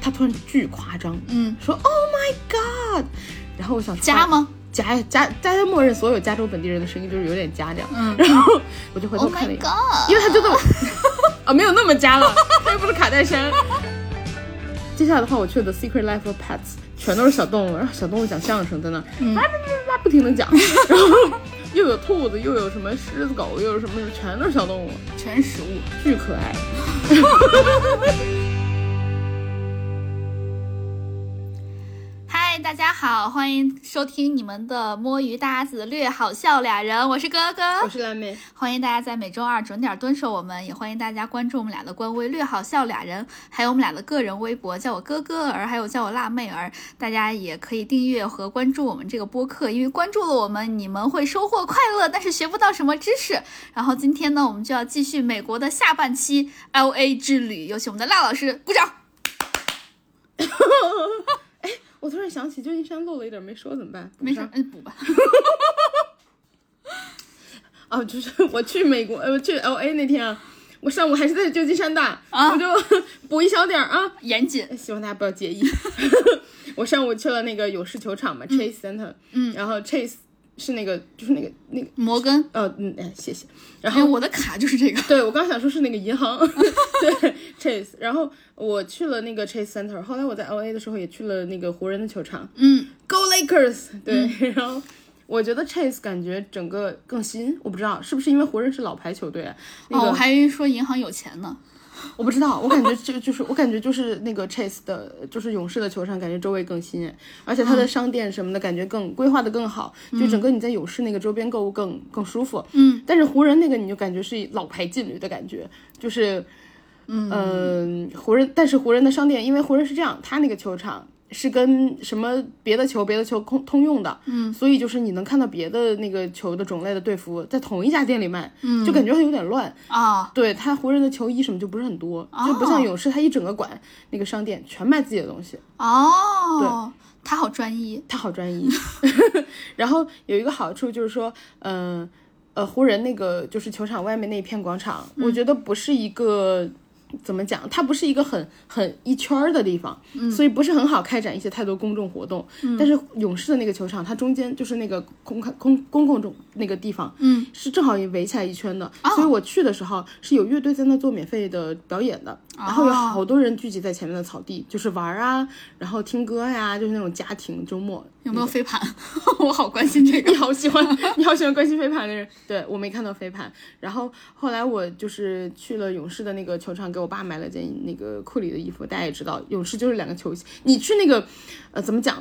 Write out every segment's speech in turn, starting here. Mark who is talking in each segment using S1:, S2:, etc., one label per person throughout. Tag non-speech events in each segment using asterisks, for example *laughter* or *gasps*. S1: 他突然巨夸张，
S2: 嗯，
S1: 说 “Oh my God”，然后我想
S2: 加
S1: 夸
S2: 吗？
S1: 加加大家默认所有加州本地人的声音就是有点加这样，
S2: 嗯
S1: 然后我就回头
S2: Oh
S1: 看了
S2: my
S1: 一眼
S2: god！
S1: 因为他就这么 *laughs* 啊，没有那么加了，他又不是卡戴珊。接下来的话，我去了 The Secret Life of Pets，全都是小动物，然后小动物讲相声，在那
S2: 嗯
S1: 叭叭叭叭不停的
S2: *laughs*
S1: 讲，然后又有兔子，又有什么狮子狗，又有什么什么，全都是小动物，
S2: 全是食物。
S1: 巨可爱。
S2: 嗨，大家好，欢迎收听你们的摸鱼搭子略好笑俩人，我是哥哥
S1: 我。是蓝莓，
S2: 欢迎大家在每周二准点蹲守我们，也欢迎大家关注我们俩的官微“略好笑俩人”，还有我们俩的个人微博，叫我哥哥儿，还有叫我辣妹儿。大家也可以订阅和关注我们这个播客，因为关注了我们，你们会收获快乐，但是学不到什么知识。然后今天呢，我们就要继续美国的下半期 L A 之旅，有请我们的辣老师鼓掌。
S1: 我突然想起旧金山漏了一点没说怎么办？
S2: 没事，嗯，补吧。 *laughs*
S1: 哦，就是 *laughs* 我去美国，呃，我去 L A 那天啊，我上午还是在旧金山的，
S2: 啊
S1: 我就 *laughs* 补一小点儿啊，
S2: 严谨，
S1: 希望大家不要介意。 *laughs* 我上午去了那个勇士球场嘛、c h a s e Center，嗯，然后 Chase 是那个就是那个那个
S2: 摩根。
S1: 呃嗯哎谢谢，然
S2: 哎，
S1: 后。
S2: 我的卡就是这个。
S1: 对，我刚想说是那个银行， *laughs* 对 Chase，然后我去了那个 Chase Center，后来我在 L A 的时候也去了那个湖人的球场，
S2: 嗯，
S1: Go Lakers！对，然后我觉得 Chase 感觉整个更新，我不知道是不是因为湖人是老牌球队啊，那个、
S2: 哦，我还以为说银行有钱呢。
S1: 我不知道，我感觉就就是我感觉就是那个 Chase 的，就是勇士的球场，感觉周围更新，而且它的商店什么的感觉更规划的更好，就整个你在勇士那个周边购物更更舒服。嗯，但是湖人那个你就感觉是老牌劲旅的感觉，就是。嗯、湖人，但是湖人的商店，因为湖人是这样，他那个球场是跟什么别的球、别的球通通用的，嗯，所以就是你能看到别的那个球的种类的队服在同一家店里卖，嗯，就感觉有点乱。
S2: 啊、
S1: 对他湖人的球衣什么就不是很多，就不像勇士，他一整个馆那个商店全卖自己的东西，
S2: 哦，他好专一。
S1: 他好专一。 *laughs* 然后有一个好处就是说，嗯呃湖人那个就是球场外面那一片广场，我觉得不是一个。怎么讲？它不是一个很很一圈儿的地方，所以不是很好开展一些太多公众活动。但是勇士的那个球场，它中间就是那个公开公公共中那个地方，
S2: 嗯，
S1: 是正好也围起来一圈的。所以我去的时候是有乐队在那做免费的表演的，然后有好多人聚集在前面的草地，就是玩儿啊，然后听歌呀、就是那种家庭周末。
S2: 有没有飞盘？ *laughs* 我好关心这
S1: 嗯你
S2: 个。
S1: 好喜欢， *laughs* 你好喜欢关心飞盘的人。对我没看到飞盘，然后后来我就是去了勇士的那个球场，给我爸买了件那个库里的衣服。大家也知道，勇士就是两个球星。你去那个，呃，怎么讲？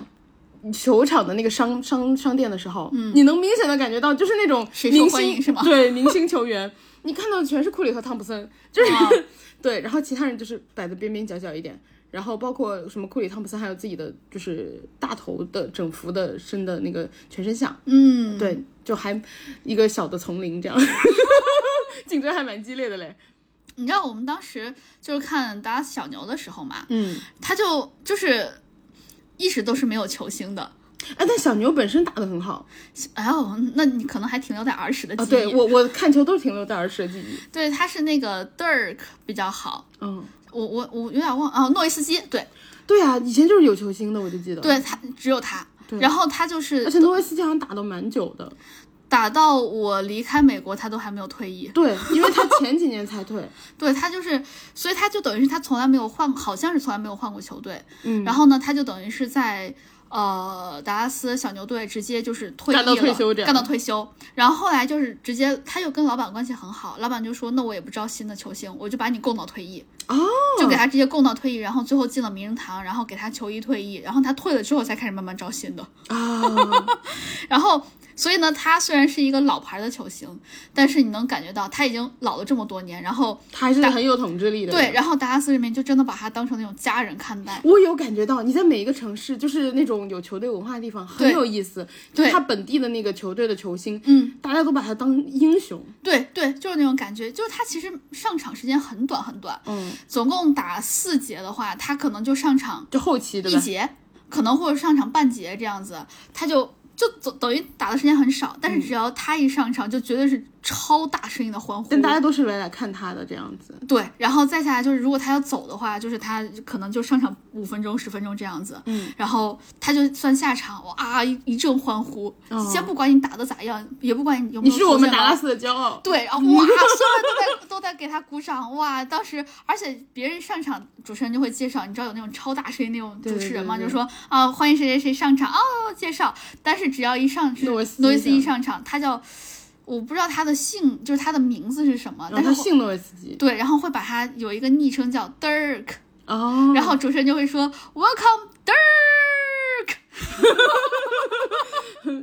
S1: 球场的那个商商商店的时候，你能明显的感觉到，就是那种
S2: 嗯谁受
S1: 明
S2: 欢
S1: 星
S2: 迎是吗
S1: 对，明星球员，你看到的全是库里和汤普森，就是、
S2: 啊
S1: *laughs* 对，然后其他人就是摆的边边角角一点，然后包括什么库里、汤普森，还有自己的就是大头的整幅的身的那个全身像，
S2: 嗯，
S1: 对，就还一个小的丛林这样， *laughs* 竞争还蛮激烈的嘞。
S2: 你知道我们当时就是看打小牛的时候嘛，
S1: 嗯，
S2: 他就就是一直都是没有球星的。
S1: 哎，但小牛本身打得很好
S2: 哎呦，那你可能还停留在儿时的记
S1: 啊。
S2: 忆。
S1: 对我，我看球都是停留在儿时的记忆。
S2: 对，他是那个 Dirk 比较好。
S1: 嗯，
S2: 我我我有点忘啊，诺维斯基，对
S1: 对啊，以前就是有球星的，我就记得。，
S2: 对，他只有他。然后他就是
S1: 而且诺维斯基好像打得蛮久的。
S2: 打到我离开美国，他都还没有退役。
S1: 对，因为他前几年才退。
S2: 对他就是，所以他就等于是他从来没有换，好像是从来没有换过球队。
S1: 嗯，
S2: 然后呢，他就等于是在呃达拉斯小牛队直接就是退役
S1: 干到
S2: 了
S1: 退休这样
S2: 干到退休。然后后来就是直接他又跟老板关系很好，老板就说那我也不招新的球星，我就把你供到退役，
S1: 哦，
S2: 就给他直接供到退役，然后最后进了名人堂，然后给他球衣退役，然后他退了之后才开始慢慢招新的。
S1: *laughs* 啊，
S2: 然后，所以呢，他虽然是一个老牌的球星，但是你能感觉到他已经老了这么多年。然后，
S1: 他还是很有统治力的。
S2: 对，。然后达拉斯人民就真的把他当成那种家人看待。
S1: 我有感觉到，你在每一个城市，就是那种有球队文化的地方，很
S2: 对
S1: 有意思。就
S2: 对
S1: 是他本地的那个球队的球星，
S2: 嗯，
S1: 大家都把他当英雄。
S2: 对对，就是那种感觉，就是他其实上场时间很短很短，
S1: 嗯，
S2: 总共打四节的话，他可能就上场
S1: 就后期对
S2: 一
S1: 吧？
S2: 节，可能或者上场半
S1: 嗯
S2: 节这样子，他就。就等等于打的时间很少，但是只要他一上场，就绝对是超大声音的欢呼。
S1: 但大家都是来来看他的这样子。
S2: 对，然后再下来就是，如果他要走的话，就是他可能就上场五分钟、十分钟这样子。
S1: 嗯，
S2: 然后他就算下场，哇，啊一一阵欢呼，先不管你打的咋样，也不管你有没
S1: 哦你
S2: 有
S1: 是我们
S2: 出现
S1: 达
S2: 了
S1: 拉斯的骄傲。
S2: 对，然后
S1: *laughs*
S2: 哇，所有啊人都在都在给他鼓掌，哇！当时，而且别人上场，主持人就会介绍，你知道有那种超大声音那种
S1: 对
S2: 主
S1: 对
S2: 持
S1: 对
S2: 人嘛，
S1: 对
S2: 就说啊，欢迎谁谁谁上场哦，介绍。但是只要一上
S1: 诺维斯
S2: 诺维斯一
S1: 一
S2: 上场，他叫我不知道他的姓，就是他的名字是什么，
S1: 然哦哎
S2: 但
S1: 后他
S2: 是
S1: 姓诺维斯基。
S2: 对，然后会把他有一个昵称叫 Dirk，
S1: 哦，
S2: 然后主持人就会说 Welcome Dirk。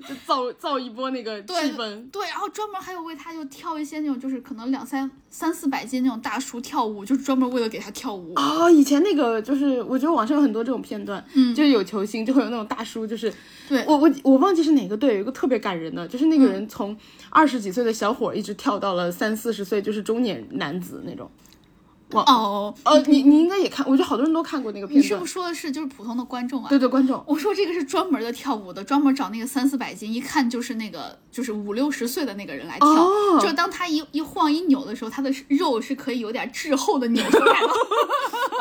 S1: 就造造一波那个气
S2: 对
S1: 氛。
S2: 对，然后专门还有为他就跳一些那种，就是可能两三三四百斤那种大叔跳舞，就是专门为了给他跳舞。
S1: 哦，以前那个就是，我觉得网上有很多这种片段，
S2: 嗯
S1: 就是有球星就会有那种大叔，就是
S2: 对
S1: 我我我忘记是哪个队，有一个特别感人的，就是那个人从二十几岁的小伙儿一直跳到了三四十岁，就是中年男子那种。
S2: 哦，
S1: 呃，你你应该也看，我觉得好多人都看过那个片
S2: 你是
S1: 段
S2: 不。是说的是就是普通的观众啊？
S1: 对对，观众，
S2: 我说这个是专门的跳舞的，专门找那个三四百斤，一看就是那个就是五六十岁的那个人来跳。
S1: 哦
S2: 就是当他一一晃一扭的时候，他的肉是可以有点滞后的扭出来的。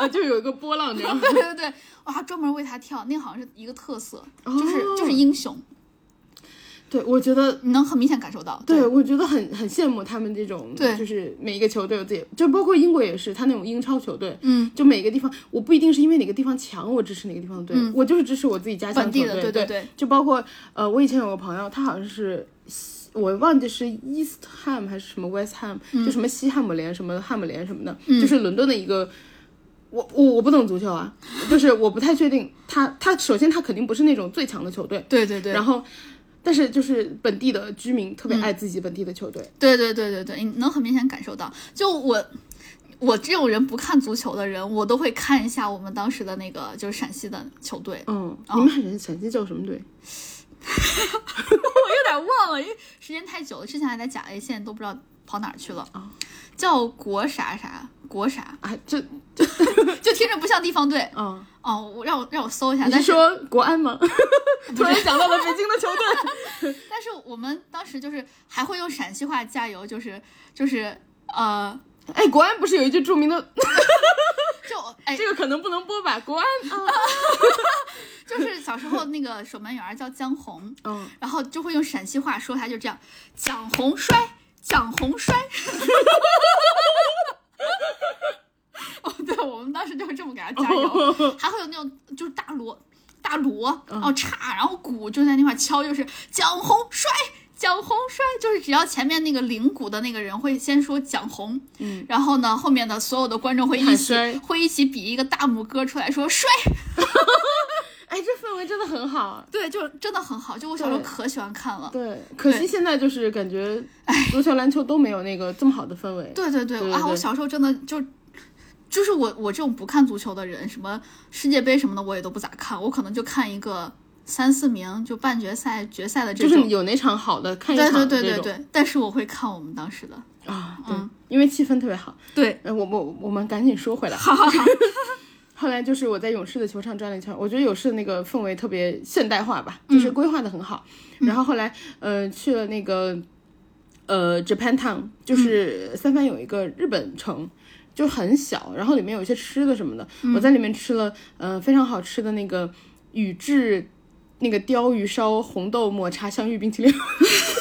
S1: *laughs* 呃，就有一个波浪这样。
S2: *laughs* 对对对，哇，专门为他跳，那好像是一个特色，就是、
S1: 哦
S2: 就是英雄，
S1: *laughs* 对，我觉得，
S2: 你能很明显感受到。
S1: 对，我觉得很很羡慕他们这种，
S2: 对
S1: 就是每一个球队有自己，就包括英国也是，他那种英超球队，
S2: 嗯，
S1: 就每个地方，我不一定是因为哪个地方强，我支持哪个地方的队，
S2: 嗯
S1: 我就是支持我自己家乡
S2: 本地
S1: 球
S2: 的，
S1: 队。
S2: 对
S1: 对
S2: 对，
S1: 就包括呃，我以前有个朋友，他好像是西我忘记是 East Ham 还是什么 West Ham，、就
S2: 嗯
S1: 什么西汉姆联、什么汉姆联什么的，就是伦敦的一个。我我我不懂足球啊，就是我不太确定他他首先他肯定不是那种最强的球队，
S2: 对对对。
S1: 然后。但是就是本地的居民特别爱自己本地的球队，
S2: 对对对对对，你能很明显感受到。就我，我这种人不看足球的人，我都会看一下我们当时的那个就是陕西的球队，
S1: 嗯，你们很陕西叫什么队？
S2: *laughs* 我有点忘了，因为时间太久了，之前还在甲 A，现在都不知道跑哪儿去了。
S1: 啊
S2: 叫国啥啥国啥，
S1: 啊，这
S2: 就听着不像地方队
S1: 啊，
S2: 哦。我让我让我搜一 *laughs* 下，
S1: 你
S2: 但
S1: 是
S2: 是
S1: 说国安吗？ *laughs* 突然想到了北京的球队，
S2: 但是我们当时就是还会用陕西话加油，就是就是呃，
S1: *laughs* 哎，国安不是有一句著名 *laughs* 的，
S2: 就哎
S1: 这个可能不能播吧？国安，
S2: 就是小时候那个守门员儿叫江红，
S1: 嗯，
S2: 然后就会用陕西话说他，就这样，蒋红摔，蒋红摔。哦，对，我们当时就是这么给他加油，
S1: 哦
S2: 还会有那种就是大锣、大锣，
S1: 嗯
S2: 然后叉，然后鼓就在那块敲，就是蒋红摔。蒋红摔就是只要前面那个领鼓的那个人会先说蒋红，
S1: 嗯，
S2: 然后呢后面的所有的观众会一
S1: 喊
S2: 起
S1: 摔
S2: 会一起比一个大拇哥出来说摔，
S1: *laughs* 哎，这氛围真的很好。
S2: 对，就真的很好，就我小时候
S1: 对
S2: 可喜欢看了。
S1: 对，可惜现在就是感觉足球、篮球都没有那个这么好的氛围。
S2: 对对对，
S1: 对对
S2: 啊，我
S1: 对
S2: 小时候真的就。就是我，我这种不看足球的人，什么世界杯什么的，我也都不咋看。我可能就看一个三四名，就半决赛、决赛的这
S1: 就
S2: 种。
S1: 是有哪场好的看一
S2: 对
S1: 场的
S2: 对对对
S1: 这种
S2: 对。但是我会看我们当时的。
S1: 啊，对，因为气氛特别好。
S2: 对，
S1: 呃，我我我们赶紧说回来。 *laughs* 后来就是我在勇士的球场转了一圈，我觉得勇士的那个氛围特别现代化吧，就是规划的很好。然后后来，呃，去了那个呃 Japan Town，就是三藩有一个日本城。就很小，然后里面有一些吃的什么的，我在里面吃了，呃，非常好吃的那个宇治那个鲷鱼烧、红豆抹茶香芋冰淇淋， *laughs*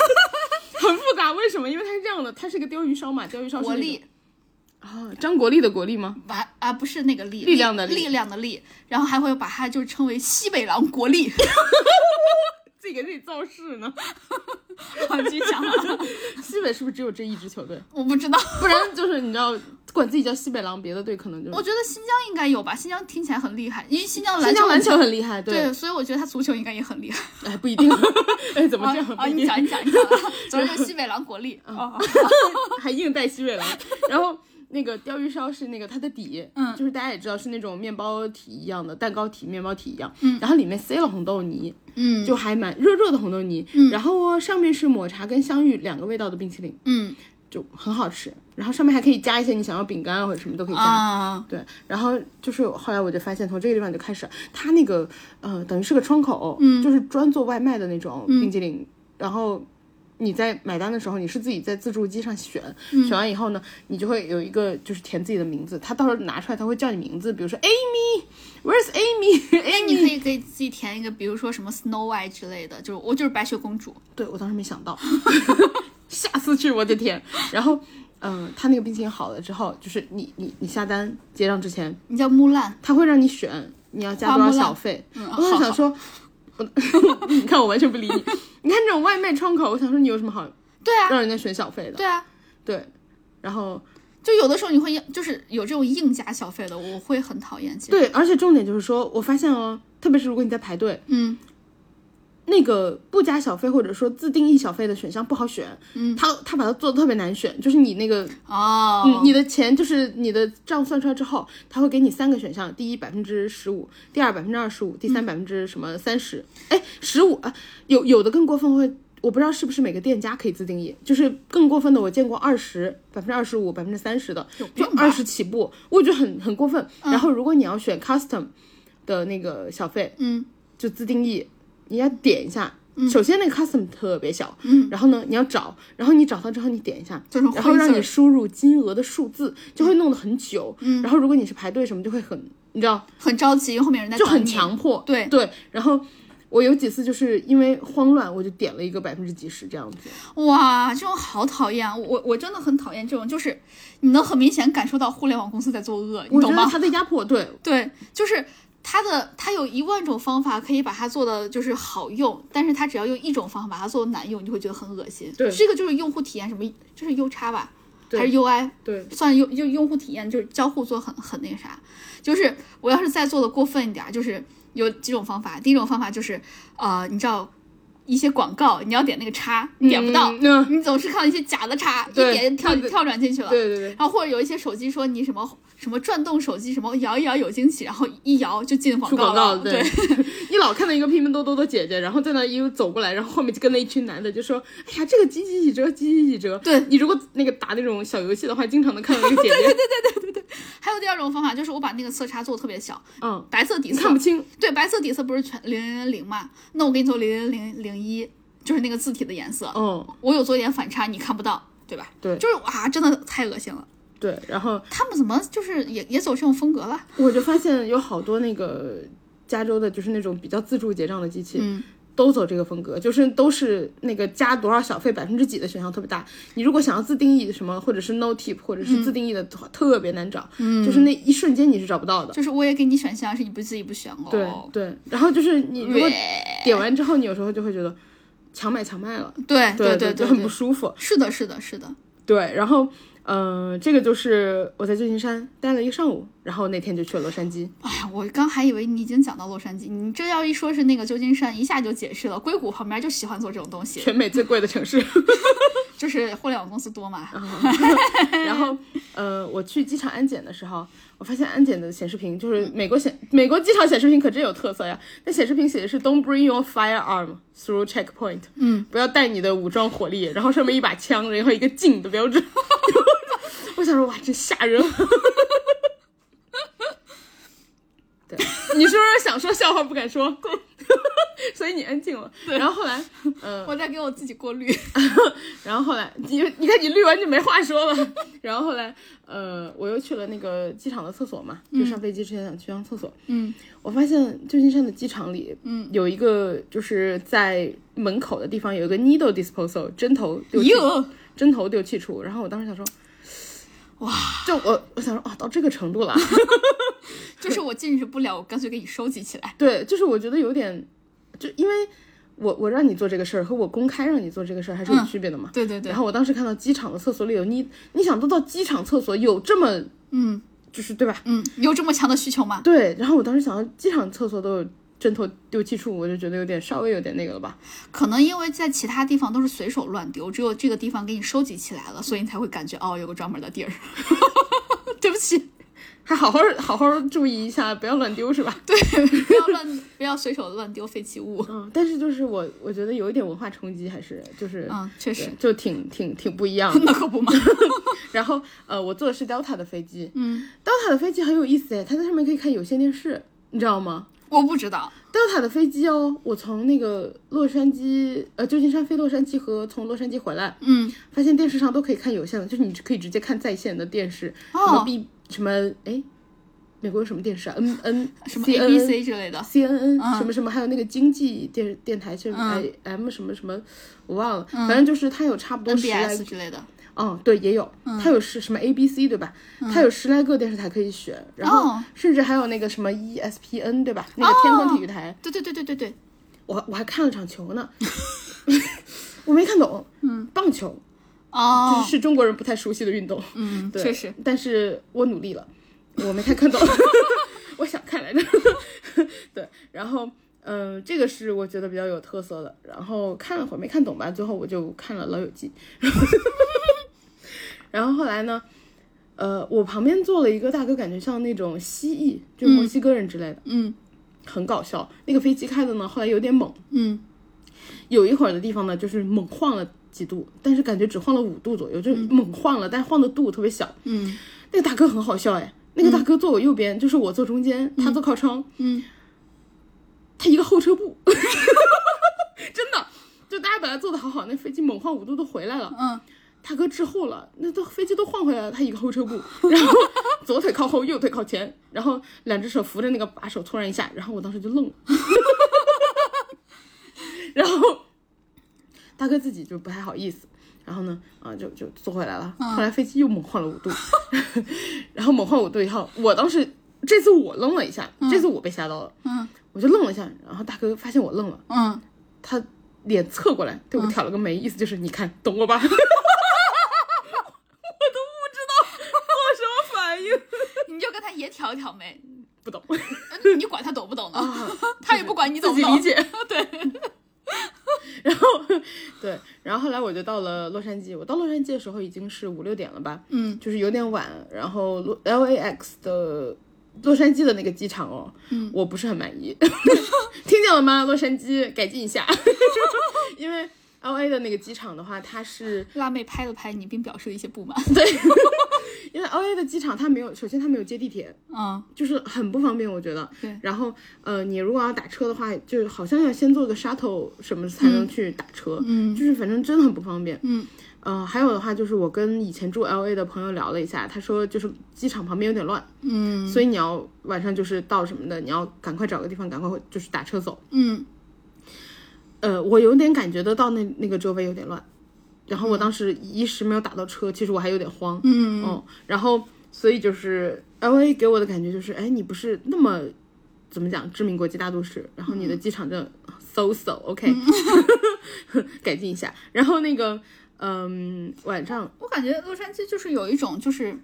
S1: 很复杂。为什么？因为它是这样的，它是个鲷鱼烧嘛，鲷鱼烧是
S2: 国
S1: 那种
S2: 力
S1: 啊，张国立的国力吗？
S2: 啊啊，不是那个力，
S1: 力量的
S2: 力，
S1: 力
S2: 力量的力。然后还会把它就称为西北狼国力。 *laughs*
S1: 自己给自己造势呢。
S2: 我继续讲啊，
S1: *laughs* 西北是不是只有这一支球队？
S2: *laughs* 我不知道，
S1: 不然就是你知道，管自己叫西北狼，别的队可能就
S2: 我觉得新疆应该有吧。新疆听起来很厉害，因为新疆
S1: 哦新
S2: 篮
S1: 疆
S2: 球
S1: 篮球
S2: 很
S1: 很厉害，对，
S2: 对，所以我觉得它足球应该也很厉害。
S1: 哎，不一 *laughs* 定，哎，怎么嗯这样？
S2: 啊啊，
S1: 不一
S2: 你
S1: 定
S2: 讲，你讲，你讲啊，总之就是西北狼国力。哦，
S1: *laughs* 还硬带西北狼，然后。那个鲷鱼烧是那个它的底，
S2: 嗯
S1: 就是大家也知道是那种面包体一样的，蛋糕体、面包体一样，嗯，然后里面塞了红豆泥，
S2: 嗯
S1: 就还蛮热热的红豆泥，然后上面是抹茶跟香芋两个味道的冰淇淋，
S2: 嗯
S1: 就很好吃，然后上面还可以加一些你想要饼干啊或者什么都可以加，
S2: 啊，
S1: 对，然后就是后来我就发现，从这个地方就开始，它那个呃，等于是个窗口，就是专做外卖的那种冰激凌，然后。你在买单的时候，你是自己在自助机上选，选完以后呢，你就会有一个就是填自己的名字，他到时候拿出来他会叫你名字，比如说 Amy，Where's *laughs*
S2: 那哎你可
S1: Amy？Amy，
S2: 以给自己填一个，比如说什么 Snow White 之类的，就是我就是白雪公主。
S1: 对我当时没想到， *laughs* 下次去我的天！然后，嗯、他那个冰淇淋好了之后，就是你你你下单结账之前，
S2: 你叫木兰，
S1: 他会让你选你要加多少小费。
S2: 嗯
S1: 我就想说，我 *laughs* 你看我完全不理你。你看这种外卖窗口，我想说你有什么好
S2: 对啊，
S1: 让人家选小费的？
S2: 对啊，
S1: 对，然后
S2: 就有的时候你会就是有这种硬加小费的，我会很讨厌。其实，
S1: 对，而且重点就是说，我发现哦，特别是如果你在排队，
S2: 嗯，
S1: 那个不加小费或者说自定义小费的选项不好选，嗯，他他把它做的特别难选，就是你那个
S2: 哦，
S1: 嗯你你的钱就是你的账算出来之后，他会给你三个选项：第一百分之十五，第二百分之二十五，第
S2: 嗯
S1: 三百分之什么三十。哎，十五啊，有有的更过分会，我不知道是不是每个店家可以自定义，就是更过分的我见过二十百分之二十五、百分之三十的，就
S2: 病吧
S1: 二十起步，我觉得很很过分。
S2: 嗯
S1: 然后如果你要选 custom 的那个小费，
S2: 嗯，
S1: 就自定义，你要点一下。首先，那个 custom 特别小，嗯，然后呢，你要找，然后你找到之后，你点一下，
S2: 就是
S1: 然后
S2: 灰
S1: 让
S2: 色
S1: 你输入金额的数字，就会弄得很久。嗯，然后如果你是排队什么，就会很，你知道，
S2: 很着急，后面有人在
S1: 就
S2: 等
S1: 很
S2: 你。
S1: 强迫。
S2: 嗯对
S1: 对，然后我有几次就是因为慌乱，我就点了一个百分之几十这样子。
S2: 哇，这种好讨厌啊！我我我真的很讨厌这种，就是你能很明显感受到互联网公司在作恶，你
S1: 我觉
S2: 懂
S1: 得
S2: 吗？
S1: 他在压迫，对，
S2: 对，就是它的它有一万种方法可以把它做的就是好用，但是它只要用一种方法把它做的难用，你就会觉得很恶心。
S1: 对
S2: 这个就是用户体验什么，就是 U 叉吧，
S1: 对
S2: 还是 UI？
S1: 对，
S2: 算用用用户体验就是交互做很很那个啥，就是我要是再做的过分一点儿，就是有几种方法。第一种方法就是，呃，你知道一些广告，你要点那个叉，你点不到，
S1: 嗯嗯
S2: 你总是看到一些假的叉，一
S1: 对
S2: 点跳
S1: 对对
S2: 跳转进去了。
S1: 对对对。
S2: 然后或者有一些手机说你什么什么转动手机什么摇一摇有惊喜，然后一摇就进广
S1: 出
S2: 告
S1: 广告
S2: 了。
S1: 了对， *laughs* 你老看到一个拼拼多多的姐姐，然后在那一路走过来，然后后面就跟了一群男的，就说：“哎呀，这个几几几折，几几几折。”
S2: 对
S1: 你如果那个打那种小游戏的话，经常能看到那
S2: *laughs*
S1: 个姐姐，对对对，
S2: 还有第二种方法就是我把那个色差做得特别小，
S1: 嗯，
S2: 白色底
S1: 你
S2: 色
S1: 看不清，
S2: 对，白色底色不是全零零零零嘛？那我给你做零零零零一，就是那个字体的颜色。
S1: 嗯，
S2: 我有做一点反差，你看不到，对吧？
S1: 对
S2: 就是啊，真的太恶心了。
S1: 对，然后
S2: 他们怎么就是也也走这种风格了？
S1: 我就发现有好多那个加州的，就是那种比较自助结账的机器，
S2: 嗯，
S1: 都走这个风格，就是都是那个加多少小费百分之几的选项特别大。你如果想要自定义什么，或者是 no tip，或者是自
S2: 嗯
S1: 定义的，特别难找，嗯，就是那一瞬间你是找不到的。
S2: 就是我也给你选项，是你不自己不选哦。
S1: 对对，然后就是你如果
S2: 对
S1: 点完之后，你有时候就会觉得强买强卖了，
S2: 对
S1: 对
S2: 对
S1: 就
S2: 对
S1: 很不
S2: 对，
S1: 舒服。
S2: 是的，是的，是的。
S1: 对，然后。嗯、这个就是我在旧金山待了一个上午，然后那天就去了洛杉矶。
S2: 哎呀，我刚还以为你已经讲到洛杉矶，你这要一说是那个旧金山，一下就解释了。硅谷旁边就喜欢做这种东西，
S1: 全美最贵的城市，
S2: 就是互联网公司多嘛。
S1: 然后，呃，我去机场安检的时候，我发现安检的显示屏就是美国显美国机场显示屏可真有特色呀。那显示屏写的是 "Don't bring your firearm through checkpoint"，嗯，不要带你的武装火力，然后上面一把枪，然后一个镜的标志。 *laughs* 我想说，哇，真吓人。 *laughs* 对，你是不是想说笑话不敢说？ *laughs* 所以你安静了。然后后来，呃，
S2: 我在给我自己过滤。 *laughs*
S1: 然后后来，你你看你绿完就没话说了。 *laughs* 然后后来，呃，我又去了那个机场的厕所嘛，就上飞机之前想去趟厕所。
S2: 嗯
S1: 我发现旧金山的机场里，嗯，有一个就是在门口的地方有一个 needle disposal 针头丢弃
S2: 哟
S1: 针头丢弃处。然后我当时想说，
S2: 哇，
S1: 就我我想说，哦，到这个程度了， *laughs*
S2: 就是我禁止不了，我干脆给你收集起来。
S1: 对，就是我觉得有点，就因为我我让你做这个事儿和我公开让你做这个事儿还是有
S2: 嗯
S1: 区别的嘛。
S2: 对对对
S1: 然，后我当时看到机场的厕所里有你，你想都到机场厕所有这么，
S2: 嗯
S1: 就是对吧？
S2: 嗯，有这么强的需求吗？
S1: 对。然后我当时想到机场厕所都有针头丢弃处，我就觉得有点稍微有点那个了吧。
S2: 可能因为在其他地方都是随手乱丢，只有这个地方给你收集起来了，所以你才会感觉哦，有个专门的地儿。 *laughs* 对不起，
S1: 还好好好好注意一下，不要乱丢，
S2: *laughs*
S1: 是吧？对。
S2: 不要乱，不要随手乱丢废弃物。
S1: 嗯，但是就是我我觉得有一点文化冲击，还是就是
S2: 嗯，确
S1: 对
S2: 实，嗯
S1: 就挺挺挺不一样的。
S2: 那可不嘛。
S1: *laughs* 然后呃，我坐的是 Delta 的飞机
S2: 嗯，
S1: ，Delta 的飞机很有意思哎，它在上面可以看有线电视，你知道吗？
S2: 我不知道。
S1: Delta 的飞机哦，我从那个洛杉矶呃旧金山飞洛杉矶和从洛杉矶回来，
S2: 嗯，
S1: 发现电视上都可以看有线的，就是你可以直接看在线的电视，什
S2: 哦
S1: 么 B 什么哎，美国有什么电视啊？N N
S2: *laughs* 什么
S1: C N N
S2: ABC 之类的，
S1: C N N
S2: 嗯
S1: 什么什么，还有那个经济电电台，就是
S2: 嗯
S1: I M 什么什么，我忘了，反正就是它有差不多十来
S2: NBS 之类的。
S1: 嗯，对，也有，它有十什么 A B C 对吧？它有十来个电视台可以选，然后
S2: 嗯哦
S1: 甚至还有那个什么 E S P N 对吧？那个天空体育台，
S2: 对对对对对对，
S1: 我我还看了场球呢， *laughs* 我没看懂，嗯，棒球就
S2: 哦
S1: 是，是中国人不太熟悉的运动，
S2: 嗯，
S1: 对，
S2: 确实，，
S1: 但是我努力了，我没太
S2: *laughs*
S1: 看懂，我想看来着， *laughs* 对，然后。嗯、这个是我觉得比较有特色的。然后看了会儿没看懂吧，最后我就看了《老友记》 *laughs* 然后，然后后来呢，呃，我旁边坐了一个大哥，感觉像那种蜥蜴，就墨西哥人之类的，
S2: 嗯
S1: 很搞笑。那个飞机开的呢，后来有点猛，
S2: 嗯
S1: 有一会儿的地方呢，就是猛晃了几度，但是感觉只晃了五度左右，就猛晃了，但晃的度特别小。
S2: 嗯
S1: 那个大哥很好笑哎，那个大哥坐我右边，就是我坐中间，他坐靠窗，
S2: 嗯，
S1: 他一个后撤步， *laughs* 真的，就大家本来坐的好好，那飞机猛晃五度都回来了，
S2: 嗯，
S1: 大哥滞后了，那都飞机都晃回来了，他一个后撤步，然后 *laughs* 左腿靠后，右腿靠前，然后两只手扶着那个把手，突然一下，然后我当时就愣了， *laughs* 然后大哥自己就不太好意思，然后呢，啊就就坐回来了，后来飞机又猛晃了五度， *laughs* 然后猛晃五度以后，我当时这次我愣了一下，这次我被吓到了，
S2: 嗯，
S1: 我就愣了一下，然后大哥发现我愣了，
S2: 嗯，
S1: 他脸侧过来对我挑了个眉，意思就是你看懂我吧。 *laughs* 我反应
S2: 你就跟他也挑一挑眉，
S1: 不懂，
S2: 嗯你管他懂不懂呢？ *laughs* 他也不管你懂
S1: 自
S2: 不
S1: 己
S2: 懂
S1: 理。解。 *laughs* 对，然后对，然后后来我就到了洛杉矶。我到洛杉矶的时候已经是五六点了吧，
S2: 嗯，
S1: 就是有点晚。然后洛 LAX 的洛杉矶的那个机场哦，嗯，我不是很满意。 *laughs* 听见了吗？洛杉矶改进一下， *laughs* 因为 LA 的那个机场的话，它是
S2: 辣妹拍了拍你，并表示了一些不满。
S1: 因为 LA 的机场它没有，首先它没有接地铁，
S2: 嗯，
S1: 就是很不方便，我觉得。
S2: 对
S1: 然后，呃，你如果要打车的话，就好像要先坐个 shuttle 什么才能去打车，
S2: 嗯
S1: 就是反正真的很不方便。
S2: 嗯，
S1: 呃，还有的话就是我跟以前住 LA 的朋友聊了一下，他说就是机场旁边有点乱，
S2: 嗯
S1: 所以你要晚上就是到什么的，你要赶快找个地方，赶快就是打车走。
S2: 嗯
S1: 呃，我有点感觉得到那那个周围有点乱，然后我当时一时没有打到车，其实我还有点慌。
S2: 嗯
S1: 嗯，然后所以就是 L A 给我的感觉就是，哎，你不是那么怎么讲知名国际大都市，然后你的机场就 so so OK，、改 *laughs*
S2: 嗯
S1: 进一下。然后那个嗯，晚上
S2: 我感觉洛杉矶就是有一种就是。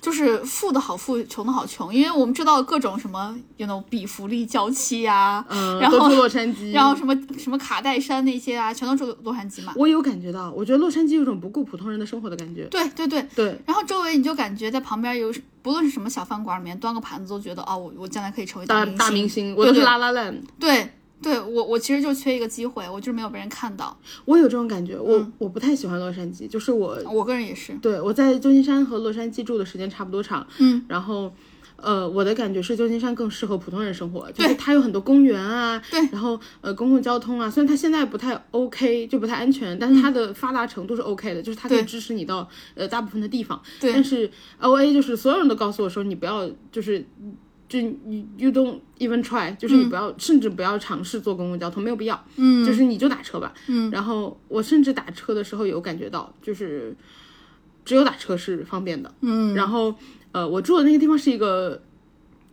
S2: 就是富的好富，穷的好穷，因为我们知道各种什么，you know，比弗利郊区呀，
S1: 嗯，
S2: 然
S1: 都
S2: 后
S1: 住洛杉矶，
S2: 然后什么什么卡戴珊那些啊，全都住洛杉矶嘛。
S1: 我有感觉到，我觉得洛杉矶有种不顾普通人的生活的感觉。
S2: 对对对，
S1: 对，
S2: 然后周围你就感觉在旁边有，不论是什么小饭馆里面端个盘子，都觉得哦，我我将来可以成为
S1: 大
S2: 明
S1: 大明
S2: 明星。
S1: 星，我都是
S2: 对
S1: 拉拉烂，
S2: 对对，我我其实就缺一个机会，我就是没有被人看到。
S1: 我有这种感觉。我、
S2: 嗯
S1: 我不太喜欢洛杉矶，就是我
S2: 我个人也是，
S1: 对，我在旧金山和洛杉矶住的时间差不多长，
S2: 嗯，
S1: 然后，呃，我的感觉是旧金山更适合普通人生活，就
S2: 对
S1: 是它有很多公园啊，
S2: 对
S1: 然后呃公共交通啊，虽然它现在不太 OK，就不太安全，但是它的发达程度是 OK 的，就是它可以
S2: 嗯对
S1: 支持你到呃大部分的地方，
S2: 对
S1: 但是 LA 就是所有人都告诉我说你不要就是。就你 you don't even try，就是你不要，甚至不要尝试坐公共交通，没有必要。
S2: 嗯
S1: 就是你就打车吧。
S2: 嗯，
S1: 然后我甚至打车的时候有感觉到，就是只有打车是方便的。
S2: 嗯
S1: 然后呃，我住的那个地方是一个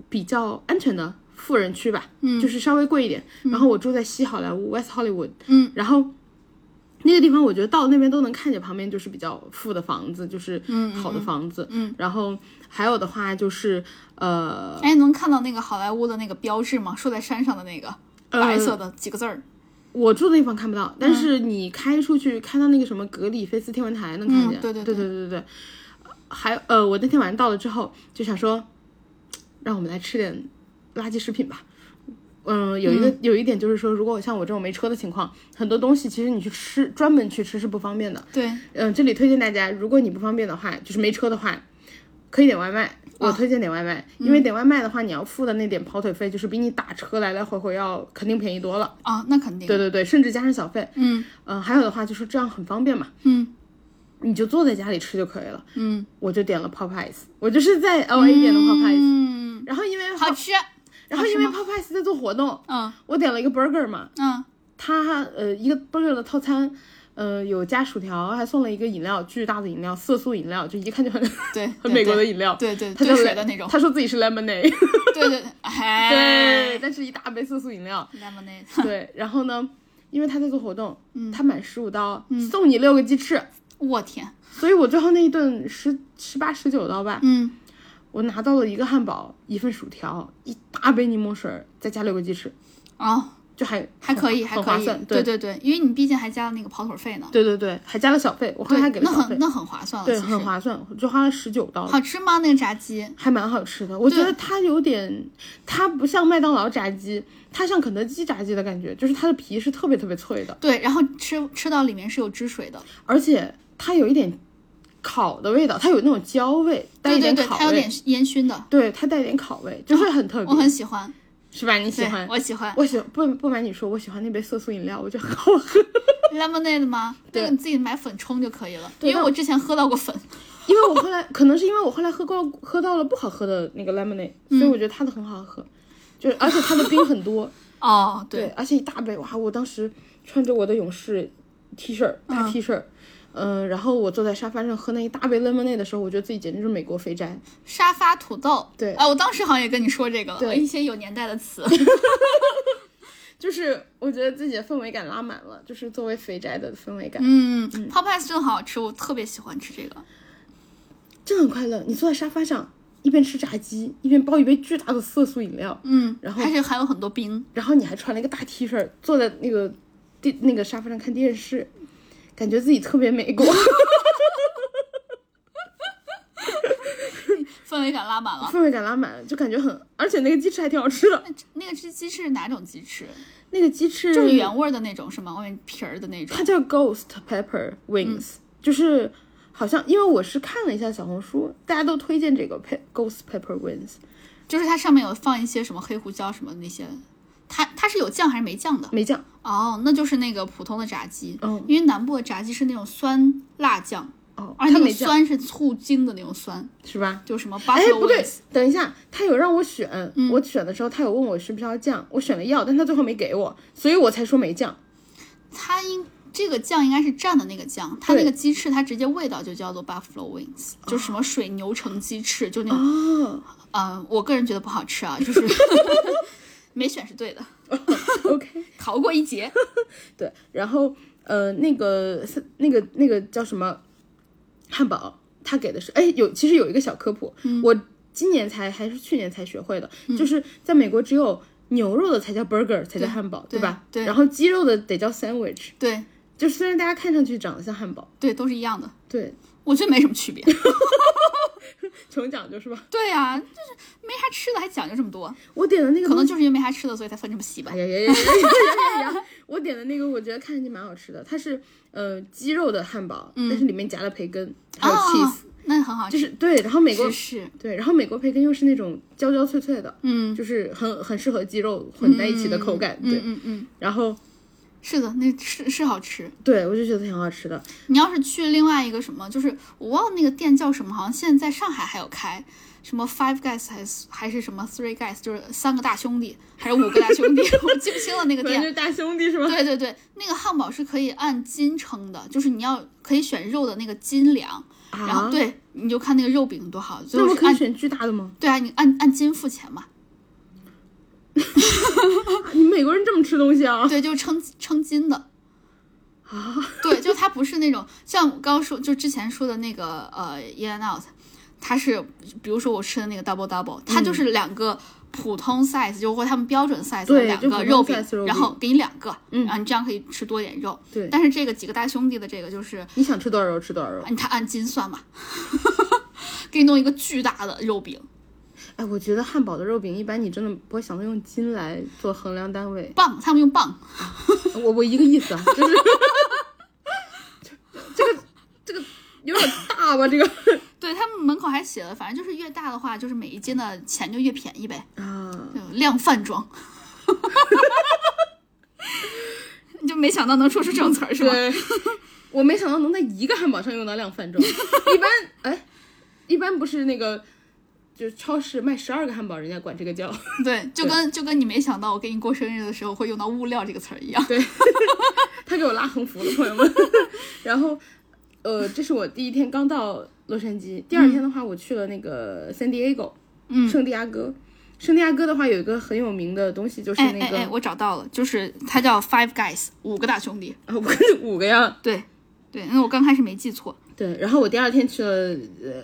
S1: 比较安全的富人区吧，嗯，就是稍微贵一点。然后我住在西好莱坞 （West Hollywood），
S2: 嗯，
S1: 然后。那个地方，我觉得到那边都能看见，旁边就是比较富的房子，就是
S2: 嗯
S1: 好的房子。嗯，然后还有的话就是，呃，
S2: 哎，能看到那个好莱坞的那个标志吗？竖在山上的那个
S1: 呃
S2: 白色的几个字儿。
S1: 我住的地方看不到，
S2: 嗯
S1: 但是你开出去，开到那个什么格里菲斯天文台能看见。
S2: 嗯对
S1: 对
S2: 对
S1: 对对对对。还呃，我那天晚上到了之后，就想说，让我们来吃点垃圾食品吧。嗯，有一个、有一点就是说，如果像我这种没车的情况，很多东西其实你去吃，专门去吃是不方便的。
S2: 对，
S1: 嗯，这里推荐大家，如果你不方便的话，就是没车的话，可以点外卖，
S2: 啊
S1: 我推荐点外卖，
S2: 嗯
S1: 因为点外卖的话，你要付的那点跑腿费，就是比你打车来来回回要肯定便宜多了。
S2: 啊，那肯定。
S1: 对对对，甚至加上小费。
S2: 嗯
S1: 嗯，还有的话就是这样很方便嘛，
S2: 嗯
S1: 你就坐在家里吃就可以了。
S2: 嗯，
S1: 我就点了 Popeyes，我就是在 LA 点的 Popeyes，、
S2: 嗯，
S1: 然后因为
S2: 好吃。
S1: 然后因为 Popeyes 在做活动，
S2: 嗯
S1: 我点了一个 burger 嘛，
S2: 嗯
S1: 它呃一个 burger 的套餐，呃有加薯条，还送了一个饮料，巨大的饮料，色素饮料，就一看就很
S2: 对，
S1: *laughs* 很
S2: 对
S1: 美国的
S2: 对
S1: 饮料，
S2: 对对
S1: 它
S2: 兑
S1: 叫
S2: 水
S1: le-
S2: 的那种
S1: 他说自己是 lemonade，
S2: 对对，哎，
S1: 对，但是一大杯色素饮料，
S2: lemonade， *laughs*
S1: 对，然后呢，因为他在做活动，
S2: 嗯
S1: 他满十五刀、送你六个鸡翅，
S2: 我天，
S1: 所以我最后那一顿十十八十九刀吧，
S2: 嗯，
S1: 我拿到了一个汉堡，一份薯条，一大杯柠檬水，再加六个鸡翅，
S2: 哦，
S1: 就还
S2: 还可以，还
S1: 很
S2: 可
S1: 划
S2: 以，
S1: 算，
S2: 对对对，因为你毕竟还加了那个跑腿费呢，
S1: 对对对，还加了小费，我后来还给了
S2: 那
S1: 小费
S2: 很，那很划算了，
S1: 对，
S2: 其
S1: 很
S2: 实
S1: 划算，我就花了十九刀，
S2: 好吃吗？那个炸鸡？
S1: 还蛮好吃的。我觉得它有点，它不像麦当劳炸鸡，它像肯德基炸鸡的感觉，就是它的皮是特别特别脆的，
S2: 对，然后吃吃到里面是有汁水的，
S1: 而且它有一点烤的味道，它有那种焦味，带
S2: 对
S1: 一
S2: 对
S1: 点
S2: 对，
S1: 烤
S2: 它有
S1: 味
S2: 点，烟熏的，
S1: 对，它带一点烤味，就是很哎特
S2: 我
S1: 别，
S2: 很喜欢，
S1: 是吧？你喜
S2: 对
S1: 欢？
S2: 我喜欢
S1: 我喜不不瞒你说，我喜欢那杯色素饮料，我觉得很好喝，
S2: lemonade 吗？那个
S1: 对
S2: 你自己买粉冲就可以了，
S1: 对
S2: 因为
S1: 那
S2: 我之前喝到过粉，
S1: *laughs* 因为我后来可能是因为我后来喝过喝到了不好喝的那个 lemonade，、所以我觉得它的很好喝，就是而且它的冰很多，
S2: 哦，
S1: *laughs* 对，，而且一大杯哇！我当时穿着我的勇士 T 恤儿大 T 恤儿，嗯、然后我坐在沙发上喝那一大杯 lemonade 的时候，我觉得自己简直是美国肥宅，
S2: 沙发土豆，
S1: 对
S2: 啊，我当时好像也跟你说这个了，
S1: 对
S2: 一些有年代的
S1: *laughs*
S2: 词，
S1: 就是我觉得自己的氛围感拉满了，就是作为肥宅的氛围感，
S2: 嗯，Popeyes 真的好好吃，我特别喜欢吃这个，
S1: 真的很快乐。你坐在沙发上，一边吃炸鸡，一边抱一杯巨大的色素饮料，
S2: 嗯，
S1: 然后
S2: 而且还有很多冰，
S1: 然后你还穿了一个大 T 恤儿，坐在那个电那个沙发上看电视，感觉自己特别美国， *laughs*
S2: 氛围感拉满了。
S1: 氛围感拉满，就感觉很，而且那个鸡翅还挺好吃的，
S2: 那个吃鸡是哪种鸡翅？
S1: 那个鸡翅
S2: 就是原味儿的那种是吗？外面皮儿的那种
S1: 它叫 Ghost Pepper Wings，、就是
S2: 嗯
S1: 好像因为我是看了一下小红书，大家都推荐这个 pe Ghost Pepper Wings，
S2: 就是它上面有放一些什么黑胡椒什么那些，它它是有酱还是没酱的？
S1: 没酱，
S2: 哦，那就是那个普通的炸鸡，
S1: 嗯
S2: 因为南部的炸鸡是那种酸辣酱，
S1: 哦，
S2: 而
S1: 它
S2: 那个
S1: 没酱
S2: 啊酸是醋精的那种酸，
S1: 是吧？
S2: 就什么
S1: 哎
S2: buffalo，
S1: 不对
S2: wings，，
S1: 等一下，他有让我选，
S2: 嗯
S1: 我选的时候他有问我需不需要酱，我选了要，但他最后没给我，所以我才说没酱。
S2: 它应这个酱应该是蘸的那个酱，它那
S1: 对
S2: 个鸡翅它直接味道就叫做 buffalo wings，就是什么水牛城鸡翅，就那种，
S1: 哦
S2: 呃，我个人觉得不好吃啊，
S1: *laughs*
S2: 就是没选是对的，
S1: ，OK，
S2: *laughs* 逃过一劫。
S1: 对，然后呃，那个是那个那个叫什么汉堡，他给的是哎有，其实有一个小科普，
S2: 嗯
S1: 我今年才还是去年才学会的，就是在美国只有牛肉的才叫 burger，才叫汉堡，
S2: 对
S1: 吧？
S2: 对
S1: 然后鸡肉的得叫 sandwich，
S2: 对
S1: 就虽然大家看上去长得像汉堡，
S2: 对，都是一样的，
S1: 对， *laughs*
S2: 我觉得没什么区别。
S1: 穷讲究是吧？
S2: 对呀、啊，就是没啥吃的还讲究这么多，
S1: 我点的那个
S2: 可
S1: 东
S2: 能
S1: 西
S2: 就是因为没啥吃的，所以才分这么细吧
S1: 哎。呀呀呀呀呀呀！我点的那个，我觉得看上去蛮好吃的，它是呃鸡肉的汉堡，但是里面夹了培根，还有
S2: 嗯哦
S1: cheese，、
S2: 那很好
S1: 就
S2: 吃，
S1: 是对。然后美国
S2: 芝士，
S1: 对，然后美国培根又是那种焦焦脆脆的，
S2: 嗯，
S1: 就是很很适合鸡肉混在一起的口感，对。
S2: 嗯嗯嗯，
S1: 然后
S2: 是的，那是是好吃。
S1: 对我就觉得挺好吃的，
S2: 你要是去另外一个什么，就是我忘了那个店叫什么，好像现在在上海还有开，什么 Five Guys 还是还是什么 Three Guys，就是三个大兄弟还是五个大兄弟， *laughs* 我记不清了那个
S1: 反正
S2: 店
S1: 就。是大兄弟是 *laughs* 吧？
S2: 对对对，那个汉堡是可以按斤称的，就是你要可以选肉的那个斤两，
S1: 啊，
S2: 然后，对你就看那个肉饼多好，
S1: 那
S2: 就
S1: 我
S2: 是
S1: 可以
S2: 按
S1: 选巨大的吗？
S2: 对啊，你按按斤付钱嘛，
S1: 啊你们美国人这么吃东西啊？
S2: 对，就是称称斤的。
S1: 啊，
S2: 对，就它不是那种像我刚刚说，就之前说的那个呃 In and Out，它是比如说我吃的那个 Double Double，它就是两个普通 size，、就或他们标准 size
S1: 嗯
S2: 的
S1: 对
S2: 两
S1: 就
S2: 个
S1: 普通
S2: 肉饼，
S1: size 肉
S2: 然后给你两个，嗯，然后你这样可以吃多点肉。
S1: 对
S2: 但是这个几个大兄弟的这个就是
S1: 你想吃多少肉吃多少肉。
S2: 按它按斤算嘛， *laughs* 给你弄一个巨大的肉饼，。
S1: 哎，我觉得汉堡的肉饼一般，你真的不会想到用斤来做衡量单位
S2: 棒，他们用棒，
S1: *laughs* 我我一个意思啊，就是这个这个有点大吧？这个
S2: 对对他们门口还写了，反正就是越大的话，就是每一斤的钱就越便宜呗，
S1: 啊，
S2: 就量贩装。 *laughs* 你就没想到能说出这种词儿是吧？
S1: 对，我没想到能在一个汉堡上用到量贩装。一般，哎，一般不是那个，就是超市卖十二个汉堡，人家管这个叫。
S2: 对，就跟就跟你没想到我给你过生日的时候会用到物料这个词儿一样。
S1: 对，他给我拉横幅了，朋友们。 *laughs* 然后，呃，这是我第一天刚到洛杉矶，第二天的话，我去了那个 San Diego，嗯，圣地亚哥。圣地亚哥的话，有一个很有名的东西，就是
S2: 哎
S1: 那
S2: 哎
S1: 个、
S2: 哎，我找到了，就是它叫 Five Guys，五个大兄弟。
S1: 啊我跟 *laughs* 五个呀，
S2: 对对，因为我刚开始没记错。
S1: 对，然后我第二天去了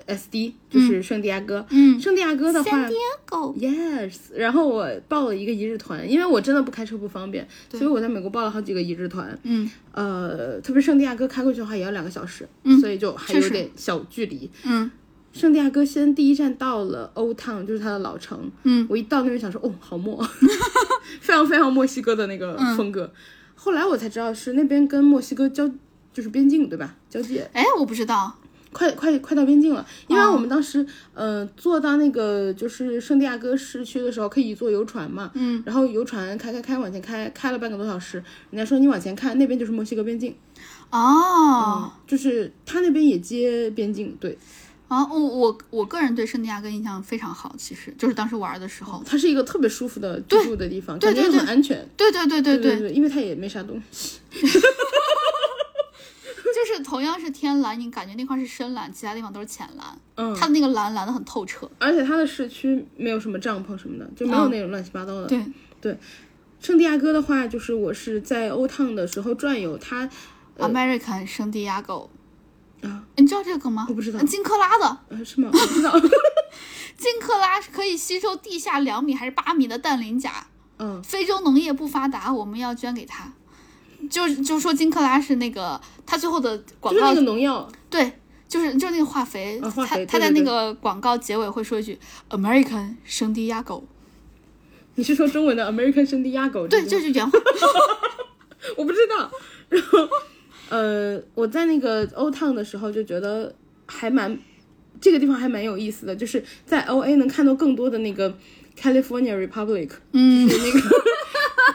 S1: 呃 SD，就是圣地亚哥。嗯，圣地亚哥的话
S2: Diego，
S1: ，yes，然后我报了一个一日团，因为我真的不开车不方便，所以我在美国报了好几个一日团。
S2: 嗯，
S1: 呃，特别圣地亚哥开过去的话也要两个小时，所以就还
S2: 嗯确
S1: 有
S2: 实
S1: 点小距离。
S2: 嗯，
S1: 圣地亚哥先第一站到了 Old Town，就是它的老城。
S2: 嗯，
S1: 我一到那边想说，哦，好墨， *laughs* 非常非常墨西哥的那个
S2: 嗯
S1: 风格。后来我才知道是那边跟墨西哥交，就是边境对吧？交界。
S2: 哎，我不知道。
S1: 快快快到边境了，因为我
S2: 哦
S1: 们当时、呃坐到那个就是圣地亚哥市区的时候，可以坐游船嘛，嗯，然后游船开开开往前开，开了半个多小时，人家说你往前看，那边就是墨西哥边境，嗯
S2: 哦，
S1: 就是他那边也接边境，对，
S2: 啊，我我我个人对圣地亚哥印象非常好，其实就是当时玩的时候。
S1: 它是一个特别舒服的居住的地方，感觉
S2: 对对
S1: 很安全，
S2: 对对对对
S1: 对
S2: 对，
S1: 对，因为它也没啥东西，
S2: 就是同样是天蓝，你感觉那块是深蓝，其他地方都是浅蓝。
S1: 嗯
S2: 它的那个蓝蓝的很透彻。
S1: 而且它的市区没有什么帐篷什么的，就没有那种乱七八糟的，
S2: 哦对，
S1: 圣地亚哥的话，就是我是在欧烫的时候转悠，它
S2: American 圣地亚哥。
S1: 呃啊，
S2: 你知道这个梗吗？嗯
S1: 我不知道
S2: 金克拉的
S1: 呃是吗？我不知道， *laughs*
S2: 金克拉是可以吸收地下两米还是八米的氮磷钾。
S1: 嗯。
S2: 非洲农业不发达，我们要捐给他。就就说金克拉是那个他最后的广
S1: 就是
S2: 告，
S1: 那个农药，
S2: 对，就是就是那个化肥，
S1: 啊化肥
S2: 他他
S1: 对
S2: 在
S1: 对对
S2: 那个广告结尾会说一句 “American 圣地亚哥
S1: *laughs* 你是说中文的 American 圣地亚狗？”，
S2: 对，
S1: 这
S2: 这是原话。
S1: 我不知道。 *laughs* 然后，呃，我在那个 O Town 的时候就觉得还蛮这个地方还蛮有意思的，就是在 O A 能看到更多的那个 California Republic，
S2: 嗯，
S1: 就是那
S2: *laughs*
S1: 个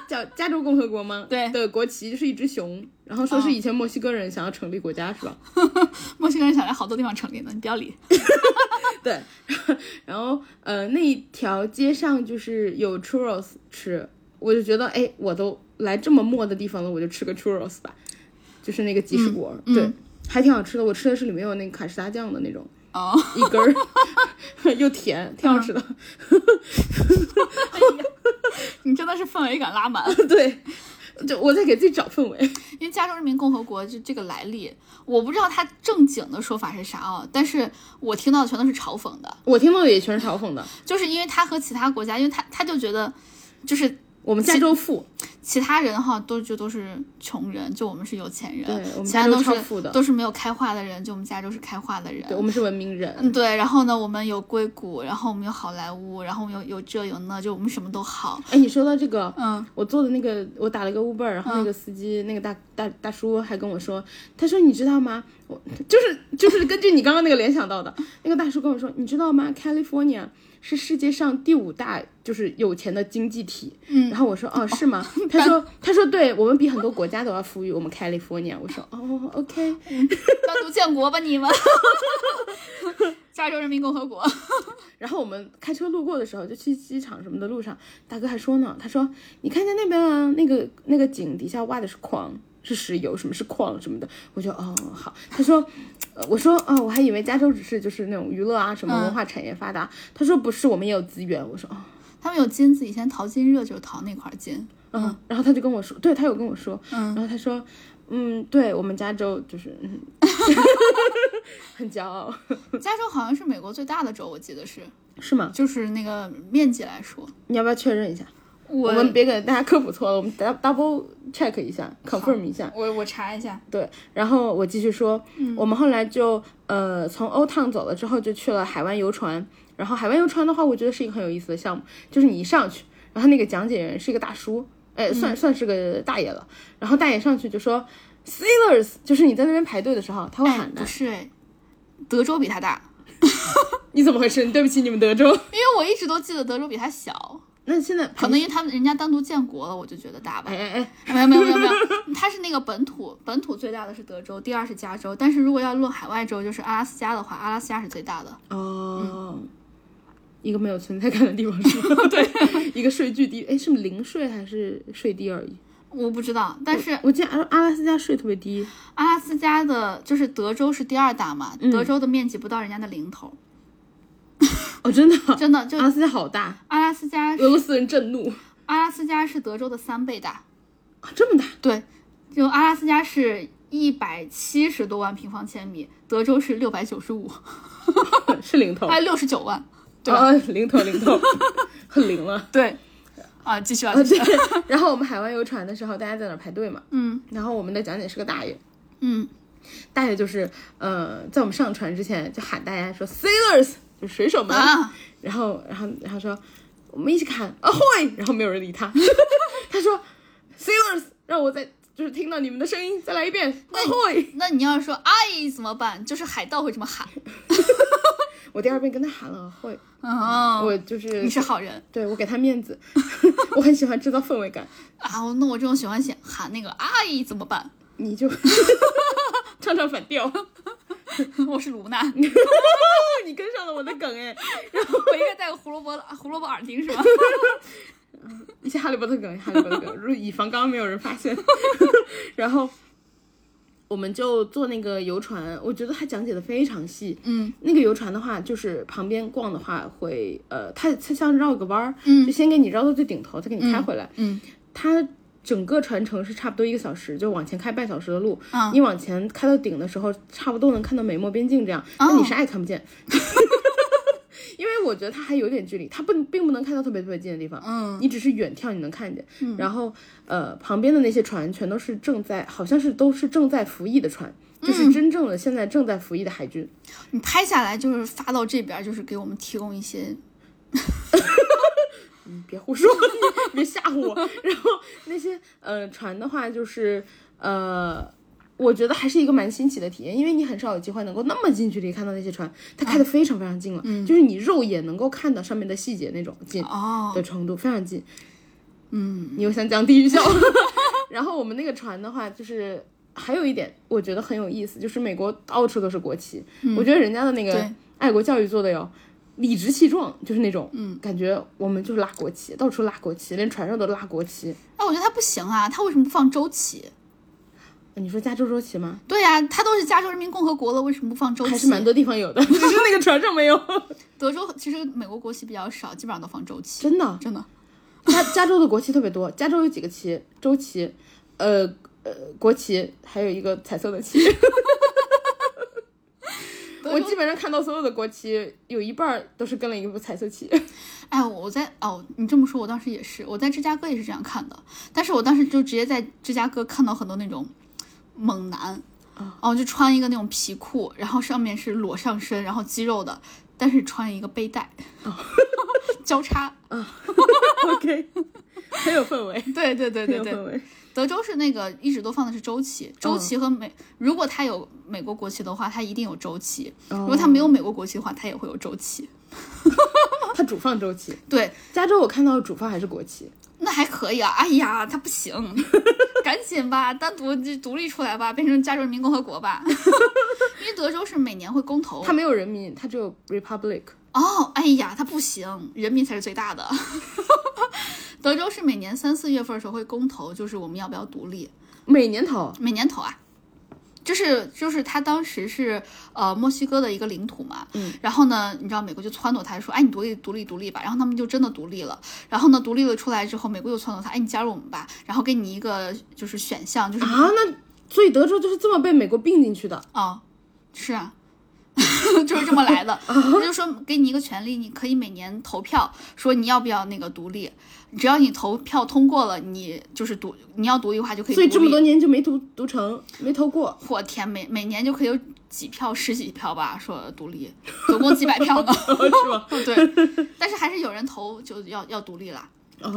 S1: 叫加州共和国吗？
S2: 对哦
S1: 的国旗就是一只熊，然后说是以前墨西哥人想要成立国家，是吧？
S2: 墨西哥人想在好多地方成立呢，你不要理。
S1: 对，然后呃，那一条街上就是有 churros 吃，我就觉得哎，我都来这么末的地方了，我就吃个 churros 吧，就是那个吉士果，对，还挺好吃的。我吃的是里面有那个卡士达酱的那种，
S2: 哦，
S1: 一根儿 *laughs* 又甜，挺好吃的。
S2: 你真的是氛围感拉满。
S1: *laughs* 对，就我在给自己找氛围。
S2: *laughs*
S1: *laughs*
S2: 因为加州人民共和国就这个来历，我不知道它正经的说法是啥啊，但是我听到的全都是嘲讽的，
S1: 我听到的也全是嘲讽的。
S2: 就是因为他和其他国家，因为他他就觉得，就是
S1: 我们加州富，
S2: 其他人哈都就都是穷人，就我们是有钱人，
S1: 对我们
S2: 其
S1: 加
S2: 他
S1: 州
S2: 都
S1: 超
S2: 是
S1: 富的
S2: 都是没有开化的人，就我们加州是开化的人。
S1: 对我们是文明人。
S2: 嗯，对，然后呢，我们有硅谷，然后我们有好莱坞，然后我们有有这有那，就我们什么都好。
S1: 哎，你说到这个，
S2: 嗯，
S1: 我坐的那个，我打了个 Uber，然后那个司机、那个大大大叔还跟我说，他说你知道吗？我就是就是根据你刚刚那个联想到的，那个大叔跟我说，你知道吗？California 是世界上第五大就是有钱的经济体。嗯，然后我说哦是吗？ *laughs* 他说他说对我们比很多国家都要富裕，我们 California。我说哦 OK，
S2: 单独建国吧你们， *laughs* 加州人民共和国。
S1: 然后我们开车路过的时候，就去机场什么的路上，大哥还说呢，他说你看见那边啊，那个那个井底下挖的是矿，是石油，什么是矿什么的。我就哦好，他说，呃我说啊、哦，我还以为加州只是就是那种娱乐啊什么文化产业发达，他说不是，我们也有资源。我说哦。
S2: 他们有金子，以前淘金热就是淘那块金。
S1: 嗯，然后他就跟我说，对他有跟我说，嗯，然后他说，嗯，对我们加州就是，嗯， *laughs* 很骄傲，
S2: 加州好像是美国最大的州，我记得是，
S1: 是吗？
S2: 就是那个面积来说，
S1: 你要不要确认一下？
S2: 我
S1: 我们别给大家科普错了，我们 dou- double check 一下，confirm 一下。
S2: 我我查一下，
S1: 对，然后我继续说，我们后来就呃从欧烫走了之后，就去了海湾游船。然后海湾游船的话，我觉得是一个很有意思的项目，就是你一上去，然后那个讲解员是一个大叔，哎，算算是个大爷了。然后大爷上去就说，sailors，就是你在那边排队的时候，他会 *laughs*
S2: 哎
S1: 喊，的
S2: 不。是哎，德州比它大，
S1: 你怎么回事？你对不起你们德州。
S2: 因为我一直都记得德州比它小，
S1: 那现在
S2: 可能因为他们人家单独建国了，我就觉得大吧
S1: 哎。哎哎，
S2: 没有没有没有没有，它是那个本土本土最大的是德州，第二是加州，但是如果要论海外州，就是阿拉斯加的话，阿拉斯加是最大的。
S1: 哦，一个没有存在感的地方是吧？对，一个税巨低，哎，是零税还是税低而已？
S2: 我不知道，但是
S1: 我记得阿阿拉斯加税特别低，
S2: 阿拉斯加的就是德州是第二大嘛，德州的面积不到人家的零头，
S1: 哦，真的，
S2: 真 *laughs* 的就
S1: 阿拉斯加好大，
S2: 阿拉斯加
S1: 俄罗斯人震怒
S2: 阿拉斯加是德州的三倍大，
S1: 啊，这么大，
S2: 对，就阿拉斯加是一百七十多万平方千米，德州是六百九十五，
S1: *laughs*
S2: 哎
S1: 是零头，
S2: 还六十九万，对吧？
S1: 啊，零头零
S2: *laughs*
S1: 头，很零了。
S2: 对，啊，继续啊，
S1: 啊，
S2: 继续
S1: 对。然后我们海外游船的时候，大家在那儿排队嘛，
S2: *laughs* 嗯
S1: 然后我们的讲解是个大爷，
S2: 嗯，
S1: 大爷就是呃，在我们上船之前就喊大家说 sailors，就水手们，
S2: 啊，
S1: 然后然后然后说我们一起喊 ahoy，然后没有人理
S2: *laughs*
S1: 他，他说 sailors，让我再就是听到你们的声音再来一遍 ahoy， *laughs*
S2: 那你要是说哎怎么办？就是海盗会这么喊，
S1: 我第二遍跟他喊了 ahoy，
S2: 哦，
S1: 我就是
S2: 你是好人
S1: 对我给他面子， *laughs* 我很喜欢制造氛围感，
S2: 啊，那我这种喜欢喊喊那个哎怎么办？ *laughs*
S1: 你就唱唱反调。 *laughs* 哦
S2: 我是卢 *laughs* 娜，
S1: 你跟上了我的梗哎，
S2: 我应该带个胡萝卜啊胡萝卜耳钉是吗？
S1: 一些哈利波特梗，哈利波特梗，如果以防刚刚没有人发现， *laughs* 然后我们就坐那个游船，我觉得他讲解的非常细。
S2: 嗯
S1: 那个游船的话，就是旁边逛的话会，呃，它它像绕个弯儿，
S2: 嗯
S1: 就先给你绕到最顶头，再给你开回来。
S2: *laughs* 嗯
S1: 它整个船程是差不多一个小时，就往前开半小时的路。
S2: 啊
S1: 你往前开到顶的时候，差不多能看到美墨边境这样，
S2: 哦
S1: 但你啥也看不见。 *laughs* 因为我觉得它还有点距离，它不并不能看到特别特别近的地方，
S2: 嗯
S1: 你只是远眺你能看见。然后呃，旁边的那些船全都是正在，好像是都是正在服役的船，
S2: 嗯
S1: 就是真正的现在正在服役的海军。
S2: 你拍下来就是发到这边儿，就是给我们提供一些
S1: 你别胡说， *laughs* 你别吓唬我。然后那些呃船的话，就是呃。我觉得还是一个蛮新奇的体验，因为你很少有机会能够那么近距离看到那些船，它开得非常非常近了，就是你肉眼能够看到上面的细节那种近
S2: 哦，
S1: 的程度，非常近。嗯，你又想讲地狱笑？ *laughs* 然后我们那个船的话，就是还有一点我觉得很有意思，就是美国到处都是国旗，我觉得人家的那个
S2: 对
S1: 爱国教育做的哟。理直气壮，就是那种，嗯，感觉我们就是拉国旗，到处拉国旗，连船上都拉国旗。
S2: 哎，我觉得他不行啊，他为什么不放州旗？
S1: 你说加州州旗吗？
S2: 对呀、他都是加州人民共和国了，为什么不放州旗？
S1: 还是蛮多地方有的，只是那个船上没有。
S2: 德州其实美国国旗比较少，基本上都放州旗，
S1: 真的，
S2: 真的。
S1: 加加州的国旗特别多，加州有几个旗，州旗，呃呃，国旗，还有一个彩色的旗。我基本上看到所有的国旗，有一半儿都是跟了一个彩色旗。
S2: 哎，我在哦，你这么说，我当时也是，我在芝加哥也是这样看的，但是我当时就直接在芝加哥看到很多那种猛男，哦，就穿一个那种皮裤，然后上面是裸上身，然后肌肉的，但是穿一个背带， *laughs* 交叉。
S1: OK，很 *laughs* 有氛围，
S2: 对对对
S1: 很
S2: 对
S1: 有
S2: 对，
S1: 氛围。
S2: 德州是那个一直都放的是州旗，州旗和美，如果它有美国国旗的话，它一定有州旗；如果它没有美国国旗的话，它也会有州旗。
S1: 它主放周期，
S2: 对，
S1: 加州我看到的主放还是国旗。
S2: 那还可以啊。哎呀，它不行，赶紧吧，单独就独立出来吧，变成加州人民共和国吧。因为德州是每年会公投
S1: 它。没有人民，它只有 Republic。
S2: 哦，哎呀，它不行，人民才是最大的。 *laughs* 德州是每年三四月份的时候会公投，就是我们要不要独立。
S1: 每年投，
S2: 每年投啊。就是就是他当时是呃墨西哥的一个领土嘛，
S1: 嗯，
S2: 然后呢，你知道美国就撺掇他说，哎，你独立独立独立吧，然后他们就真的独立了，然后呢，独立了出来之后，美国又撺掇他，哎，你加入我们吧，然后给你一个就是选项，就是
S1: 啊，那所以德州就是这么被美国并进去的。
S2: 哦，是啊， *laughs* 就是这么来的。他就说给你一个权利，你可以每年投票，说你要不要那个独立，只要你投票通过了，你就是独你要独立的话就可以独
S1: 所
S2: 立。
S1: 以这么多年就没读读成，没投过。
S2: 我天，每每年就可以有几票、十几票吧，说独立，总共几百票呢。
S1: 是吧？
S2: 对，但是还是有人投就要要独立啦，
S1: *laughs* 哦，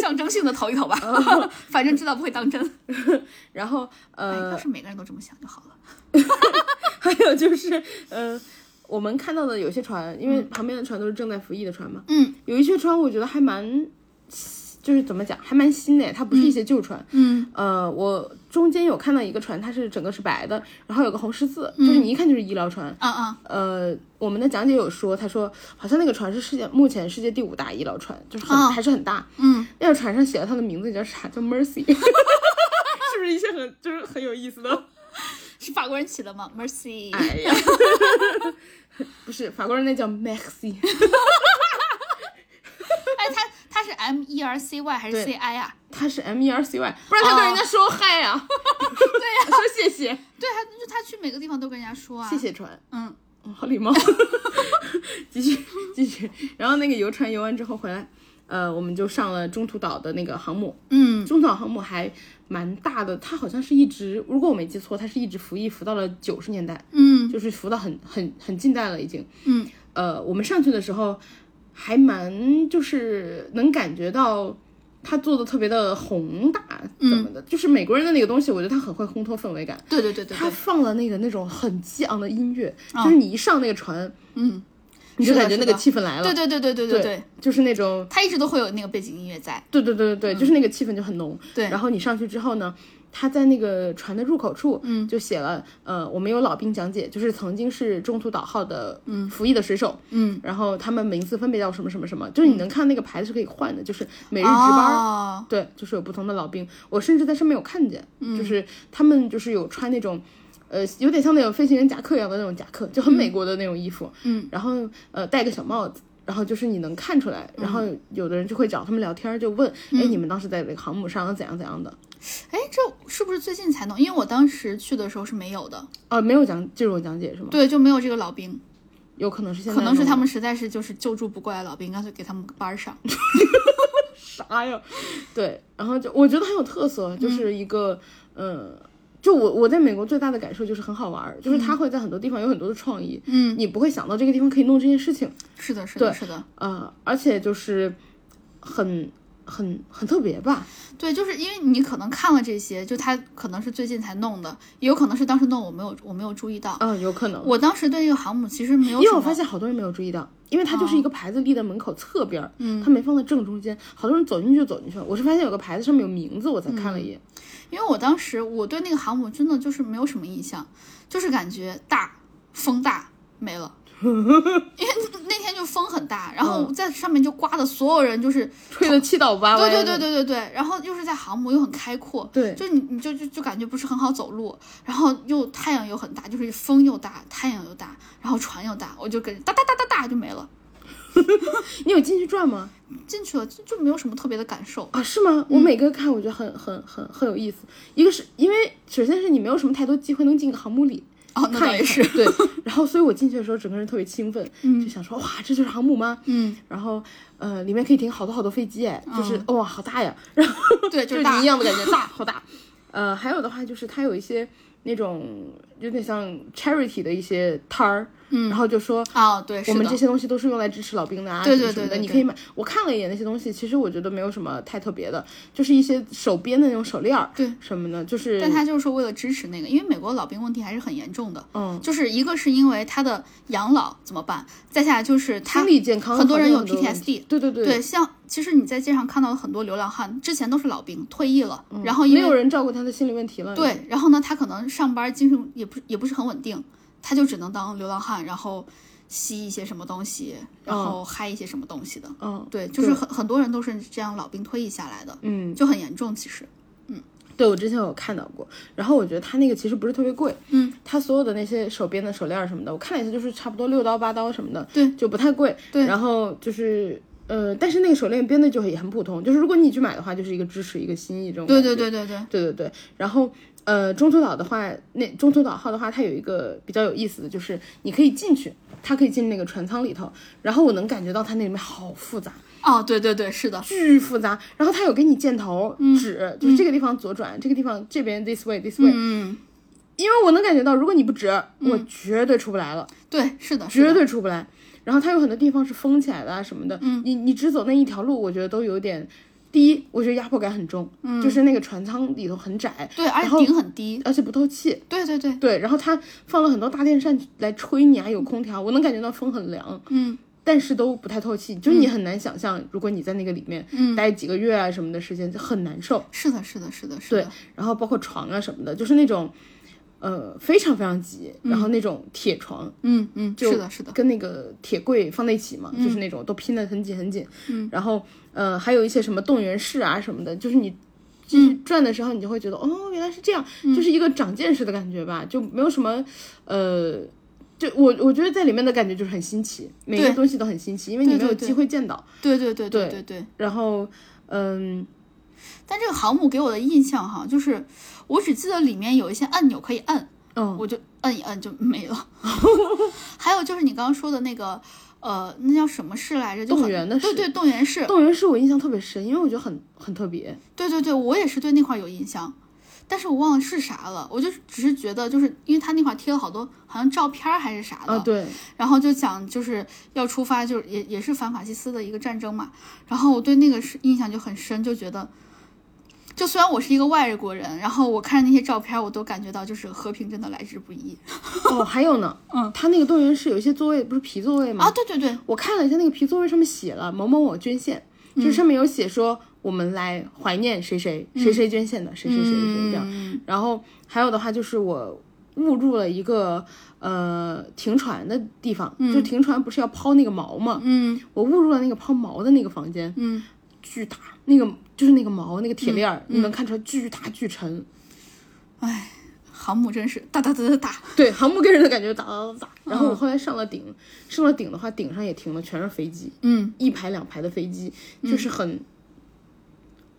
S2: 象征性的投一投吧，反正知道不会当真。
S1: 然后
S2: 哎，
S1: 呃
S2: 要，是每个人都这么想就好了。
S1: 还有就是呃，我们看到的有些船，因为旁边的船都是正在服役的船嘛，
S2: 嗯，
S1: 有一些船我觉得还蛮，就是怎么讲，还蛮新的，它不是一些旧船。
S2: 嗯，
S1: 呃，我中间有看到一个船，它是整个是白的，然后有个红十字，就是你一看就是医疗船。
S2: 嗯啊啊，
S1: 呃，我们的讲解有说，他说好像那个船是世界目前世界第五大医疗船，就是很、
S2: 哦
S1: 还是很大。
S2: 嗯，
S1: 那个船上写了他的名字叫啥？叫 Mercy，是不是一些很就是很有意思的？
S2: 是法国人起的吗？Mercy，
S1: 哎呀， *laughs* 不是法国人那叫 Maxi，
S2: 哎，他他是 M E R C Y 还是
S1: 对
S2: C I 啊？
S1: 他是 M E R C Y，不然他跟人家说嗨呀、哦 *laughs*
S2: 对呀、
S1: 说谢谢，
S2: 对，他就他去每个地方都跟人家说啊，
S1: 谢，谢船，
S2: 嗯，
S1: 嗯好礼貌。 *laughs* 继续继续，然后那个游船游完之后回来，呃，我们就上了中途岛的那个航母，
S2: 嗯
S1: 中途岛航母还蛮大的，它好像是一直，如果我没记错，它是一直服役服到了九十年代，
S2: 嗯
S1: 就是服到很很很近代了已经。
S2: 嗯，
S1: 呃，我们上去的时候还蛮就是能感觉到它做的特别的宏大怎么的，就是美国人的那个东西，我觉得它很会烘托氛围感。
S2: 对对对对
S1: 它
S2: 对，
S1: 放了那个那种很激昂的音乐，就是你一上那个船，
S2: 嗯，
S1: 你就是
S2: 的
S1: 感觉那
S2: 是
S1: 个
S2: 的
S1: 气氛来了。
S2: 对对对对对对对，
S1: 就是那种
S2: 他一直都会有那个背景音乐在，
S1: 对对对对对，就是那个气氛就很浓。
S2: 嗯对
S1: 然后你上去之后呢，他在那个船的入口处，嗯，就写了，呃，我们有老兵讲解，就是曾经是中途岛号的，嗯，服役的水手，
S2: 嗯，
S1: 然后他们名字分别叫什么什么什么，就是你能看那个牌子是可以换的，就是每日值班儿。
S2: 哦，
S1: 对，就是有不同的老兵，我甚至在上面有看见，
S2: 嗯
S1: 就是他们就是有穿那种，呃，有点像那种飞行员夹克一样的那种夹克，就很美国的那种衣服，
S2: 嗯，
S1: 然后呃戴个小帽子。然后就是你能看出
S2: 嗯
S1: 来，然后有的人就会找他们聊天儿，就问，哎，你们当时在这个航母上怎样怎样的？
S2: 哎，这是不是最近才弄？因为我当时去的时候是没有的，
S1: 哦，没有讲这种讲解是吗？
S2: 对，就没有这个老兵，
S1: 有可能是现在
S2: 可能是
S1: 弄
S2: 他
S1: 的
S2: 们实在是就是救助不过来老兵，干脆给他们个班儿上。
S1: 啥
S2: *laughs*
S1: 呀？对，然后就我觉得很有特色，就是一个，嗯，就我我在美国最大的感受就是很好玩儿，就是他会在很多地方有很多的创意，
S2: 嗯，
S1: 你不会想到这个地方可以弄这件事情，
S2: 是的，是的，是的，
S1: 呃，而且就是很很很特别吧，
S2: 对，就是因为你可能看了这些，就他可能是最近才弄的，也有可能是当时弄我没有我没有注意到。
S1: 嗯、有可能。
S2: 我当时对这个航母其实没有
S1: 因
S2: 什
S1: 为我
S2: 么，
S1: 发现好多人没有注意到，因为它就是一个牌子立在门口侧边儿，
S2: 哦嗯
S1: 它没放在正中间，好多人走进去就走进去了。我是发现有个牌子上面有名字，我才
S2: 嗯
S1: 看了一眼。
S2: 因为我当时我对那个航母真的就是没有什么印象，就是感觉大风大没
S1: *laughs*
S2: 了，因为那天就风很大，然
S1: 嗯
S2: 后在上面就刮的所有人就是，
S1: 吹得七倒八歪
S2: 对
S1: 的。
S2: 对对对对对，然后又是在航母又很开阔，
S1: 对
S2: 就你你就就就感觉不是很好走路，然后又太阳又很大，就是风又大，太阳又大，然后船又大，我就跟哒哒哒哒哒就没了，
S1: 你有进去转吗？
S2: 进去了就就没有什么特别的感受，
S1: 啊，是吗？
S2: 嗯
S1: 我每个看我觉得很很很很有意思。一个是因为首先是你没有什么太多机会能进个航母里，
S2: 哦，那倒
S1: 看一
S2: 也
S1: 看
S2: 是， *laughs*
S1: 对。然后所以我进去的时候整个人特别兴奋，就想说哇，这就是航母吗？ *laughs*
S2: 嗯，
S1: 然后呃，里面可以停好多好多飞机，哎，就是哇、好大呀！然后
S2: 对，
S1: 就
S2: 就是是大
S1: 你一，样的感觉，大好大。呃，还有的话就是它有一些那种有点像 charity 的一些摊儿，嗯，然后就说
S2: 哦，对，是
S1: 我们
S2: 的
S1: 这些东西都是用来支持老兵的啊，
S2: 对
S1: 什么
S2: 对
S1: 什么
S2: 对
S1: 的，
S2: 对
S1: 你
S2: 对
S1: 可以买。我看了一眼那些东西，其实我觉得没有什么太特别的，就是一些手编的那种手链儿，
S2: 对
S1: 什么的，就是
S2: 但他就是说为了支持那个，因为美国老兵问题还是很严重的，
S1: 嗯，
S2: 就是一个是因为他的养老怎么办，再下来就是他
S1: 心理健康
S2: 很多人有
S1: 好像问题
S2: PTSD
S1: 对对对
S2: 对，像其实你在街上看到的很多流浪汉，之前都是老兵退役了，然后
S1: 嗯
S2: 因
S1: 没
S2: 为
S1: 有人照顾他的心理问题了，，
S2: 对，然后呢，他可能上班精神也不也不是很稳定，他就只能当流浪汉，然后吸一些什么东西，然后嗨一些什么东西的。
S1: 嗯，
S2: 对，就是很很多人都是这样老兵退役下来的，
S1: 嗯，
S2: 就很严重。其实，
S1: 对我之前有看到过，然后我觉得他那个其实不是特别贵，
S2: 嗯，
S1: 他所有的那些手编的手链儿什么的，我看了一下就是差不多六刀八刀什么的，
S2: 对
S1: 就不太贵，
S2: 对
S1: 然后就是。呃，但是那个手链编的就也很普通，就是如果你去买的话，就是一个支持一个心意这种。
S2: 对对对对对，
S1: 对对对，然后呃，中途岛的话，那中途岛号的话，它有一个比较有意思的就是，你可以进去，它可以进那个船舱里头，然后我能感觉到它那里面好复杂，
S2: 哦，对对对，是的，
S1: 巨复杂。然后它有给你箭头指，就是这个地方左转，这个地方这边 this way this way，、
S2: 嗯，
S1: 因为我能感觉到，如果你不指，我绝对出不来了，
S2: 对，是的，是的
S1: 绝对出不来。然后它有很多地方是封起来的啊什么的，嗯，你你只走那一条路，我觉得都有点。第一，我觉得压迫感很重，就是那个船舱里头很窄，
S2: 嗯对，
S1: 然
S2: 而且
S1: 后
S2: 顶很低，
S1: 而且不透气。
S2: 对对对，
S1: 对，然后它放了很多大电扇来吹你啊，有空调，我能感觉到风很凉，
S2: 嗯，
S1: 但是都不太透气，就是你很难想象，如果你在那个里面待几个月啊什么的时间，就很难受。
S2: 是的，是的，是的，是的，
S1: 然后包括床啊什么的，就是那种，呃，非常非常挤，然后那种铁床，
S2: 嗯嗯，是的，是的，
S1: 跟那个铁柜放在一起嘛，
S2: 嗯
S1: 就是那种都拼得很紧很紧。嗯，然后呃，还有一些什么动员式啊什么的，就是
S2: 嗯
S1: 你就是转的时候，你就会觉得、哦，原来是这样，就是一个长见识的感觉吧，就没有什么呃。就我我觉得在里面的感觉就是很新奇，每个
S2: 对
S1: 东西都很新奇，因为你
S2: 对
S1: 没有
S2: 对对
S1: 机会见到。
S2: 对对对对
S1: 对
S2: 对对。
S1: 然后，嗯，
S2: 但这个航母给我的印象哈，就是我只记得里面有一些按钮可以摁，
S1: 哦，
S2: 我就摁一摁就
S1: *laughs*
S2: 没了。还有就是你刚刚说的那个，呃，那叫什么室来着？就
S1: 动
S2: 很
S1: 员的
S2: 对
S1: 室
S2: 对，动员室。
S1: 动员式我印象特别深，因为我觉得很很特别。
S2: 对对对，我也是对那块儿有印象，但是我忘了是啥了。我就只是觉得，就是因为他那块儿贴了好多好像照片儿还是啥的，
S1: 啊，对，
S2: 然后就讲就是要出发，就是也也是反法西斯的一个战争嘛。然后我对那个是印象就很深，就觉得，就虽然我是一个外国人，然后我看那些照片，我都感觉到就是和平真的来之不易
S1: 哦，还有呢，嗯，他那个动员室有一些座位不是皮座位吗？
S2: 啊！对对对，
S1: 我看了一下那个皮座位上面写了某某某捐献，
S2: 嗯
S1: 就上面有写说我们来怀念谁谁谁谁捐献的，谁谁谁谁谁这
S2: 嗯
S1: 样。然后还有的话就是我误入了一个呃停船的地方，就停船不是要抛那个锚吗？
S2: 嗯
S1: 我误入了那个抛锚的那个房间，
S2: 嗯，
S1: 巨大，那个就是那个锚那个铁链儿，你能看出来巨大巨沉。
S2: 航母真是哒哒哒哒哒，
S1: *laughs* 对，航母给人的感觉打打打打。然
S2: 嗯
S1: 后我后来上了顶，上了顶的话，顶上也停了全是飞机，
S2: 嗯，
S1: 一排两排的飞机，就是很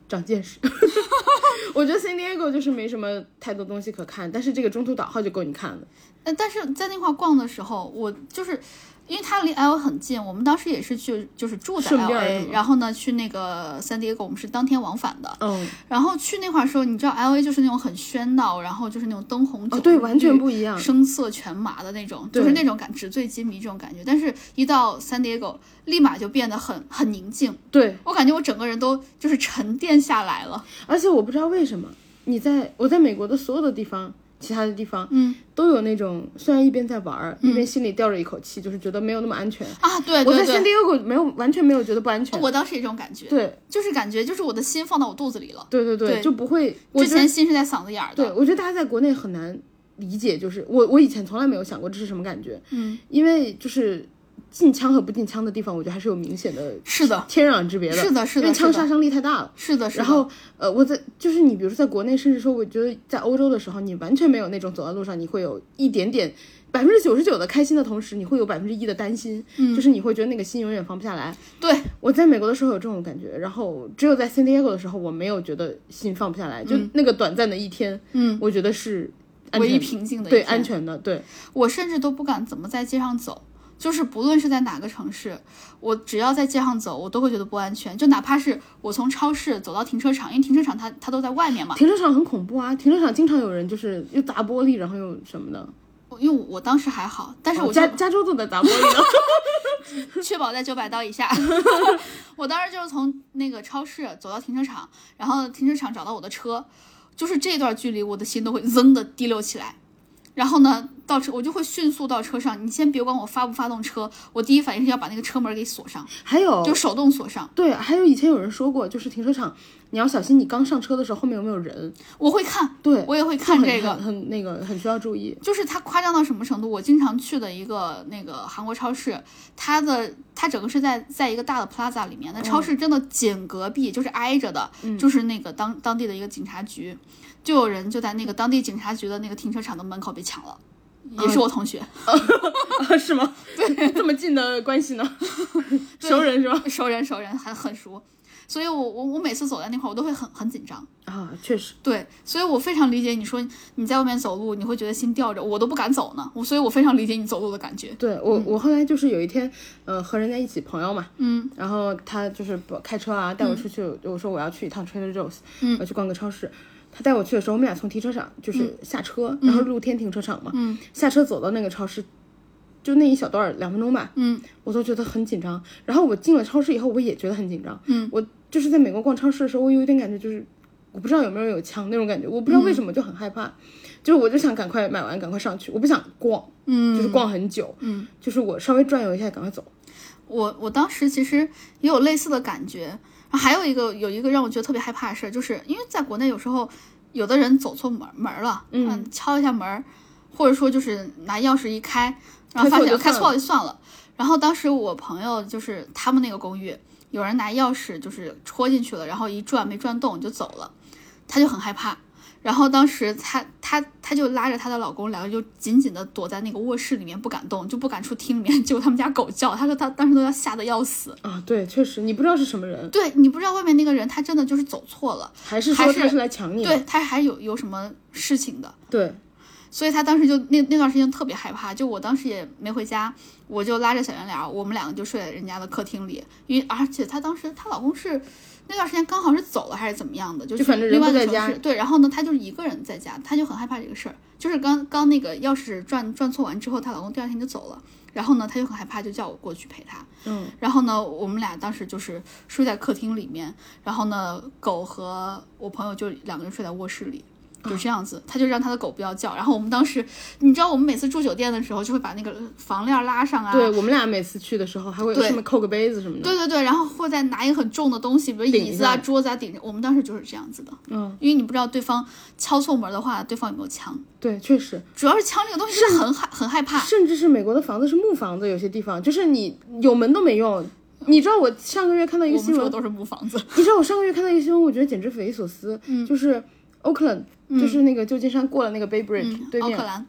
S1: 长见
S2: *laughs*
S1: 识。 *laughs* 我觉得 San Diego 就是没什么太多东西可看，但是这个中途岛号就够你看了。
S2: 呃，但是在那块逛的时候，我就是因为它离 L A 很近，我们当时也是去就是住在
S1: 顺
S2: L
S1: 便儿
S2: A，
S1: 是吗
S2: 然后呢去那个三 D 我们是当天往返的。
S1: 嗯，
S2: 然后去那块儿的时候，你知道 L A 就是那种很喧闹，然后就是那种灯红酒绿、
S1: 哦，对，完全不一样。
S2: 声色犬马的那种，就是
S1: 对
S2: 那种感纸醉金迷这种感觉。但是，一到 San Diego，立马就变得很很宁静，
S1: *laughs* 对，
S2: 我感觉我整个人都就是沉淀下来了。
S1: 而且我不知道为什么，你在我在美国的所有的地方，其他的地方，
S2: 嗯
S1: 都有那种虽然一边在玩儿，一边心里吊着一口气，就是觉得没有那么安全。
S2: 啊，对
S1: 我
S2: 对
S1: 在 San
S2: 对，
S1: Diego 没有完全没有觉得不安全。
S2: 我当时也这种感觉，
S1: 对，
S2: 就是感觉就是我的心放到我肚子里了，
S1: 对对对，
S2: 对
S1: 就不会。我
S2: 之
S1: 觉得
S2: 前，心是在嗓子眼儿
S1: 对
S2: 的。
S1: 我觉得大家在国内很难理解，就是我我以前从来没有想过这是什么感觉，
S2: 嗯，
S1: 因为就是禁枪和不禁枪的地方，我觉得还是有明显的
S2: 是的，
S1: 天壤之别的。
S2: 是的是
S1: 因
S2: 的
S1: 为枪
S2: 是的
S1: 杀伤力太大了。
S2: 是的，是的。
S1: 然后，呃，我在就是你，比如说在国内，甚至说，我觉得在欧洲的时候，你完全没有那种走在路上，你会有一点点百分之九十九的开心的同时，你会有百分之一的担心，就是你会觉得那个心永远放不下来。
S2: 嗯对，
S1: 我在美国的时候有这种感觉，然后只有在 San Diego 的时候，我没有觉得心放不下来，就那个短暂的一天，
S2: 嗯，
S1: 我觉得是安
S2: 唯一
S1: 全
S2: 平静的一
S1: 对
S2: 天
S1: 安全的，对
S2: 我甚至都不敢怎么在街上走，就是不论是在哪个城市，我只要在街上走，我都会觉得不安全。就哪怕是我从超市走到停车场，因为停车场它它都在外面嘛，
S1: 停车场很恐怖啊，停车场经常有人就是又砸玻璃，然后又什么的，啊
S2: 我因为我当时还好，但是我就
S1: 加加州都哦在砸玻
S2: *laughs*
S1: 璃呢， *laughs*
S2: 确保在九百刀以下。我当时就是从那个超市走到停车场，然后停车场找到我的车，就是这段距离，我的心都会噌的滴溜起来。然后呢，到车我就会迅速到车上，你先别管我发不发动车，我第一反应是要把那个车门给锁上，
S1: 还有
S2: 就手动锁上。
S1: 对，还有以前有人说过，就是停车场你要小心，你刚上车的时候后面有没有人，
S2: 我会看，
S1: 对，
S2: 我也会
S1: 就
S2: 看
S1: 很
S2: 这个
S1: 很。很那个很需要注
S2: *laughs*
S1: 意，
S2: 就是它夸张到什么程度？我经常去的一个那个韩国超市，它的它整个是在在一个大的 plaza 里面，那
S1: 嗯
S2: 超市真的紧隔壁，就是挨着的，就是那个当当地的一个警察局，就有人就在那个当地警察局的那个停车场的门口被抢了，也
S1: 嗯
S2: 是我同学， *laughs*
S1: 啊，是吗？对， *laughs* 这么近的关系呢，熟人是吧？
S2: 熟人熟人还很熟，所以我我我每次走在那块儿，我都会很很紧张。
S1: 啊，确实。
S2: 对，所以我非常理解你说你在外面走路，你会觉得心吊着，我都不敢走呢。我所以我非常理解你走路的感觉。
S1: 对我，我后来就是有一天，呃，和人家一起朋友嘛，
S2: 嗯，
S1: 然后他就是不开车啊，带我出去，我说我要去一趟 Trader Joe's，嗯，我去逛个超市。他带我去的时候，我们俩从停车场就是下车，然后露天停车场嘛，嗯，下车走到那个超市，就那一小段儿两分钟吧，
S2: 嗯，
S1: 我都觉得很紧张。然后我进了超市以后，我也觉得很紧张。嗯，我就是在美国逛超市的时候，我有一点感觉就是，我不知道有没有人有枪那种感觉，我不知道为什么就很害怕，就是我就想赶快买完，赶快上去，我不想逛，
S2: 嗯，
S1: 就是逛很久，嗯，就是我稍微转悠一下，赶快走。
S2: 我我当时其实也有类似的感觉，然后还有一个有一个让我觉得特别害怕的事儿，就是因为在国内有时候有的人走错门门儿了，嗯，敲一下门儿，或者说就是拿钥匙一开，然后发现
S1: 开
S2: 开
S1: 错
S2: 错了就算了。然后当时我朋友就是他们那个公寓，有人拿钥匙就是戳进去了，然后一转没转动就走了，她就很害怕。然后当时她她她就拉着她的老公，两个就紧紧的躲在那个卧室里面不敢动，就不敢出厅里面。结果他们家狗叫，她说她当时都要吓得要死。
S1: 啊，对，确实，你不知道是什么人，
S2: 对你不知道外面那个人，他真的就是走错了，
S1: 还是
S2: 还
S1: 说
S2: 是
S1: 他是来抢你的？
S2: 对他还有有什么事情的，
S1: 对，
S2: 所以他当时就那那段时间特别害怕。就我当时也没回家，我就拉着小圆脸儿，我们两个就睡在人家的客厅里，因为而且她当时她老公是。那段时间刚好是走了还是怎么样的，就
S1: 就反正
S2: 是
S1: 人
S2: 另外
S1: 不
S2: 的
S1: 在
S2: 城
S1: 家
S2: 市。对，然后呢，她就是一个人在家，她就很害怕这个事儿。就是刚刚那个钥匙转转错完之后，她老公第二天就走了，然后呢，她就很害怕，就叫我过去陪她。
S1: 嗯，
S2: 然后呢，我们俩当时就是睡在客厅里面，然后呢，狗和我朋友就两个人睡在卧室里。
S1: 嗯
S2: 就这样子，他就让他的狗不要叫。然后我们当时，你知道，我们每次住酒店的时候，就会把那个房链拉上啊，
S1: 对我们俩每次去的时候，还会
S2: 对
S1: 上面扣个杯子什么的。
S2: 对对对，然后或再拿一个很重的东西，比如椅子啊、
S1: 顶一下
S2: 桌子啊顶着。我们当时就是这样子的，
S1: 嗯，
S2: 因为你不知道对方敲错门的话，对方有没有枪。
S1: 对，确实，
S2: 主要是枪这个东西是很害很害怕，
S1: 甚至是美国的房子是木房子，有些地方就是你有门都没用。你知道我上个月看到一个
S2: 我们
S1: 新
S2: 说
S1: 闻
S2: 的，都是木房子。
S1: 你知道我上个月看到一个新闻，我觉得简直匪夷所思，
S2: 嗯
S1: 就是 Oakland，、就是那个旧金山过了那个 Bay Bridge、
S2: 嗯
S1: 对，
S2: 奥
S1: 面
S2: 克，兰，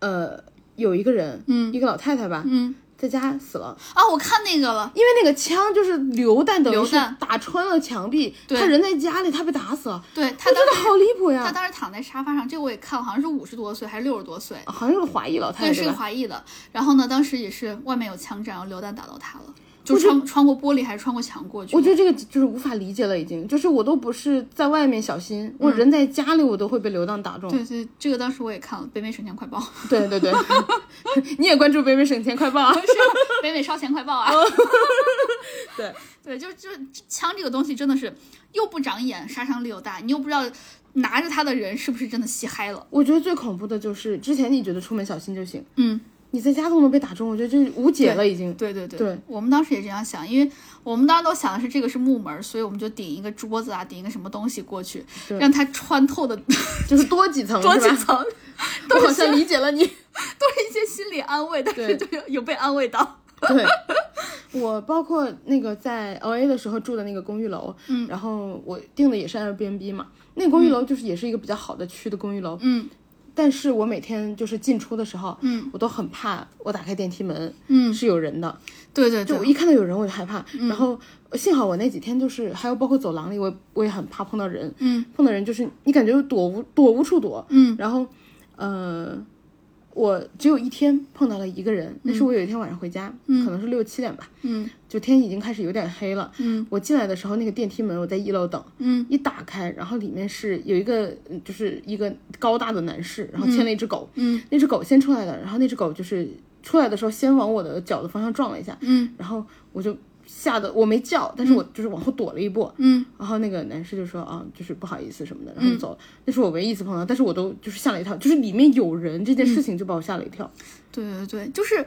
S1: 呃，有一个人，嗯，一个老太太吧，
S2: 嗯
S1: 在家死了，
S2: 啊，我看那个了，
S1: 因为那个枪就是榴弹，等于
S2: 榴
S1: 是
S2: 弹
S1: 打穿了墙壁，
S2: 对
S1: 他人在家里，他被打死了，
S2: 对
S1: 我
S2: 他
S1: 觉
S2: 当
S1: 得
S2: 时
S1: 好离谱
S2: 他
S1: 呀，
S2: 当时躺在沙发上，这个我也看了，好像是五十多岁还是六十多岁，
S1: 好像是个华裔老太
S2: 对，
S1: 太，嗯
S2: 是
S1: 对
S2: 个
S1: 吧？
S2: 华裔的。然后呢，当时也是外面有枪战，然后榴弹打到他了，就
S1: 我觉得
S2: 穿穿过玻璃还是穿过墙过去。
S1: 我觉得这个就是无法理解了，已经，就是我都不是在外面小心，我
S2: 嗯
S1: 人在家里我都会被流弹打中。
S2: 对对，这个当时我也看了《北美省钱
S1: *laughs*
S2: 快报》是
S1: 对
S2: *laughs*
S1: 对对，你也关注北美省钱快报啊？
S2: 《北美烧钱快报》啊。
S1: 哦
S2: *laughs*
S1: 对
S2: 对，就就枪这个东西真的是又不长眼，杀伤力又大，你又不知道拿着它的人是不是真的吸嗨了。
S1: 我觉得最恐怖的就是之前你觉得出门小心就行，
S2: 嗯，
S1: 你在家都能被打中，我觉得这无解了已经。
S2: 对对对，
S1: 对
S2: 我们当时也这样想，因为我们当时都想的是这个是木门，所以我们就顶一个桌子啊，顶一个什么东西过去，
S1: 对
S2: 让它穿
S1: *laughs*
S2: 透的
S1: 就是多几层，
S2: 多
S1: 是
S2: 几
S1: 吧？ *laughs*
S2: 层，
S1: 我好像理解了你。
S2: 都是一些心理安慰，但
S1: 对
S2: 是就有有被安
S1: *laughs*
S2: 慰到。
S1: 对，我包括那个在 L A 的时候住的那个公寓楼，嗯，然后我订的也是 Airbnb 嘛，那个公寓楼就是也是一个比较好的区的公寓楼，
S2: 嗯
S1: 但是我每天就是进出的时候，
S2: 嗯，
S1: 我都很怕，我打开电梯门，
S2: 嗯
S1: 是有人的，
S2: 对 *laughs* 对
S1: 就我
S2: 对，嗯
S1: 一看到有人我就害怕。然后幸好我那几天就是，还有包括走廊里，我也我也很怕碰到人，
S2: 嗯
S1: 碰到人就是你感觉躲无躲无处躲，
S2: 嗯
S1: 然后，呃，我只有一天碰到了一个人，那是我有一天晚上回家，可能是六七点吧，
S2: 嗯
S1: 就天已经开始有点黑了。
S2: 嗯
S1: 我进来的时候，那个电梯门我在一楼等，
S2: 嗯
S1: 一打开，然后里面是有一个嗯就是一个高大的男士，然后牵了一只狗，
S2: 嗯
S1: 那只狗先出来的，然后那只狗就是出来的时候先往我的脚的方向撞了一下，
S2: 嗯
S1: 然后我就吓得我没叫，但是我就是往后躲了一步，
S2: 嗯
S1: 然后那个男士就说啊，就是不好意思什么的，然后就走了。那是我唯一一次碰到，但是我都就是吓了一跳，就是里面有人这件事
S2: 嗯
S1: 情就把我吓了一跳。
S2: 对对对，就是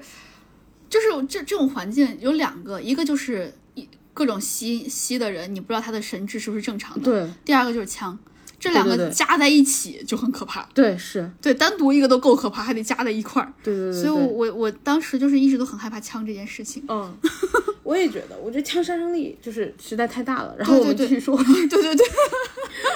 S2: 就是这这种环境有两个，一个就是一各种吸吸的人，你不知道他的神智是不是正常的；
S1: 对
S2: 第二个就是枪，这两
S1: 对
S2: 个
S1: 对对
S2: 加在一起就很可怕。
S1: 对是，
S2: 对单独一个都够可怕，还得加在一块儿。
S1: 对对对对。
S2: 所以我，我我当时就是一直都很害怕枪这件事情。
S1: *laughs* 嗯，我也觉得，我觉得枪杀伤力就是实在太大了。然后
S2: 对对
S1: 我们
S2: 对
S1: 继续说 *laughs*
S2: 对对对，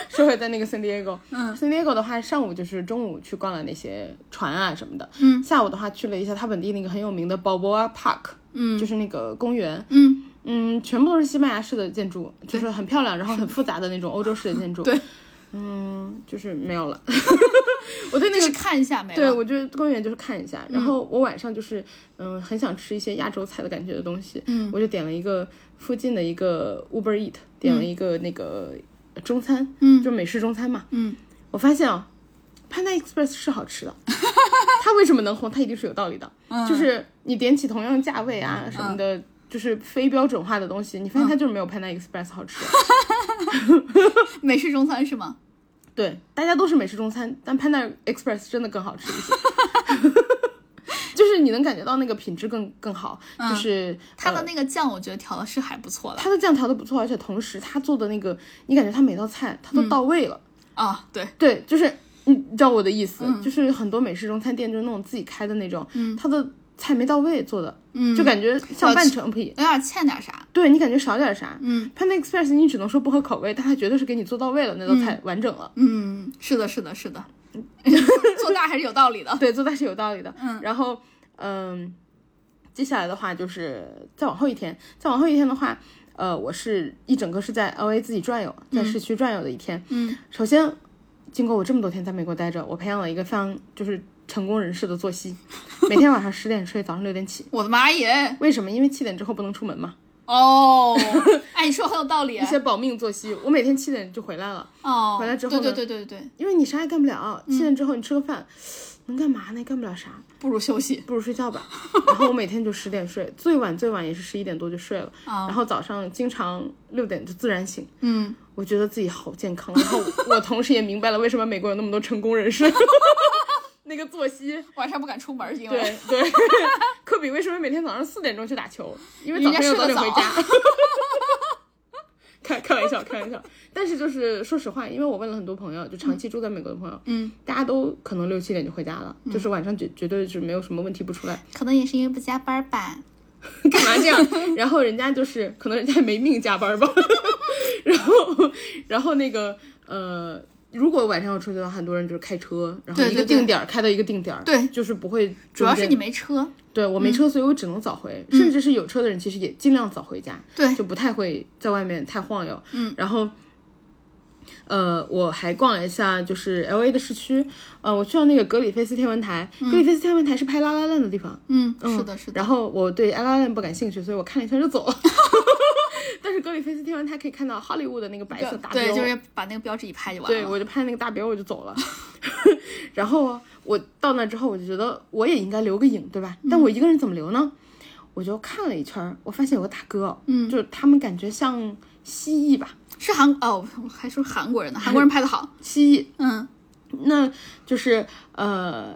S1: 说回在那个 San Diego，
S2: 嗯
S1: ，San Diego 的话，上午就是中午去逛了那些船啊什么的，
S2: 嗯
S1: 下午的话去了一下他本地那个很有名的 Balboa Park，
S2: 嗯
S1: 就是那个公园，
S2: 嗯
S1: 嗯，全部都是西班牙式的建筑，就是很漂亮，然后很复杂的那种欧洲式的建筑。
S2: 对，
S1: 嗯，就是没有了。我对那
S2: 就是
S1: 个，
S2: 看一下没
S1: 对
S2: 了。
S1: 我觉得公园就是看一下，
S2: 嗯
S1: 然后我晚上就是，嗯，很想吃一些亚洲菜的感觉的东西，
S2: 嗯，
S1: 我就点了一个附近的一个 Uber Eat，点了一个那个中餐，
S2: 嗯
S1: 就美式中餐嘛。
S2: 嗯
S1: 我发现啊、 Panda Express 是好
S2: *laughs*
S1: 吃的，它为什么能红？它一定是有道理的。
S2: 嗯
S1: 就是你点起同样价位啊什么的，就是非标准化的东西，你发现
S2: 嗯
S1: 它就是没有 Panda Express 好吃。
S2: 美式中餐是吗？
S1: 对，大家都是美式中餐，但 Panda Express 真的更好吃一些。 *laughs* 就是你能感觉到那个品质更更好，就是
S2: 嗯
S1: 呃
S2: 它的那个酱，我觉得调的是还不错的
S1: 它的酱调的不错，而且同时它做的那个，你感觉它每道菜它都到位了。
S2: 啊。对，
S1: 对，就是嗯你知道我的意思，
S2: 嗯
S1: 就是很多美式中餐店就是那种自己开的那种，它的菜没到位做的，就感觉像半成品。
S2: 嗯有点欠点啥。
S1: 对你感觉少点啥，嗯，Panda Express 你只能说不合口味，但它绝对是给你做到位了，那道菜完整了，
S2: 嗯，是的，是的，是的，
S1: 嗯
S2: *laughs* 做大还是有道理的。
S1: *laughs* 对，做菜是有道理的。嗯，然后嗯，接下来的话就是再往后一天，再往后一天的话，呃，我是一整个是在 L A 自己转悠，在市区转悠的一天。
S2: 嗯，
S1: 首先经过我这么多天在美国待着，我培养了一个非常就是成功人士的作息，每天晚上十点睡，早上六点起。
S2: 我的妈耶！
S1: 为什么？因为七点之后不能出门嘛， *laughs*
S2: 哦，哎，你说很有道理
S1: 一。些保命作息。我每天七点就回来了，
S2: 哦，
S1: 回来之后
S2: 对
S1: 呢
S2: 对对对对，
S1: 因为你啥也干不了，七点之后你吃个饭，能干嘛呢？干不了啥。
S2: 不如休息。
S1: 不如睡觉吧。然后我每天就十点睡，最晚最晚也是十一点多就睡了。
S2: 啊
S1: 然后早上经常六点就自然醒，
S2: 嗯，
S1: 我觉得自己好健康。然后我同时也明白了为什么美国有那么多成功人士， *laughs* 那个作息。
S2: 晚上不敢出门，因为
S1: 对
S2: *laughs*
S1: 对，科比为什么每天早上四点钟去打球？因为
S2: 人
S1: 早
S2: 家
S1: 上有早
S2: 睡得
S1: 点回
S2: 早
S1: 家。
S2: *laughs*
S1: 开开玩笑，开玩笑。但是就是说实话，因为我问了很多朋友，就长期住在美国的朋友，
S2: 嗯，
S1: 大家都可能六七点就回家了，就是晚上绝绝对是没有什么问题不出来。
S2: 可能也是因为不加班吧。
S1: 干嘛这样？ *laughs* 然后人家就是可能人家也没命加班吧， *laughs* 然后然后那个呃。如果晚上要出去的话，很多人就是开车，然后
S2: 对
S1: 一个
S2: 对对
S1: 定点儿开到一个定点儿，
S2: 对
S1: 就是不会中间。
S2: 主要是你嗯没车，
S1: 对我没车，所以我只能早回，甚至是有车的人其实也尽量早回家，
S2: 对
S1: 就不太会在外面太晃悠。嗯，然后，呃，我还逛了一下就是 L A 的市区，呃，我去到那个格里菲斯天文台，格里菲斯天文台是拍《拉拉烂》的地方，
S2: 嗯，是的，是的，
S1: 然后我对 L L M 不感兴趣，所以我看了一圈就走了。 *laughs* 但是格里菲斯天文台可以看到好莱坞的那个白色大标，
S2: 对，就是把那个标志一拍就完
S1: 对
S2: 了。
S1: 我就拍那个大标我就走了。 *laughs* 然后我到那之后，我就觉得我也应该留个影，对吧？但我
S2: 嗯
S1: 一个人怎么留呢？我就看了一圈，我发现有个大哥，嗯，就是他们感觉像蜥蜴吧，
S2: 是韩哦，我还说韩国人呢， *laughs* 韩国人拍的好。
S1: 蜥蜴，
S2: 嗯
S1: 那就是呃，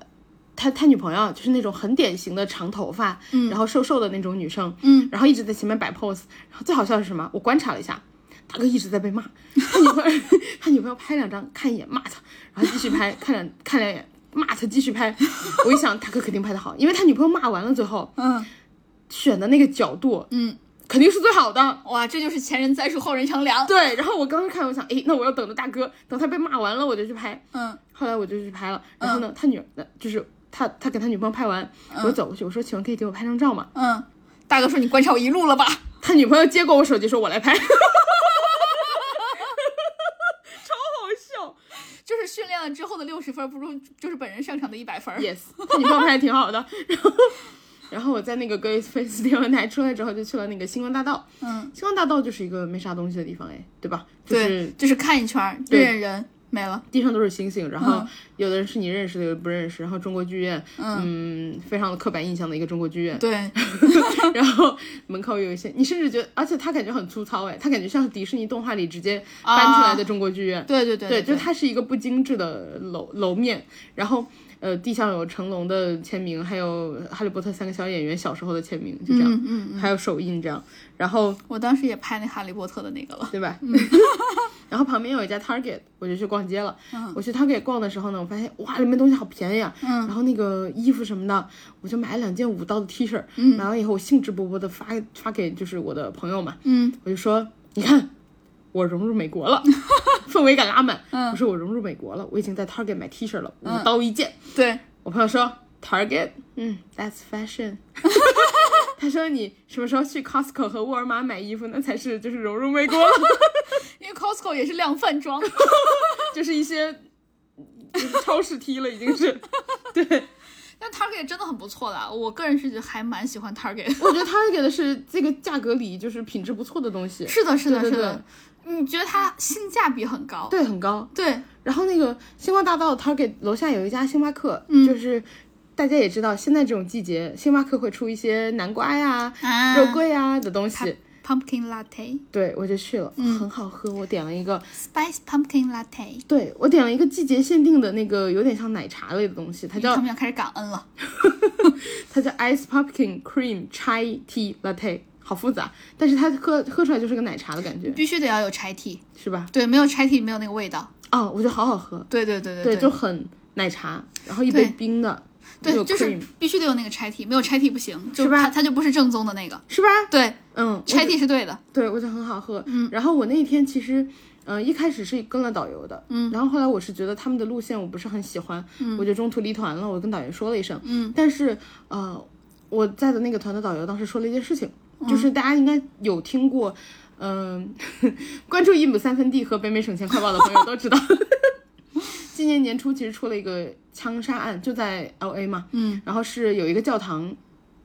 S1: 他他女朋友就是那种很典型的长头发，然后瘦瘦的那种女生，
S2: 嗯，
S1: 然后一直在前面摆 pose，然后最好笑的是什么？我观察了一下，大哥一直在被骂，他女朋友 *laughs* 他女朋友拍两张看一眼骂他，然后继续拍看两看两眼骂他继续拍，我一想大哥肯定拍的好，因为他女朋友骂完了最后
S2: 嗯
S1: 选的那个角度
S2: 嗯，
S1: 肯定是最好的，
S2: 哇，这就是前人栽树，后人乘凉。
S1: 对，然后我刚刚看，我想，哎，那我要等着大哥，等他被骂完了，我就去拍。
S2: 嗯，
S1: 后来我就去拍了，然后呢，他女儿呃就是他他给他女朋友拍完，我走过去，我说，请问可以给我拍张照吗？
S2: 嗯，大哥说你观察我一路了吧？ *laughs*
S1: 他女朋友接过我手机，说我来拍，超好笑。
S2: 就是训练了之后的六十分，不如就是本人擅长的一百分。
S1: Yes，他女朋友拍的挺好的。然后，然后我在那个 g r a c e Face 天文台出来之后，就去了那个星光大道。
S2: 嗯，
S1: 星光大道就是一个没啥东西的地方，哎，对吧？就是
S2: 对，就是看一圈儿，认认人没了。
S1: 地上都是星星，然后
S2: 嗯
S1: 有的人是你认识的，有的不认识。然后中国剧院，嗯非常的刻板印象的一个中国剧院。 *laughs*
S2: 对，
S1: 然后门口有一些，你甚至觉得，而且它感觉很粗糙，哎，它感觉像是迪士尼动画里直接搬出来的中国剧院。
S2: 对啊对对
S1: 对，
S2: 对，
S1: 就它是一个不精致的楼楼面，然后呃，地上有成龙的签名，还有呃《哈利波特》三个小演员小时候的签名，就这样，
S2: 嗯
S1: 还有手印这样，然后
S2: 我当时也拍那哈利波特的那个了。
S1: 对吧？ *laughs* 然后旁边有一家 Target，我就去逛街了。
S2: 嗯
S1: 我去 Target 逛的时候呢，我发现哇，里面东西好便宜啊。然后那个衣服什么的，我就买了两件五刀的 T 恤。
S2: 嗯
S1: 买完以后，我兴致勃勃的发发给就是我的朋友嘛，
S2: 嗯，
S1: 我就说，你看，我融入美国
S2: *laughs*
S1: 了，氛围感拉满。
S2: 嗯
S1: 我说我融入美国了，我已经在 Target 买 T 恤了，五刀一件。
S2: 对，
S1: 我朋友说 Target，嗯，That's fashion。他说你什么时候去 Costco 和沃尔玛买衣服，那才是就是融入美国了。
S2: 因为 Costco 也是量
S1: *laughs*
S2: 贩装。
S1: 就是一些就是超市 T 了，已经 *laughs* 是。
S2: 但 Target 真的很不错的，啊我个人是觉得还蛮喜欢 Target。 *laughs*
S1: 我觉得 Target 的是这个价格里就是品质不错的东西。
S2: 是的，是的，
S1: 对对
S2: 是的。你觉得它性价比很高？
S1: 对，很高。
S2: 对，
S1: 然后那个星光大道，它给楼下有一家星巴克，
S2: 嗯
S1: 就是大家也知道，现在这种季节，星巴克会出一些南瓜呀、
S2: 啊
S1: 肉桂呀的东西。
S2: pumpkin latte
S1: 对，我就去了，很好喝。我点了一个，
S2: spice pumpkin latte。
S1: 对我点了一个季节限定的那个，有点像奶茶类的东西，它
S2: 他
S1: *laughs* 叫
S2: 们要开始感恩了，
S1: 它叫 Ice Pumpkin Cream Chai Tea Latte，好复杂，但是它喝喝出来就是个奶茶的感觉，
S2: 必须得要有柴 T，
S1: 是吧？
S2: 对，没有柴 T 没有那个味道。
S1: 哦，我觉得好好喝，
S2: 对对对
S1: 对，
S2: 对
S1: 就很奶茶，然后一杯
S2: 对
S1: 冰的，又
S2: 对，
S1: 有
S2: 就
S1: cream，
S2: 是必须得有那个柴 T，没有柴 T 不行，就是
S1: 吧
S2: 它它就不是正宗的那个。
S1: 是吧？
S2: 对，
S1: 嗯，我
S2: 柴 T 是对的。
S1: 对，我觉得很好喝。嗯，然后我那一天其实，嗯、一开始是跟了导游的，嗯，然后后来我是觉得他们的路线我不是很喜欢，嗯，我就中途离团了，我跟导游说了一声，嗯，但是呃，我在的那个团的导游当时说了一件事情，就是大家应该有听过，嗯、 *laughs* 关注一亩三分地和北美省钱快报的朋友都知道。 *laughs* 今年年初其实出了一个枪杀案，就在 L A 嘛，嗯，然后是有一个教堂，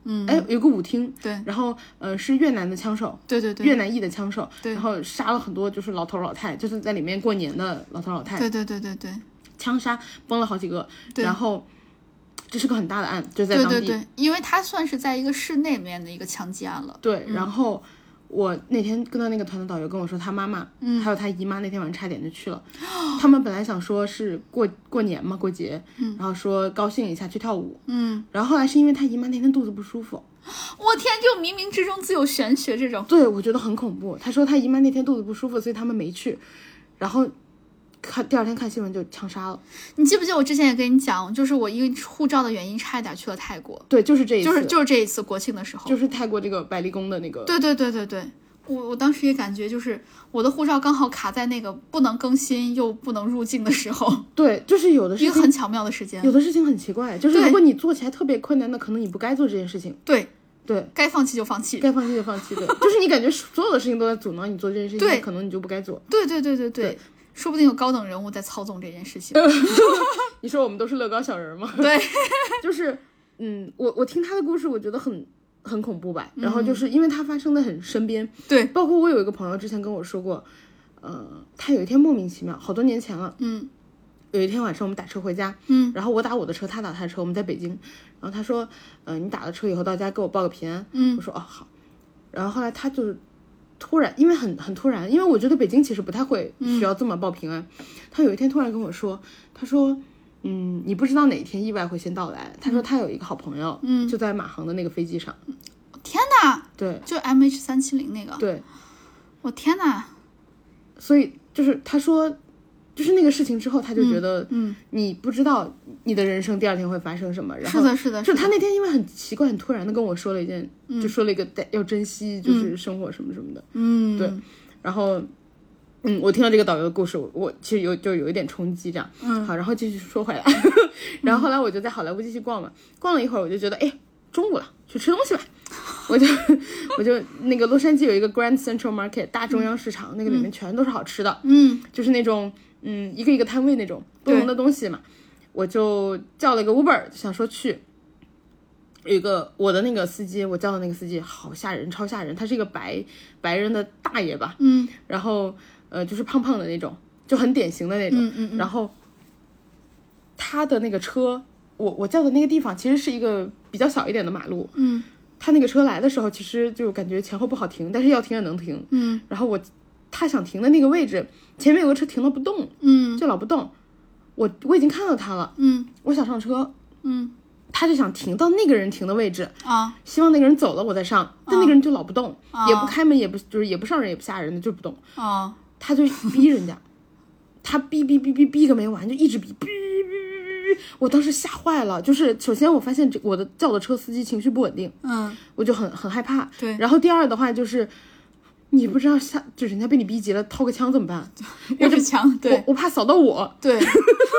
S1: 嗯，哎，有个舞厅，
S2: 对，
S1: 然后呃是越南的枪手，
S2: 对对对
S1: 越南裔的枪手，
S2: 对
S1: 然后杀了很多就是老头老太，就是在里面过年的老头老太，
S2: 对对对对对
S1: 枪杀崩了好几个，
S2: 对
S1: 然后这是个很大的案，就在
S2: 对
S1: 当地，
S2: 对对，因为它算是在一个室内里面的一个强击案了。
S1: 对然后。我那天跟到那个团的导游跟我说，他妈妈，
S2: 嗯
S1: 还有他姨妈那天晚上差点就去了。他们本来想说是过过年嘛，过节，然后说高兴一下去跳舞。
S2: 嗯，
S1: 然后后来是因为他姨妈那天肚子不舒服，
S2: 我天，就冥冥之中自有玄学这种。
S1: 对，我觉得很恐怖。他说他姨妈那天肚子不舒服，所以他们没去。然后看第二天看新闻就枪杀了。
S2: 你记不记得我之前也跟你讲，就是我因为护照的原因差一点去了泰国，
S1: 对，就是这一次，
S2: 就是就是这一次国庆的时候。
S1: 就是泰国这个百丽宫的那个，
S2: 对对对对对，我我当时也感觉就是我的护照刚好卡在那个不能更新又不能入境的时候， *laughs*
S1: 对，就是有的
S2: 一
S1: 事
S2: 个
S1: 情，
S2: 很巧妙的时间。
S1: 有的事情很奇怪，就是
S2: 对
S1: 如果你做起来特别困难，那可能你不该做这件事情，
S2: 对，
S1: 对，
S2: 该放弃就放弃。
S1: 该放弃就放弃，对，就是你感觉所有的事情都在阻挠你做这件事情，
S2: 对
S1: 那可能你就不该做。
S2: 对对对对对，说不定有高等人物在操纵这件事情。
S1: 你说我们都是乐高小人吗？ *laughs*
S2: 对，
S1: 就是，嗯，我我听他的故事，我觉得很很恐怖
S2: 嗯
S1: 吧。然后就是因为他发生的很身边，
S2: 对，
S1: 包括我有一个朋友之前跟我说过，呃，他有一天莫名其妙，好多年前了，
S2: 嗯
S1: 有一天晚上我们打车回家，
S2: 嗯
S1: 然后我打我的车，他打他的车，我们在北京。然后他说，嗯、你打了车以后到家给我报个平安。我
S2: 嗯
S1: 说哦好。然后后来他就是突然，因为很很突然，因为我觉得北京其实不太会
S2: 嗯
S1: 需要这么报平安。他有一天突然跟我说，他说。嗯，你不知道哪一天意外会先到来。他说他有一个好朋友，
S2: 嗯
S1: 就在马航的那个飞机上。
S2: 天哪，
S1: 对
S2: 就 M H 三七零那个，
S1: 对，
S2: 我天哪，
S1: 所以就是他说，就是那个事情之后，他就觉得，
S2: 嗯，
S1: 你不知道你的人生第二天会发生什么。然后
S2: 是的，是的，
S1: 就是他
S2: 的，
S1: 那天因为很奇怪、很突然的跟我说了一件，就说了一个带要珍惜就是生活什么什么的。
S2: 嗯，
S1: 对然后，嗯，我听到这个导游的故事，我我其实有就有一点冲击这样。嗯，好，然后继续说回来， *laughs* 然后后来我就在好莱坞继续逛嘛，逛了一会儿，我就觉得哎，中午了，去吃东西吧。我就 *laughs* 我就那个洛杉矶有一个 Grand Central Market 大中央市场，那个里面全都是好吃的。
S2: 嗯
S1: 就是那种嗯一个一个摊位那种不同的东西嘛。我就叫了一个 Uber，想说去。有一个我的那个司机，我叫的那个司机好吓人，超吓人。他是一个白白人的大爷吧，
S2: 嗯
S1: 然后呃就是胖胖的那种，就很典型的那种。
S2: 嗯嗯
S1: 然后他的那个车，我我叫的那个地方其实是一个比较小一点的马路。
S2: 嗯
S1: 他那个车来的时候，其实就感觉前后不好停，但是要停也能停。
S2: 嗯
S1: 然后我他想停的那个位置，前面有个车停了不动，
S2: 嗯
S1: 就老不动。我我已经看到他了，
S2: 嗯
S1: 我想上车，
S2: 嗯
S1: 他就想停到那个人停的位置，
S2: 啊，
S1: 希望那个人走了我再上，
S2: 嗯
S1: 但那个人就老不动，也不开门，也不就是也不上人，也不下人的，就不动。
S2: 啊
S1: 他就逼人家，他逼逼逼逼逼个没完，就一直逼逼逼逼逼逼。我当时吓坏了，就是首先我发现这我的叫的车司机情绪不稳定，
S2: 嗯，
S1: 我就很很害怕。
S2: 对
S1: 然后第二的话就是，你不知道下就人家被你逼急了掏个枪怎么办？
S2: 我是强，
S1: 我
S2: 对
S1: 我怕扫到我，
S2: 对， *laughs*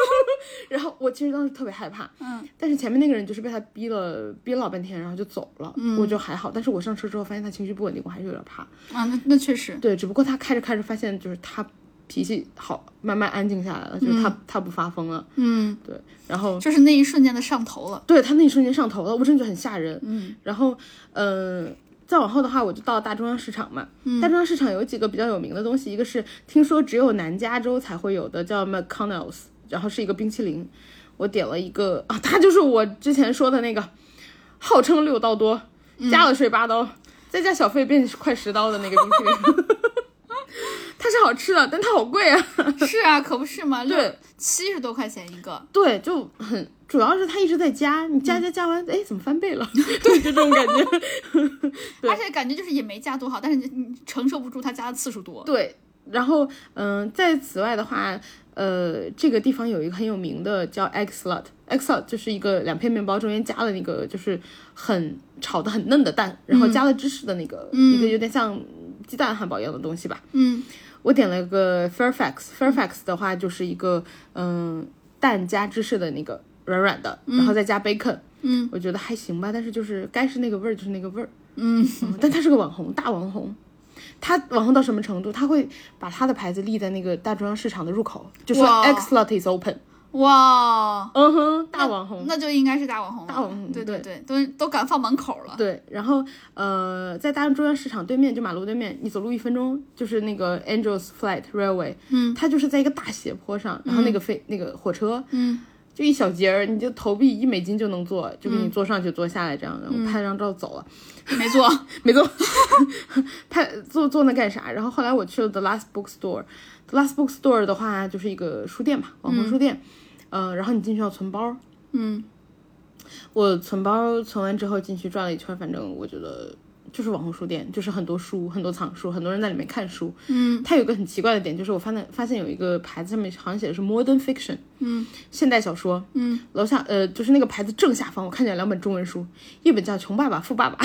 S1: 然后我其实当时特别害怕，
S2: 嗯
S1: 但是前面那个人就是被他逼了逼了老半天，然后就走了，我就还好。但是我上车之后发现他情绪不稳定，我还是有点怕。
S2: 啊，那那确实，
S1: 对，只不过他开着开着发现就是他脾气好，慢慢安静下来了，就是他、他不发疯了。
S2: 嗯，
S1: 对，然后
S2: 就是那一瞬间的上头了，
S1: 对他那一瞬间上头了，我真的觉得很吓人。嗯，然后呃，再往后的话，我就到大中央市场嘛。大中央市场有几个比较有名的东西，一个是听说只有南加州才会有的，叫 McConnell's，然后是一个冰淇淋。我点了一个 *laughs* 啊，它就是我之前说的那个，号称六刀多，加了税八刀，再加小费变快十刀的那个冰淇 *laughs* 淋。它是好吃的，但它好贵啊。
S2: *laughs* 是啊，可不是嘛，六
S1: 对
S2: 七十多块钱一个，
S1: 对，就很主要是它一直在加，你加加加完，哎、怎么翻 *laughs* 倍了？对，就这种感觉。
S2: 而且感觉就是也没加多少，但是你你承受不住它加的次数多。
S1: 对，然后嗯、在此外的话，呃，这个地方有一个很有名的叫 egg slut，egg slut 就是一个两片面包中间加了那个就是很炒的很嫩的蛋，然后加了芝士的那个、一个有点像鸡蛋汉堡一样的东西吧。
S2: 嗯，
S1: 我点了个 Fairfax，Fairfax 的话就是一个嗯、蛋加芝士的那个软软的，然后再加 bacon。
S2: 嗯，
S1: 我觉得还行吧，但是就是该是那个味儿就是那个味儿。嗯，但他是个网红，大网红。他网红到什么程度？他会把他的牌子立在那个大中央市场的入口，就说
S2: 哇
S1: X lot is open。
S2: 哇，
S1: 嗯哼，大网红。
S2: 那就应该是大网红了，
S1: 大网红
S2: 对
S1: 对
S2: 对，都都敢放门口了。
S1: 对，然后呃，在大中央市场对面，就马路对面，你走路一分钟就是那个 Angels Flight Railway，嗯，它就是在一个大斜坡上，然后那个飞、那个火车，嗯，就一小节儿，你就投币一美金就能坐，就给你坐上去坐下来这样，然后拍了张照走了，*laughs*
S2: 没错，
S1: 没坐，拍坐坐那干啥？然后后来我去了 The Last Bookstore，The Last Bookstore 的话就是一个书店嘛，网红书店，呃，然后你进去要存包，
S2: 嗯，
S1: 我存包存完之后进去转了一圈，反正我觉得就是网红书店，就是很多书、很多藏书，很多人在里面看书。嗯，它有一个很奇怪的点，就是我发现发现有一个牌子上面好像写的是 modern fiction，嗯，现代小说，嗯，楼下呃就是那个牌子正下方，我看见两本中文书，一本叫《穷爸爸富爸爸》。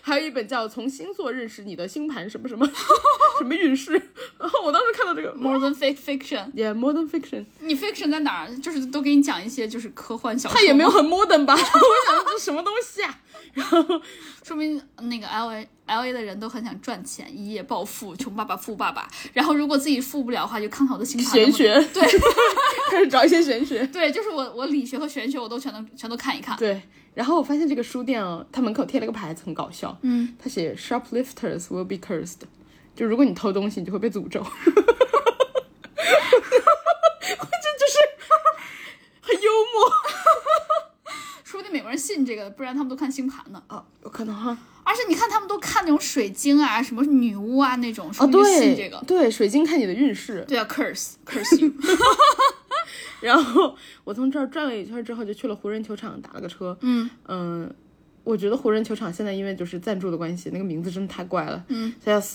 S1: 还有一本叫《从星座认识你的星盘》什么什么 *laughs* 什么运势，然后我当时看到这个
S2: more than fake fiction。
S1: 也、yeah, modern fiction，
S2: 你 fiction 在哪儿？就是都给你讲一些就是科幻小说，
S1: 它也没有，很 modern *laughs* 吧？我想这什么东西啊？然后
S2: 说明那个 L A L A 的人都很想赚钱，一夜暴富，穷爸爸富爸爸。然后如果自己富不了的话，就看好的星盘。
S1: 玄学
S2: 对
S1: *laughs* 开始找一些玄学。
S2: 对，就是我我理学和玄学我都全都全都看一看。
S1: 对，然后我发现这个书店啊，它门口贴了个牌子，很搞笑。嗯，它写 “shoplifters will be cursed”，就如果你偷东西，你就会被诅 *laughs* 咒。这就是很幽默
S2: 说不定美国人信这个，不然他们都看星盘呢。
S1: 啊，有可能哈。
S2: 而且你看他们都看那种水晶啊，什么女巫啊那种，
S1: 哦，
S2: 说不定信
S1: 对，
S2: 这个。
S1: 对，水晶看你的运势。
S2: 对啊，curse curse you。 *laughs*
S1: 然后我从这儿转了一圈之后，就去了湖人球场打了个车。嗯我觉得湖人球场现在因为就是赞助的关系，那个名字真的太怪了。嗯，它叫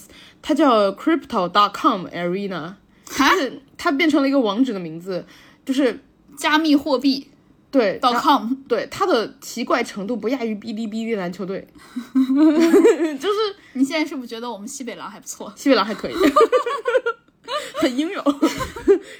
S1: 它叫 Crypto.com Arena，
S2: 哈
S1: 就是它变成了一个网址的名字，就是
S2: 加密货币
S1: 对它
S2: .com，
S1: 对它的奇怪程度不亚于哔哩哔哩篮球队，就是
S2: 你现在是不是觉得我们西北狼还不错？
S1: 西北狼还 *laughs* 可以，很 *laughs* 英勇。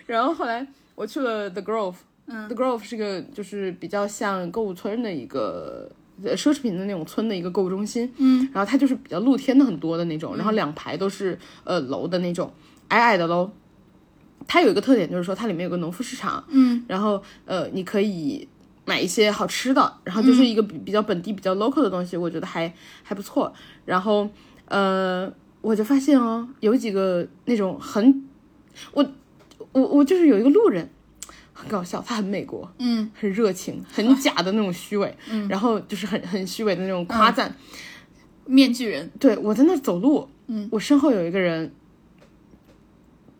S1: 然后后来我去了 The Grove，嗯，The Grove 是个就是比较像购物村的一个。呃奢侈品的那种村的一个购物中心，嗯，然后它就是比较露天的很多的那种，然后两排都是呃楼的那种，矮矮的楼。它有一个特点就是说它里面有个农夫市场，嗯，然后呃你可以买一些好吃的，然后就是一个比比较本地比较 local 的东西，我觉得还还不错。然后呃我就发现哦，有几个那种很，我我我就是有一个路人，很搞笑，他很美国，
S2: 嗯，
S1: 很热情，很假的那种虚伪，嗯，然后就是很很虚伪的那种夸赞。
S2: 面具人
S1: 对我在那儿走路，嗯，我身后有一个人，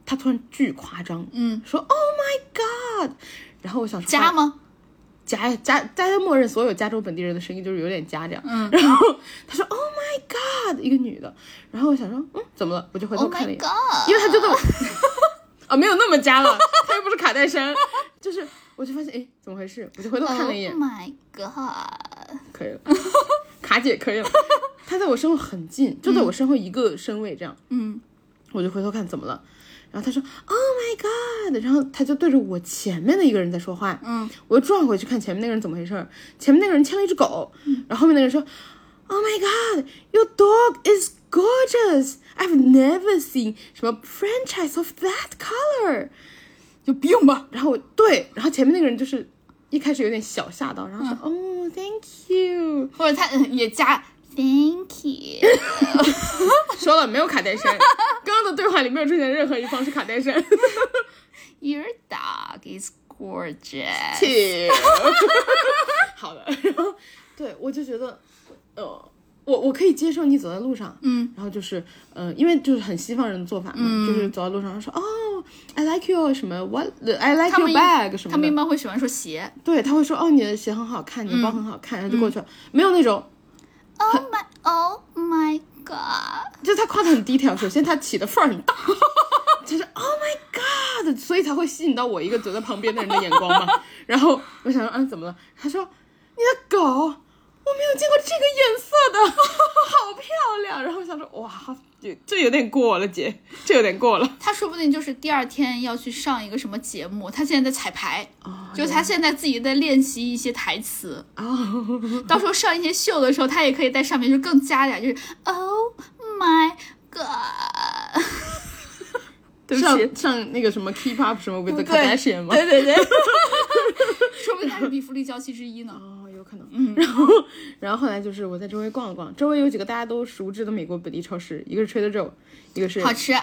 S1: 他突然巨夸张，
S2: 嗯，
S1: 说 “Oh my God”，然后我想说
S2: 加吗？
S1: 加加大家默认所有加州本地人的声音就是有点加这样，嗯，然后他说 “Oh my God”，一个女的，然后我想说，嗯，怎么了？我就回头
S2: Oh
S1: 看了一
S2: my
S1: 眼。因
S2: god！
S1: 为他就那么 *laughs* 啊，没有那么加了，他又不是卡戴珊，就是我就发现哎，怎么回事？我就回头看了一眼
S2: Oh，my god！
S1: 可以了，卡姐可以了。他在我身后很近，就在我身后一个身位这样，
S2: 嗯，
S1: 我就回头看怎么了。然后他说 “Oh my god”，然后他就对着我前面的一个人在说话，
S2: 嗯，
S1: 我就转回去看前面那个人怎么回事儿。前面那个人牵了一只狗，然后后面那个人说：“Oh my god, your dog is gorgeous. I've never seen 什么 franchise of that color。”
S2: 有病吧？
S1: 然后我对，然后前面那个人就是一开始有点小吓到，然后说：“哦、t h a n k Oh, you。
S2: 或者他嗯也加 Thank you 。 *laughs*
S1: 说了没有卡戴珊，刚刚的对话里没有出现任何一方是卡戴珊。
S2: Your dog is gorgeous。
S1: 切，好的， *laughs* 然后对我就觉得，呃，我我可以接受你走在路上，
S2: 嗯，
S1: 然后就是，呃，因为就是很西方人的做法嘛，就是走在路上说，哦，I like you 什么，what I like
S2: 他
S1: your
S2: 们
S1: bag 什
S2: 他
S1: 么
S2: 们一
S1: 的，
S2: 嗯般会喜欢说鞋。
S1: 对，他会说，哦，你的鞋很好看，你的包很好看，然后就过去了，没有那种。
S2: Oh my, oh my god！
S1: 就他夸的很低调，首先他起的范儿很大， *laughs* 就是 Oh my God，所以才会吸引到我一个走在旁边的人的眼光
S2: *laughs*
S1: 嘛。然后我想说，嗯、怎么了？他说你的狗，我没有见过这个颜色的， *laughs* 好漂亮。然后我想说，哇，这这有点过了，姐，这有点过了。
S2: 他说不定就是第二天要去上一个什么节目，他现在在彩排，
S1: 哦
S2: 就他现在自己在练习一些台词，
S1: 哦，
S2: 到时候上一些秀的时候，他也可以在上面就更加点，就是 Oh my god！对不起。
S1: 上上那个什么 Keep Up 什么 with the
S2: 对
S1: Kardashian 吗？
S2: 对对对， *laughs* 说不定他是比弗利娇妻之一呢。
S1: 哦，有可能。嗯，然后，然后后来就是我在周围逛了逛，周围有几个大家都熟知的美国本地超市，一个是 Trader Joe，一个是
S2: 好吃，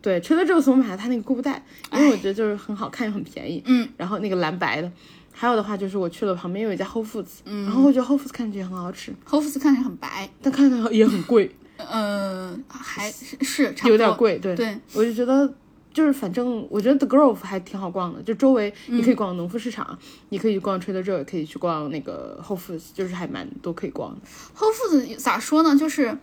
S1: 对，Trader Joe's 我买了它那个购物袋，因为我觉得就是很好看又很便宜。
S2: 哎嗯，
S1: 然后那个蓝白的，还有的话就是我去了旁边有一家 Whole Foods，嗯，然后我觉得 Whole Foods 看上去也很好吃，
S2: 侯夫斯看着很白，
S1: 但看着也很
S2: *laughs*
S1: 贵，
S2: 嗯、还是是差不多
S1: 有点。贵。对，
S2: 对，
S1: 我就觉得。就是反正我觉得 The Grove 还挺好逛的，就周围你
S2: 嗯
S1: 可以逛农夫市场，你可以逛 Trader Joe，也可以去逛那个 Whole Foods，就是还蛮多可以逛的。
S2: Whole Foods 咋说呢？就是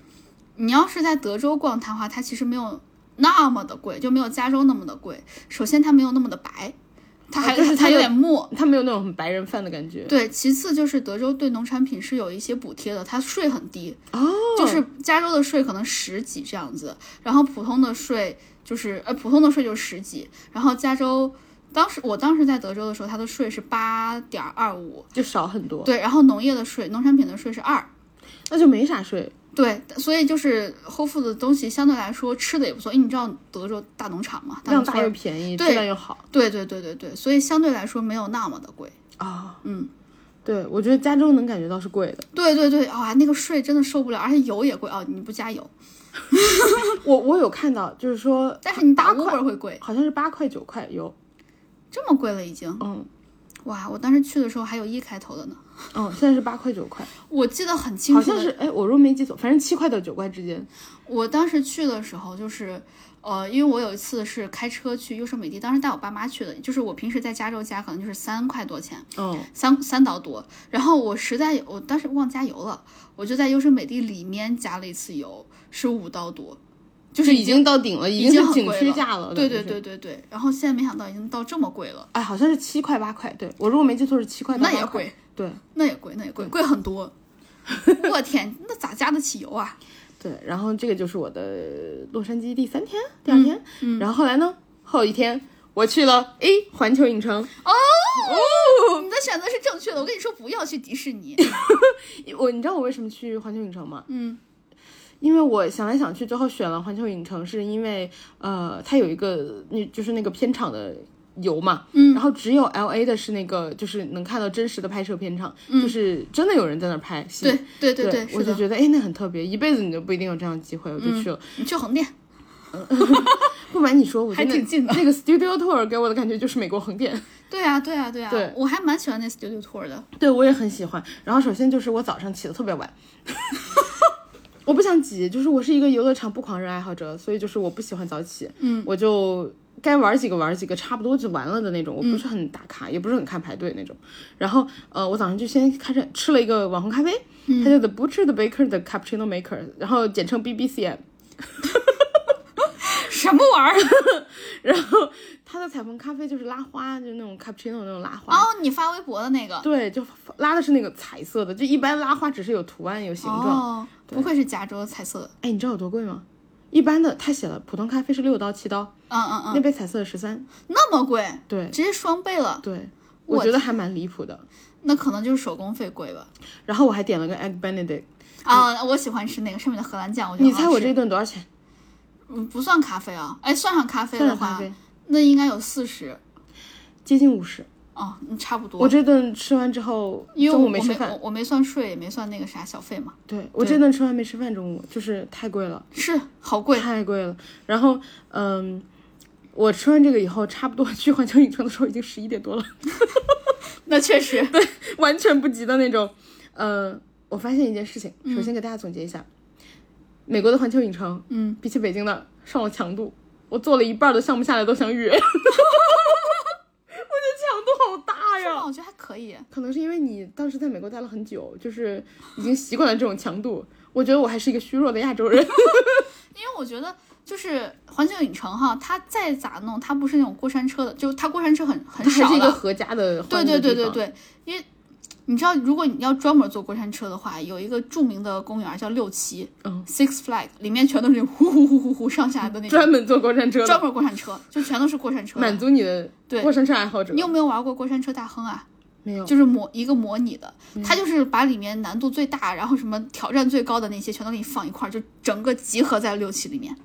S2: 你要是在德州逛它的话，它其实没有那么的贵，就没有加州那么的贵。首先，它没有那么的白，它还、
S1: 啊就是它
S2: 它
S1: 的
S2: 有点墨。
S1: 它没有那种很白人饭的感觉。
S2: 对，其次就是德州对农产品是有一些补贴的，它税很低，
S1: 哦，
S2: 就是加州的税可能十几这样子，然后普通的税就是呃普通的税就是十几，然后加州当时我当时在德州的时候，它的税是八点二五，
S1: 就少很多，
S2: 对，然后农业的税、农产品的税是二，
S1: 那就没啥税。
S2: 对，所以就是后付的东西相对来说吃的也不错，因为你知道德州大农场啊嘛，大
S1: 量
S2: 农
S1: 大
S2: 村
S1: 又
S2: 儿，
S1: 便宜，
S2: 对
S1: 质量又好。
S2: 对对对对对，所以相对来说没有那么的贵。
S1: 啊、
S2: 嗯，
S1: 对，我觉得加州能感觉到是贵的。
S2: 对对对，哇、那个税真的受不了，而且油也贵哦，你不加油，
S1: *laughs* 我我有看到，就是说
S2: *laughs* 但是你
S1: 八
S2: 打
S1: 块
S2: Uber 会贵，
S1: 好像是八块九块有，
S2: 这么贵了已经。
S1: 嗯
S2: 哇，我当时去的时候还有一开头的呢，
S1: 嗯，现在是八块九块，
S2: 我记得很 *laughs* 清
S1: 好
S2: 楚
S1: 像
S2: 的
S1: 是哎，我若没记错，反正七块到九块之间。
S2: 我当时去的时候，就是，呃，因为我有一次是开车去优胜美地，当时带我爸妈去的，就是我平时在加州加可能就是三块多钱，
S1: 嗯，
S2: 三三刀多。然后我实在我当时忘加油了，我就在优胜美地里面加了一次油，是五刀多，
S1: 就
S2: 就
S1: 是
S2: 是
S1: 已经到顶了，
S2: 已
S1: 经是
S2: 很
S1: 景
S2: 贵
S1: 区
S2: 了
S1: 价了。
S2: 对
S1: 对
S2: 对对。对对。然后现在没想到已经到这么贵了，
S1: 哎，好像是七块八块，对我如果没记错是七块到
S2: 那也
S1: 8块
S2: 贵。
S1: 对
S2: 那也贵，那也贵，贵很多。我天，那咋加得起油啊？ *laughs*
S1: 对，然后这个就是我的洛杉矶第三天，第
S2: 嗯
S1: 二天，然后后来呢，后一天我去了 A 环球影城，
S2: 你的选择是正确的，我跟你说不要去迪士尼。
S1: 我你知道我为什么去环球影城吗？
S2: 嗯，
S1: 因为我想来想去，最后选了环球影城，是因为呃，它有一个那就是那个片场的游嘛，嗯，然后只有 L A 的是那个就是能看到真实的拍摄片场，就是真的有人在那儿拍戏。
S2: 嗯对对对
S1: 对
S2: 对，
S1: 我就
S2: 是的。嗯
S1: 觉得哎，那很特别，一辈子你都不一定有这样的机会，我就去了。
S2: 你去横店，
S1: 不瞒你说，我真
S2: 还挺近的
S1: 那个 Studio Tour 给我的感觉就是美国横店，
S2: 对啊，对啊，对啊，
S1: 对
S2: 我还蛮喜欢那 studio tour 的。
S1: 对我也很喜欢。然后首先就是我早上起得特别晚， *laughs* 我不想挤，就是我是一个游乐场不狂热爱好者，所以就是我不喜欢早起，嗯，我就该玩几个玩几个，差不多就完了的那种。我不
S2: 嗯
S1: 是很打卡，也不是很看排队那种。然后呃，我早上就先开始吃了一个网红咖啡，
S2: 嗯
S1: 它叫 The Butcher the Baker the Cappuccino Maker，然后简称 BBCM。
S2: 什么玩意儿？
S1: 然后它的彩虹咖啡就是拉花，就是那种 cappuccino 那种拉花。
S2: 哦，你发微博的那个。
S1: 对，就拉的是那个彩色的，就一般拉花只是有图案有形状，
S2: 哦，不愧是加州彩色的。
S1: 哎，你知道有多贵吗？一般的他写了普通咖啡是六刀七刀，
S2: 嗯嗯嗯，
S1: 那杯彩色十三。
S2: 那么贵，
S1: 对
S2: 直接双倍了，
S1: 对，我觉得还蛮离谱的。
S2: 那可能就是手工费贵吧。
S1: 然后我还点了个 egg benedict，
S2: 啊，我喜欢吃那个上面的荷兰酱，我觉得
S1: 嗯你
S2: 很
S1: 猜
S2: 好
S1: 我
S2: 吃
S1: 这顿多少钱？
S2: 嗯不算咖啡啊？哎，算上咖啡
S1: 算
S2: 的
S1: 上咖
S2: 话，
S1: 啡
S2: 那应该有四十。
S1: 接近五十。
S2: 哦，嗯差不多。
S1: 我这顿吃完之后，
S2: 因为
S1: 中
S2: 我
S1: 午没吃
S2: 我
S1: 饭。
S2: 我我没算税，也没算那个啥小费嘛，
S1: 对我这顿吃完没吃饭，中午就是太贵了，
S2: 是好贵。
S1: 太贵了。然后，嗯，我吃完这个以后，差不多去环球影城的时候已经十一点多了，
S2: 那确实，
S1: *laughs* 完全不急的那种。呃，我发现一件事情，首先给大家总结一下，美国的环球影城，
S2: 嗯，
S1: 比起北京的上了强度，我做了一半的项目下来都想 *laughs* 约，我的强度好大呀。
S2: 哦我觉得还可以。
S1: 可能是因为你当时在美国待了很久，就是已经习惯了这种强度。我觉得我还是一个虚弱的亚洲
S2: *laughs*
S1: 人。
S2: 因为我觉得就是环球影城哈，它再咋弄，它不是那种过山车的，就它过山车很很
S1: 它还
S2: 少
S1: 是一个
S2: 了。
S1: 合家的
S2: 对
S1: 欢乐
S2: 对
S1: 的
S2: 对
S1: 地
S2: 对
S1: 方，
S2: 对，因为你知道，如果你要专门坐过山车的话，有一个著名的公园叫六旗，
S1: 嗯
S2: ，Six Flag，里面全都是呼呼呼呼呼上下来的那种
S1: 专门坐过山车
S2: 专
S1: 的，
S2: 门过山车，就全都是过山车。
S1: 满足你的
S2: 对
S1: 过山车爱好者
S2: 你。有没有玩过过山车大亨啊？
S1: 没有，
S2: 就是模一个模拟的，它就是把里面难度最大，然后什么挑战最高的那些全都给你放一块儿，就整个集合在六旗里面。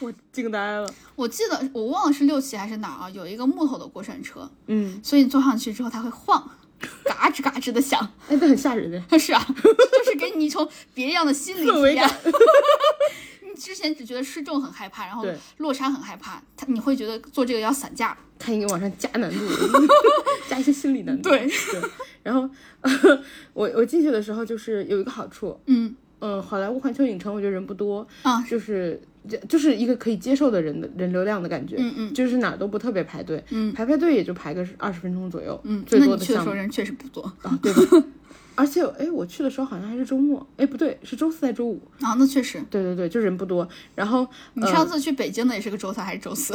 S1: 我惊呆了。
S2: 我记得我忘了是六旗还是哪儿啊，有一个木头的过山车，
S1: 嗯，
S2: 所以你坐上去之后它会晃，嘎吱嘎吱的响。
S1: 哎，这很吓人哎。
S2: 是啊， *laughs* 这就是给你一种别样的心理
S1: 氛围
S2: 体验。 *laughs* 你之前只觉得失重很害怕，然后
S1: 对
S2: 落差很害怕，它你会觉得做这个要散架。
S1: 看一个往上加
S2: *laughs*
S1: 难度， *laughs* 加一些心理难度。
S2: 对
S1: 对。然后我我进去的时候就是有一个好处，
S2: 嗯
S1: 嗯，好莱坞环球影城我觉得人不多，
S2: 啊，
S1: 就是就就是一个可以接受的人的人流量的感觉，
S2: 嗯嗯
S1: 就是哪儿都不特别排队，
S2: 嗯
S1: 排排队也就排个二十分钟左右， *laughs*
S2: 嗯，
S1: 最
S2: 那
S1: 多
S2: 你
S1: 的
S2: 去的
S1: 项
S2: 时
S1: 目
S2: 候人确实不多
S1: 啊，对
S2: *laughs*
S1: 吧？而且哎，我去的时候好像还是周末，哎不对，是周四还是周五？
S2: 啊，那确实。
S1: 对对对，就人不多。然后
S2: 你
S1: 嗯
S2: 上次去北京的也是个周三还是周四？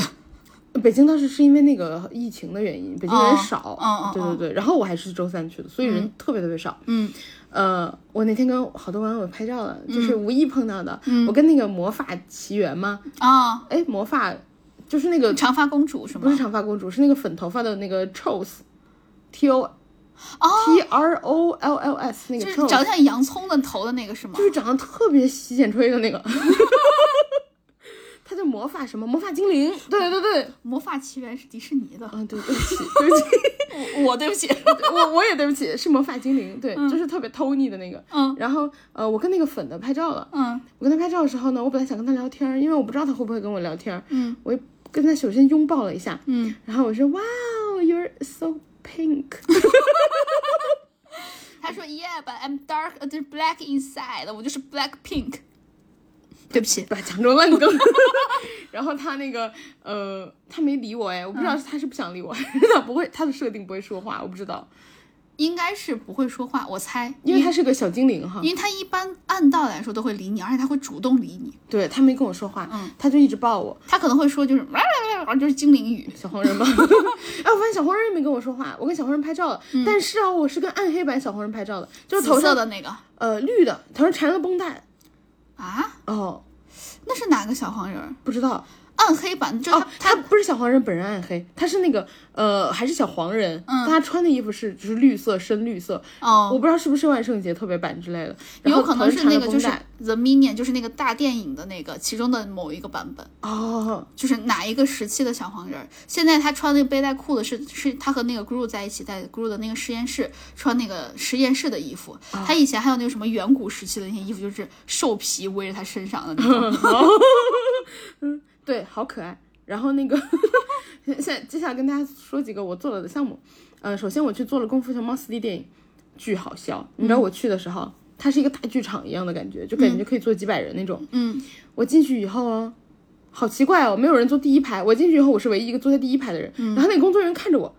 S1: 北京当时是因为那个疫情的原因，北京人
S2: 哦
S1: 少，
S2: 哦哦
S1: 对
S2: 哦
S1: 对对。然后我还是周三去的，所以人特别特别少。
S2: 嗯
S1: 呃，我那天跟好多网友拍照了，就是无意碰到的。
S2: 嗯
S1: 我跟那个魔法奇缘嘛，
S2: 啊，
S1: 哎，魔法就是
S2: *laughs*
S1: 那个
S2: 长发公主是
S1: 不
S2: 吗
S1: 是？长发公主，是那个粉头发的那个 Trolls，T O
S2: 哦，
S1: T R O L L S 那
S2: 就
S1: 个
S2: 是
S1: Trolls，
S2: 长得像洋葱的头的那个是吗
S1: 就？是长得特别洗剪吹的那个。 *laughs* 他叫魔法什么？魔法精灵？对对对，
S2: 魔法奇缘是迪士尼的，
S1: 啊，对，对不起，对不起，
S2: 我我对不起，
S1: *laughs* 我我也对不起，是魔法精灵，对，就是特别偷腻的那个。
S2: *laughs* 嗯
S1: 然后呃，我跟那个粉的拍照了。
S2: 嗯
S1: 我跟他拍照的时候呢，我本来想跟他聊天儿，因为我不知道他会不会跟我聊天儿。
S2: 嗯
S1: 我跟他首先拥抱了一下，
S2: 嗯，
S1: 然后我说哇哦，you're so pink。 *laughs*
S2: 他说 Yeah, but I'm dark, uh, black inside，我就是 black pink。对不起，
S1: 把强中烂梗。 *laughs* 然后他那个呃，他没理我哎，我不知
S2: 嗯
S1: 道是他是不想理我，还是他不会他的设定不会说话，我不知道，
S2: 应该是不会说话，我猜，
S1: 因为他是个小精灵哈
S2: 因。为他一般按道理来说都会理你，而且他会主动理你，
S1: 对他没跟我说话，
S2: 嗯
S1: 他就一直抱我，
S2: 他可能会说就是， *laughs* 就是精灵语。
S1: 小黄人 *laughs* 吧。哎，我发现小黄人没跟我说话，我跟小黄人拍照了，但是啊，我是跟暗黑版小黄人拍照的，就是头
S2: 嗯紫色
S1: 上
S2: 的那个
S1: 呃绿的，头上缠了绷带，
S2: 啊，
S1: 哦，
S2: 那是哪个小黄人儿？
S1: 不知
S2: *laughs*
S1: 道
S2: 暗黑版，就
S1: 哦
S2: 他，
S1: 他不是小黄人本人暗黑，他是那个呃还是小黄人，但他穿的衣服是就是绿色深绿色，
S2: 嗯哦，
S1: 我不知道是不是万圣节特别版之类的，然后
S2: 有可能是
S1: 头上
S2: 那
S1: 缠了
S2: 个就
S1: 绷
S2: 是
S1: 带
S2: The Minion，就是那个大电影的那个其中的某一个版本，
S1: 哦，
S2: 就是哪一个时期的小黄人儿。现在他穿那个背带裤子是是他和那个 Gru 在一起，在 Gru 的那个实验室穿那个实验室的衣服。
S1: 哦
S2: 他以前还有那个什么远古时期的那些衣服，就是兽皮围着他身上的
S1: *laughs*
S2: 那种。
S1: 对，好可爱。然后那个，现在接下来跟大家说几个我做了的项目。呃，首先我去做了《功夫熊猫》四 D 电影，巨好笑。你知道我去的时候，它是一个大剧场一样的感觉，就感觉可以坐几百人那种。
S2: 嗯，
S1: 我进去以后哦，好奇怪哦，没有人坐第一排。我进去以后，我是唯一一个坐在第一排的人。然后那个工作人员看着我，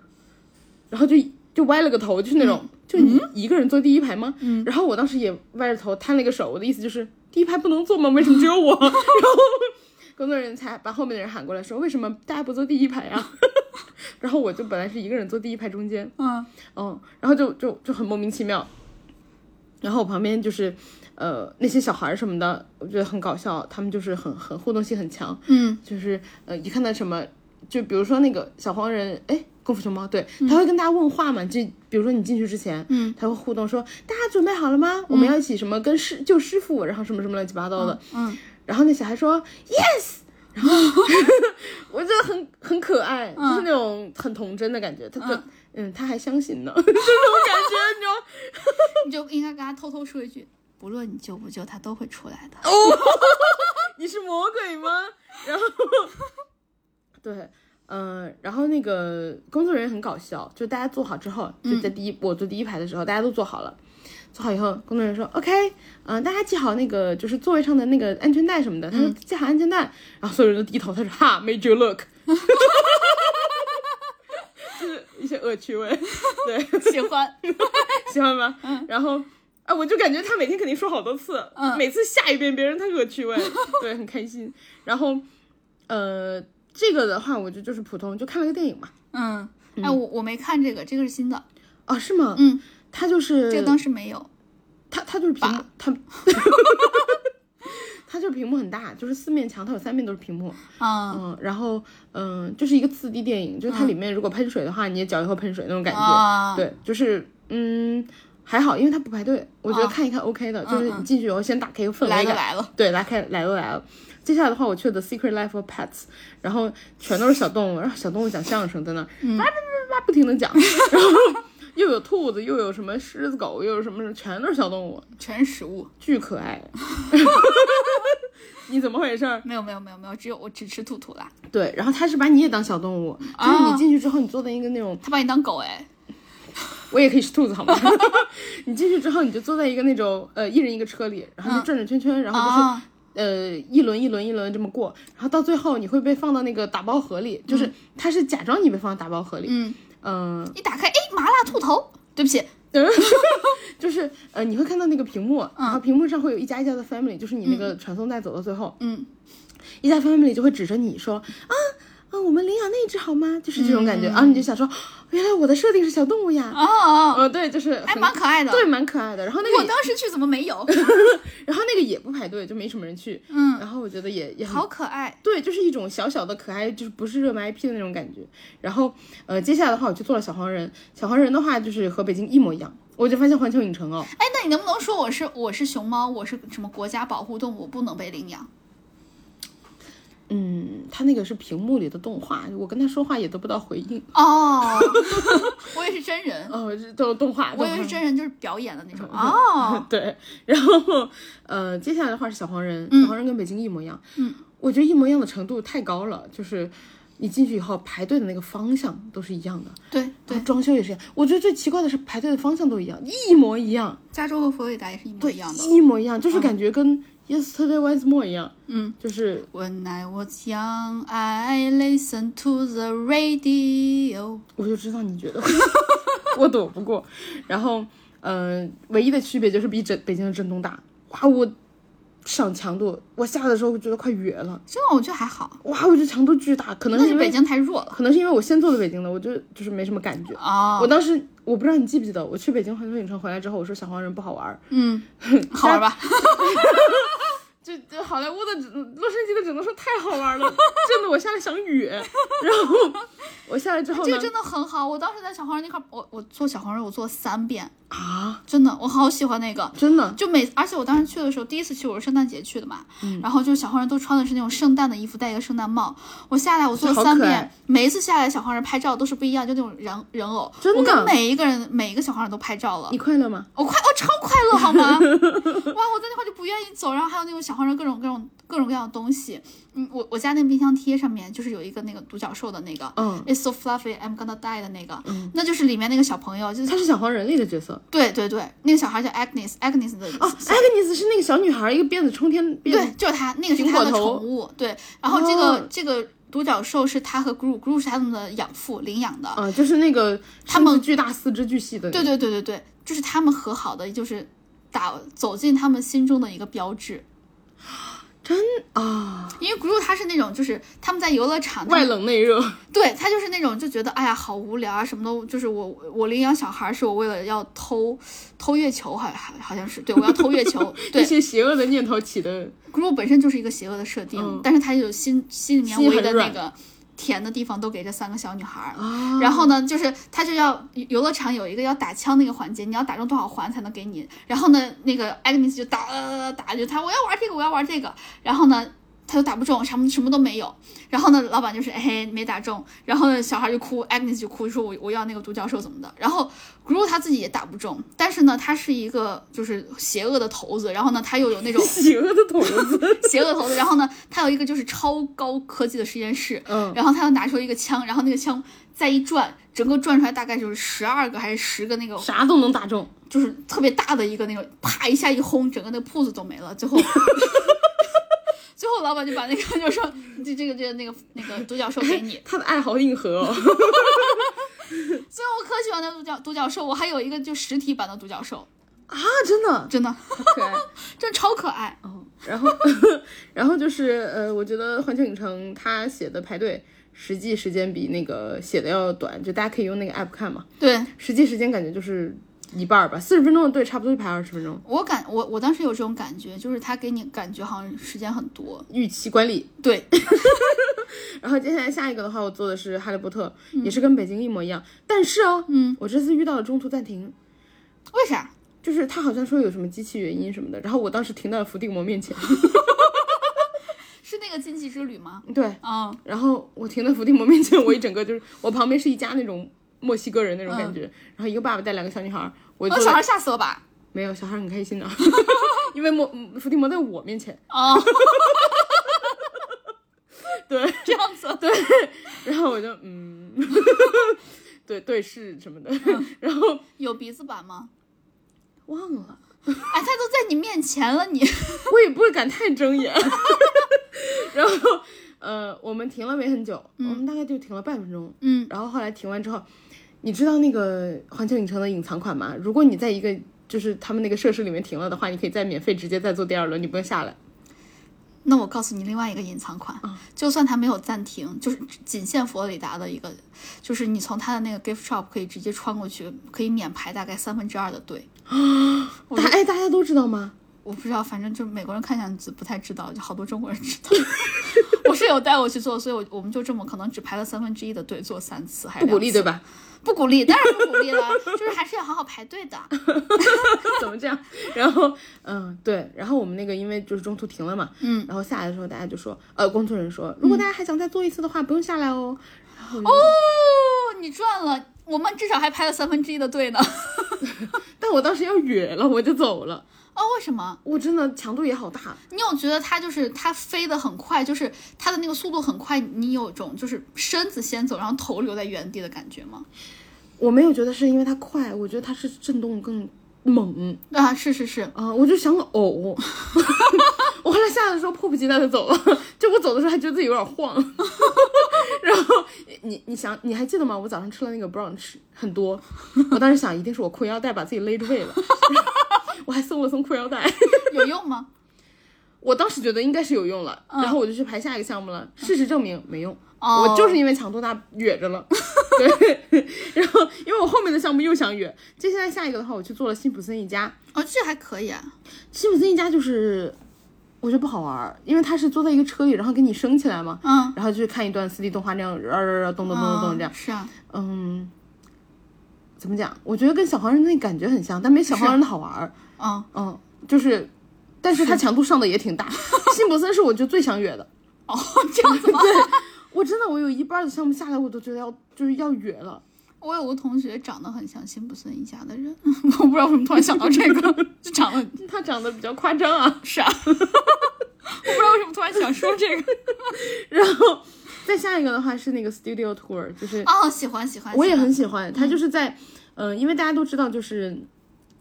S1: 然后就就歪了个头，就是那种，就你一个人坐第一排吗？然后我当时也歪着头摊了一个手，我的意思就是第一排不能坐吗？为什么只有我？ *laughs* 然后工作人员才把后面的人喊过来说，为什么大家不坐第一排
S2: *laughs*
S1: 呀、然后我就本来是一个人坐第一排中间，
S2: 嗯，
S1: 嗯，然后就就就很莫名其妙。然后我旁边就是，呃，那些小孩儿什么的，我觉得很搞笑，他们就是很很互动性很强，
S2: 嗯，
S1: 就是呃，一看到什么，就比如说那个小黄人，哎，功夫熊猫，对，他会跟大家问话嘛，就比如说你进去之前，
S2: 嗯，
S1: 他会互动说，大家准备好了吗？我们要一起什么跟师救师傅，然后什么什么乱七八糟的，
S2: 嗯，
S1: 然后那小孩说 yes，然后 *laughs* 我觉得很很可爱，就是那种很童真的感觉。他就嗯，他还相信呢，就 *laughs* 这种感觉，你知道吗？
S2: 你就应该跟他偷偷说一句，不论你救不救，他都会出来的。 *laughs*
S1: 你是魔鬼吗？ *laughs* 然后，对，嗯、然后那个工作人员很搞笑，就大家坐好之后，就在第一、我坐第一排的时候，大家都坐好了，坐好以后，工作人员说 OK，嗯、大家系好那个就是座位上的那个安全带什么的，他说系好安全带，然后所有人都低头，他说哈，Major look，就是一些恶趣味，对。
S2: 喜欢，
S1: 喜欢吗？然后啊，我就感觉他每天肯定说好多次，
S2: 嗯
S1: 每次吓一遍别人，他恶趣味，
S2: *laughs*
S1: 对，很开心。然后，呃，这个的话，我就就是普通，就看了个电影嘛。
S2: 嗯，哎，我我没看这个，这个是新的，
S1: 哦，是吗？
S2: 嗯，
S1: 他就是
S2: 这个当时没有。
S1: 他他就是屏幕，他 *laughs* 他就是屏幕很大，就是四面墙，它有三面都是屏幕。
S2: 嗯
S1: 嗯，然后嗯、就是一个四 D 电影，就是它里面如果喷水的话，你也脚以后喷水那种感觉。
S2: 啊，
S1: 对，就是嗯还好，因为它不排队，我觉得看一看 OK 的，就是你进去以后先打开一个氛
S2: 哦嗯来
S1: 围
S2: 都
S1: 感，
S2: 来了，
S1: 对，来开来都来了。接下来的话，我去了 The Secret Life of Pets，然后全都是小动物，然后小动物讲相声在那儿，
S2: 嗯
S1: 叭叭叭叭不停的
S2: *laughs*
S1: 讲，然后又有兔子，又有什么狮子狗，又有什么，全都是小动物，
S2: 全是食物。
S1: 巨可爱。 *laughs* 你怎么回事儿？
S2: 没有没有没有没有，只有我只吃兔兔啦。
S1: 对，然后他是把你也当小动物，就是
S2: 啊
S1: 你进去之后，你坐在一个那种
S2: 他把你当狗哎，
S1: 我也可以是兔子，
S2: *laughs*
S1: 好吗？你进去之后，你就坐在一个那种呃一人一个车里，然后就转转圈圈，然后就是、
S2: 啊，
S1: 呃一轮一轮一轮这么过，然后到最后你会被放到那个打包盒里，就是它是假装你被放到打包盒里，
S2: 嗯，
S1: 嗯、
S2: 一打开，哎，麻辣兔头，对不起，
S1: 呃 *laughs* 就是呃你会看到那个屏幕，
S2: 嗯
S1: 然后屏幕上会有一家一家的 family，就是你那个传送带走到最后，
S2: 嗯，
S1: 一家 family 就会指着你说啊。啊，我们领养那一只好吗？就是这种感觉，然后你就想说，哦原来我的设定是小动物呀。
S2: 嗯哦哦，
S1: 呃，对，就是
S2: 还
S1: 很
S2: 蛮可爱的。
S1: 对，蛮可爱的。然后那
S2: 我
S1: 个
S2: 当时去怎么没有？
S1: 然后那个也不排队，就没什么人去。
S2: 嗯
S1: 然后我觉得也也很
S2: *laughs* 好可爱，
S1: 对，就是一种小小的可爱，就是不是热门 IP 的那种感觉。然后呃，接下来的话我去做了小黄人，小黄人的话就是和北京一模一样。我就发现环球影城哦，
S2: 哎，那你能不能说我是我是熊猫，我是什么国家保护动物，我不能被领养？
S1: 嗯，它那个是屏幕里的动画，我跟他说话也得不到回应。
S2: 哦， *laughs* 我也是真 *laughs* 人，
S1: 哦，这都是动画，
S2: 我以
S1: 动
S2: 为
S1: 画
S2: 是真人，就是表演的那种。哦，
S1: 对，然后呃，接下来的话是小黄人，
S2: 嗯
S1: 小黄人跟北京一模一样。嗯，我觉得一模一样的程度太高了，就是你进去以后排队的那个方向都是一样的。
S2: 对
S1: 对，
S2: 对，
S1: 装修也是一样。我觉得最奇怪的是排队的方向都一样，一模一样，
S2: 加州和佛罗里达也是一模一样的。
S1: 一模一样，就是感觉跟 Yesterday Once More 一样，
S2: 嗯，
S1: 就是。
S2: When I was young, I listened to the radio。
S1: 我就知道你觉得 *laughs* 我躲不过，然后，嗯、唯一的区别就是比整北京的震动大。哇，我上强度，我下的时候我觉得快哕了，
S2: 这个我觉得还好，
S1: 哇，我觉得强度巨大，可能
S2: 但
S1: 是
S2: 是
S1: 因
S2: 北
S1: 为
S2: 京太弱了。
S1: 可能是因为我先做的北京的，我就就是没什么感觉。
S2: 哦
S1: 我，当时我不知道你记不记得，我去北京环球影城回来之后，我说小黄人不好玩儿，
S2: 嗯，好玩吧？
S1: 就就好莱坞的只，洛杉矶的只能说太好玩了， *laughs* 震得我下来想哕。然后我下来之后
S2: 这
S1: 呢
S2: 个，真的很好。我当时在小黄人那块儿，我我做小黄人，我做了三遍，
S1: 啊，
S2: 真的，我好喜欢那个。
S1: 真的，
S2: 就每，而且我当时去的时候，第一次去我是圣诞节去的嘛，
S1: 嗯
S2: 然后就是小黄人都穿的是那种圣诞的衣服，戴一个圣诞帽。我下来我做了
S1: 好
S2: 三
S1: 可爱
S2: 遍，每一次下来小黄人拍照都是不一样，就那种人人偶。
S1: 真的
S2: 我跟每一个人每一个小黄人都拍照了
S1: 你。快乐吗？
S2: 我快，我超快乐
S1: *laughs*
S2: 好吗？哇，我在那块就不愿意走，然后还有那种小黄人各种各种各种各样的东西。嗯，我我家那冰箱贴上面就是有一个那个独角兽的那个、
S1: 嗯，
S2: i t s so fluffy, I'm gonna die 的那个，那就是里面那个小朋友，就是
S1: 他是小黄人里的角色
S2: 对对对，那个小孩叫 Agnes，Agnes 的
S1: 哦。Agnes 是那个小女孩，一个辫子冲天辫
S2: 对
S1: 子，，
S2: 就是他，那个是
S1: 苹
S2: 他
S1: 果
S2: 的
S1: 头
S2: 宠物，对。然后这个、
S1: 哦
S2: 这个独角兽是他和 Gru，Gru 是他们的养父领养的，
S1: 啊、就是那个
S2: 他
S1: 身子
S2: 们
S1: 巨大、四肢巨细的，
S2: 对，对对对对，就是他们和好的，就是打走进他们心中的一个标志。
S1: 真啊、
S2: 因为 Gru 他是那种，就是他们在游乐场，他
S1: 外
S2: 们
S1: 冷内热，
S2: 对他就是那种就觉得哎呀好无聊啊，什么都就是我我领养小孩儿是我为了要偷偷月球，好好好像是对我要偷月球。 *laughs*
S1: 一
S2: 对
S1: 些邪恶的念头起的，
S2: ，Gru 本身就是一个邪恶的设定，但是他有心心里面
S1: 嗯心
S2: 围
S1: 很
S2: 的那
S1: 软哦
S2: 个甜的地方都给这三个小女孩儿。然后呢，就是他就要游乐场有一个要打枪那个环节，你要打中多少环才能给呃你。然后呢，那个 Agnes 就打打打打，就他我要玩这个，我要玩这个。然后呢，他都打不中，什么什么都没有。然后呢，老板就是哎没打中，然后呢小孩就哭，Agnes 就哭说我我要那个独角兽怎么的。然后 Gru 他自己也打不中，但是呢他是一个就是邪恶的头子，然后呢他又有那种
S1: 邪恶的头
S2: *laughs*
S1: 子，
S2: 邪恶头子，然后呢他有一个就是超高科技的实验室，
S1: 嗯，
S2: 然后他又拿出一个枪，然后那个枪再一转，整个转出来大概就是十二个还是十个那个
S1: 啥都能打中，
S2: 就是特别大的一个那种，啪一下一轰，整个那个铺子都没了。最后，最后老板就把那个就说，这这个这个那个那个独角兽给哎你。
S1: 他的爱好硬核哦。
S2: 虽然我可喜欢那独角独角兽，我还有一个就实体版的独角兽，
S1: 啊，真的
S2: 真的
S1: 可爱。
S2: 真的超可爱。
S1: 哦，然后，然后就是呃，我觉得环球影城它写的排队实际时间比那个写的要短，就大家可以用那个 app 看嘛。
S2: 对
S1: 实际时间感觉就是一半儿吧，四十分钟的队差不多就排二十分钟。
S2: 我感我我当时有这种感觉，就是他给你感觉好像时间很多。
S1: 预期管理。
S2: 对，
S1: 然后接下来下一个的话，我做的是《哈利波特》也是跟北京一模一样，但是哦，
S2: 嗯，
S1: 我这次遇到了中途暂停，
S2: 为啥？
S1: 就是他好像说有什么机器原因什么的，然后我当时停到了伏地魔面前， *laughs*
S2: 是那个禁忌之旅吗？
S1: 对，
S2: 嗯，
S1: 然后我停在伏地魔面前，我一整个就是我旁边是一家那种墨西哥人那种感觉，然后一个爸爸带两个小女孩儿，我
S2: 我
S1: 坐
S2: 嗯哦小
S1: 在
S2: 孩吓死了吧？
S1: 没有小孩儿很开心的，啊 *laughs* 因为魔嗯伏地魔在我面前，
S2: 哦，
S1: 对，
S2: *laughs* 这样子。
S1: 对，然后我就嗯， *laughs* 对对视什么的，然后
S2: 有鼻子版吗？
S1: 忘了。
S2: 哎，他都在你面前了，你
S1: 我也不会敢太睁眼。 *laughs* 然后，呃，我们停了没很久，我们大概就停了半分钟。
S2: 嗯，
S1: 然后后来停完之后，你知道那个环球影城的隐藏款吗？如果你在一个就是他们那个设施里面停了的话，你可以再免费直接再坐第二轮，你不用下来。
S2: 那我告诉你另外一个隐藏款，就算它没有暂停，就是仅限佛罗里达的一个，就是你从它的那个 gift shop 可以直接穿过去，可以免排大概三分之二的队。
S1: 大哎，大家都知道吗？
S2: 我不知道，反正就是美国人看上去不太知道，就好多中国人知道。 *laughs* 我室友带我去做，所以我我们就这么可能只排了三分之一的队，做三次还是
S1: 不鼓
S2: 两
S1: 励
S2: 次
S1: 对吧？
S2: 不鼓励，当然不鼓励了，就是还是要好好排队的。
S1: *laughs* 怎么这样？然后，嗯，对，然后我们那个因为就是中途停了嘛，
S2: 嗯，
S1: 然后下来的时候大家就说，呃，工作人员说，如果大家还想再坐一次的话，不用下来哦。然后我就
S2: 哦，你赚了，我们至少还排了三分之一的队呢。
S1: 但我当时要哕了，我就走了。
S2: 哦，为什么？
S1: 我真的强度也好大，
S2: 你有觉得它就是它飞得很快，就是它的那个速度很快，你有种就是身子先走，然后头留在原地的感觉吗？
S1: 我没有觉得是因为它快，我觉得它是震动更猛
S2: 啊，是是是，
S1: 啊、我就想呕。 *laughs* 我后来下来的时候迫不及待的走了， *laughs* 就我走的时候还觉得自己有点晃。 *laughs* 然后你你想你还记得吗？我早上吃了那个 brunch 很多，我当时想一定是我裤腰带把自己勒住胃了， *laughs* 我还松了松裤腰带。 *laughs*
S2: 有用吗？
S1: 我当时觉得应该是有用了，然后我就去排下一个项目了。事实证明没用，
S2: 哦
S1: 我就是因为强度大哕着了。对， *laughs* 然后因为我后面的项目又想哕，接下来下一个的话，我去做了辛普森一家。
S2: 哦，这还可以啊。
S1: 辛普森一家就是我觉得不好玩儿，因为他是坐在一个车里，然后给你升起来嘛，
S2: 嗯，
S1: 然后就看一段 4D 动画那样，呃呃呃，咚咚咚咚咚这样
S2: 嗯。是啊，
S1: 嗯，怎么讲？我觉得跟小黄人那感觉很像，但没小黄人的好玩儿。
S2: 嗯，
S1: 嗯，就是，但是它强度上的也挺 *laughs* 大。辛普森是我觉得最想哕的。
S2: 哦，这样子吗？
S1: 我真的，我有一半的项目下来，我都觉得要就是要哕了。 *laughs*
S2: 我有个同学长得很像辛普森一家的人，我不知道为什么突然想到这个，就长得
S1: 他长得比较夸张啊。 *laughs*
S2: 傻，我不知道为什么突然想说这个。
S1: 然后再下一个的话是那个 Studio Tour，就是
S2: 哦，喜欢喜欢，
S1: 我也
S2: 喜欢嗯
S1: 很喜欢。它就是在，呃，因为大家都知道，就是，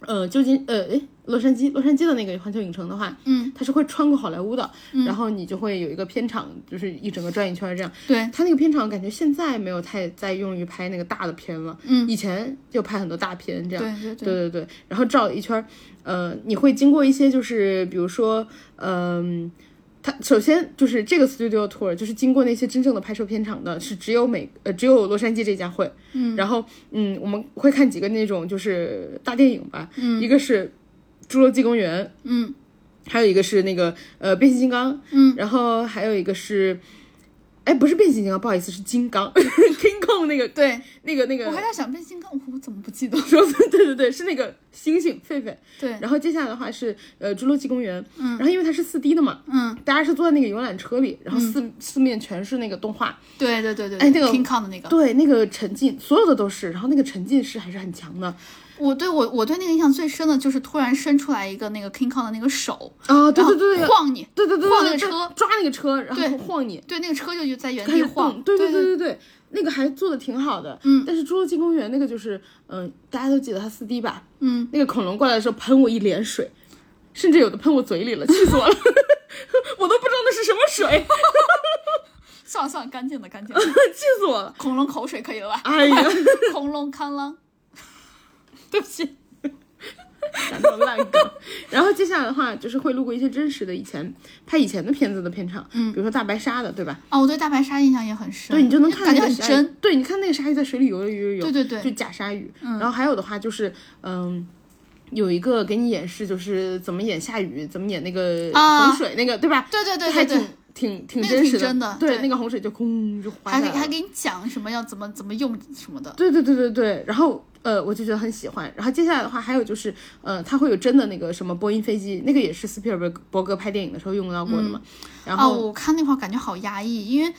S1: 呃，旧金，呃，诶，洛杉矶，洛杉矶的那个环球影城的话，
S2: 嗯，
S1: 它是会穿过好莱坞的，然后你就会有一个片场，就是一整个转一圈儿这样。
S2: 对，
S1: 它那个片场感觉现在没有太在用于拍那个大的片了，
S2: 嗯
S1: 以前就拍很多大片这样。
S2: 对对对
S1: 对对对，然后照一圈儿，呃，你会经过一些就是比如说，嗯、它首先就是这个 studio tour 就是经过那些真正的拍摄片场的，是只有美呃只有洛杉矶这家会，嗯，然后嗯我们会看几个那种就是大电影吧，嗯，一个是侏罗纪公园，
S2: 嗯，
S1: 还有一个是那个呃变形金刚，嗯，然后还有一个是。哎，不是变形金刚，不好意思，是金刚 *laughs* ，King Kong 那个，
S2: 对，
S1: 那个那个
S2: 我，还在想变形金刚，我怎么不记得？
S1: *laughs* 说对对对，是那个猩猩狒狒。
S2: 对，
S1: 然后接下来的话是呃侏罗纪公园，嗯，然后因为它是四 D 的嘛，
S2: 嗯，
S1: 大家是坐在那个游览车里，然后四、四面全是那个动画，
S2: 对对对对，
S1: 哎那个
S2: King Kong 的那个，
S1: 对，那个沉浸，所有的都是，然后那个沉浸式还是很强的
S2: 我对我我对那个印象最深的就是突然伸出来一个那个 King Kong 的那个手，
S1: 啊，对对对
S2: 然
S1: 对
S2: 后晃你，
S1: 对对对，
S2: 晃那个
S1: 对
S2: 车
S1: 抓那个车，然
S2: 对
S1: 后晃你，
S2: 对，那个车就在原
S1: 开
S2: 地
S1: 始
S2: 晃
S1: 动，哎嗯对
S2: 对
S1: 对对对对，那个还做的挺好的，嗯，但是侏罗纪公园那个就是，嗯、大家都记得它四 D 吧，
S2: 嗯，
S1: 那个恐龙过来的时候喷我一脸水，甚至有的喷我嘴里了，气死我了， *laughs* 我都不知道那是什么水，
S2: 算了算了，干净的
S1: *laughs*
S2: 干净的，
S1: 气死我了，
S2: 恐龙口水可以了吧？
S1: *laughs* 哎呀，
S2: 恐龙康啷，对不起，
S1: 讲到烂梗。然后接下来的话就是会路过一些真实的以前拍以前的片子的片场，嗯，比如说大白鲨的，对吧？
S2: 啊，我对大白鲨印象也很深，
S1: 对，你就能看
S2: 感
S1: 那
S2: 觉
S1: 个
S2: 很
S1: 鲨鱼
S2: 真，。
S1: 对，你看那个鲨鱼在水里游了游游游，
S2: 对对对
S1: 就假鲨鱼。然后还有的话就是，嗯。有一个给你演示，就是怎么演下雨，怎么演那个
S2: 啊
S1: 洪水，那个对吧？
S2: 对对对
S1: 还
S2: 对
S1: 挺挺
S2: 对，
S1: 挺
S2: 那个
S1: 真
S2: 挺
S1: 实
S2: 真的
S1: 对，
S2: 对
S1: 那个洪水就轰就滑
S2: 还
S1: 下
S2: 给
S1: 来
S2: 还
S1: 了。
S2: 给你讲什么要怎么怎么用什么的，
S1: 对对对对对，然后呃，我就觉得很喜欢。然后接下来的话，还有就是呃，它会有真的那个什么波音飞机，那个也是斯皮尔伯格伯格拍电影的时候用到过的嘛。然
S2: 哦，
S1: 后
S2: 我看那会儿感觉好压抑，因为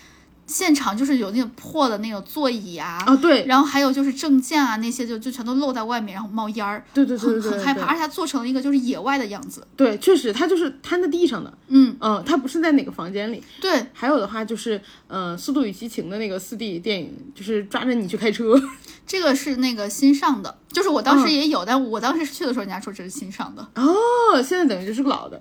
S2: 现场就是有那种破的那种座椅啊，
S1: 啊、对
S2: 然后还有就是证件啊那些就就全都露在外面，然后冒烟儿，
S1: 对对对
S2: 很
S1: 对对
S2: 很害怕，而且它做成了一个就是野外的样子。
S1: 对，确实它就是摊在地上的，
S2: 嗯，
S1: 嗯、它不是在哪个房间里。
S2: 对，
S1: 还有的话就是呃，《速度与激情》的那个四 D 电影，就是抓着你去开车， *laughs*
S2: 这个是那个新上的，就是我当时
S1: 嗯
S2: 也有，但我当时去的时候人家说这是新上的。
S1: 哦，现在等于就是个老的。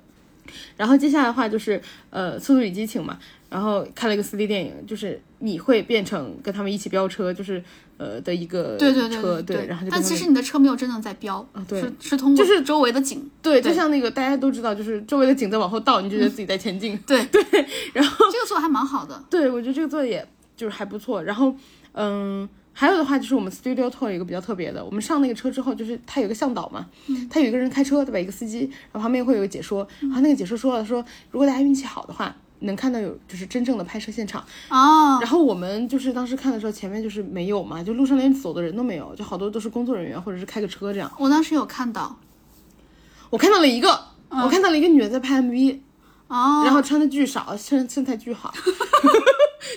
S1: 然后接下来的话就是呃，《速度与激情》嘛，然后看了一个 4D 电影，就是你会变成跟他们一起飙车，就是呃的一个
S2: 对对对
S1: 车
S2: 对
S1: 然后就
S2: 但
S1: 跟
S2: 其
S1: 他
S2: 实
S1: 们
S2: 你的车没有真正在飙，
S1: 哦对
S2: 是是通过
S1: 就是
S2: 周围的景，
S1: 对，
S2: 对
S1: 就像那个大家都知道，就是周围的景在往后倒，你就觉得自己在前进。
S2: 对
S1: 对，然后
S2: 这个做的还蛮好的。
S1: 对我觉得这个做的也就是还不错。然后嗯。还有的话就是我们 studio tour 有一个比较特别的，我们上那个车之后，就是它有一个向导嘛，他有一个人开车，对吧？一个司机，然后旁边会有个解说，然后那个解说说了说，如果大家运气好的话，能看到有就是真正的拍摄现场。
S2: 哦，
S1: 然后我们就是当时看的时候，前面就是没有嘛，就路上连走的人都没有，就好多都是工作人员或者是开个车这样。
S2: 我当时有看到，
S1: 我看到了一个，我看到了一个女人在拍 MV，、
S2: 哦，
S1: 然后穿的巨少，身身材巨 *laughs* 好，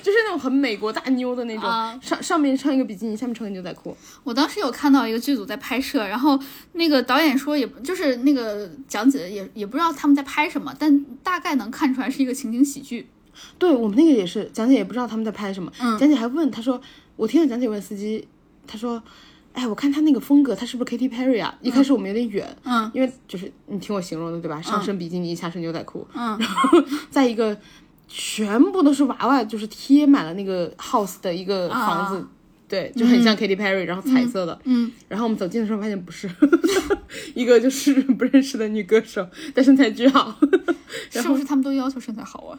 S1: 就是那种很美国大妞的那种，
S2: 啊
S1: 上上面穿一个比基尼，下面穿个牛仔裤。
S2: 我当时有看到一个剧组在拍摄，然后那个导演说也，就是那个讲解也也不知道他们在拍什么，但大概能看出来是一个情景喜剧。
S1: 对我们那个也是，蒋姐也不知道他们在拍什么，蒋姐还问她说，我听到蒋姐问司机，她说。哎，我看她那个风格，她是不是 Katy Perry 啊？一开始我们有点远，
S2: 嗯，
S1: 因为就是你听我形容的对吧？上身比基尼，下身牛仔裤，
S2: 嗯，
S1: 然后 *laughs* 在一个全部都是娃娃，就是贴满了那个 house 的一个房子，
S2: 啊
S1: 对，就很像 Katy Perry，、然后彩色的，
S2: 嗯，
S1: 然后我们走近的时候发现不是， *laughs* 一个就是不认识的女歌手，但身材巨好， *laughs*
S2: 是不是他们都要求身材好啊？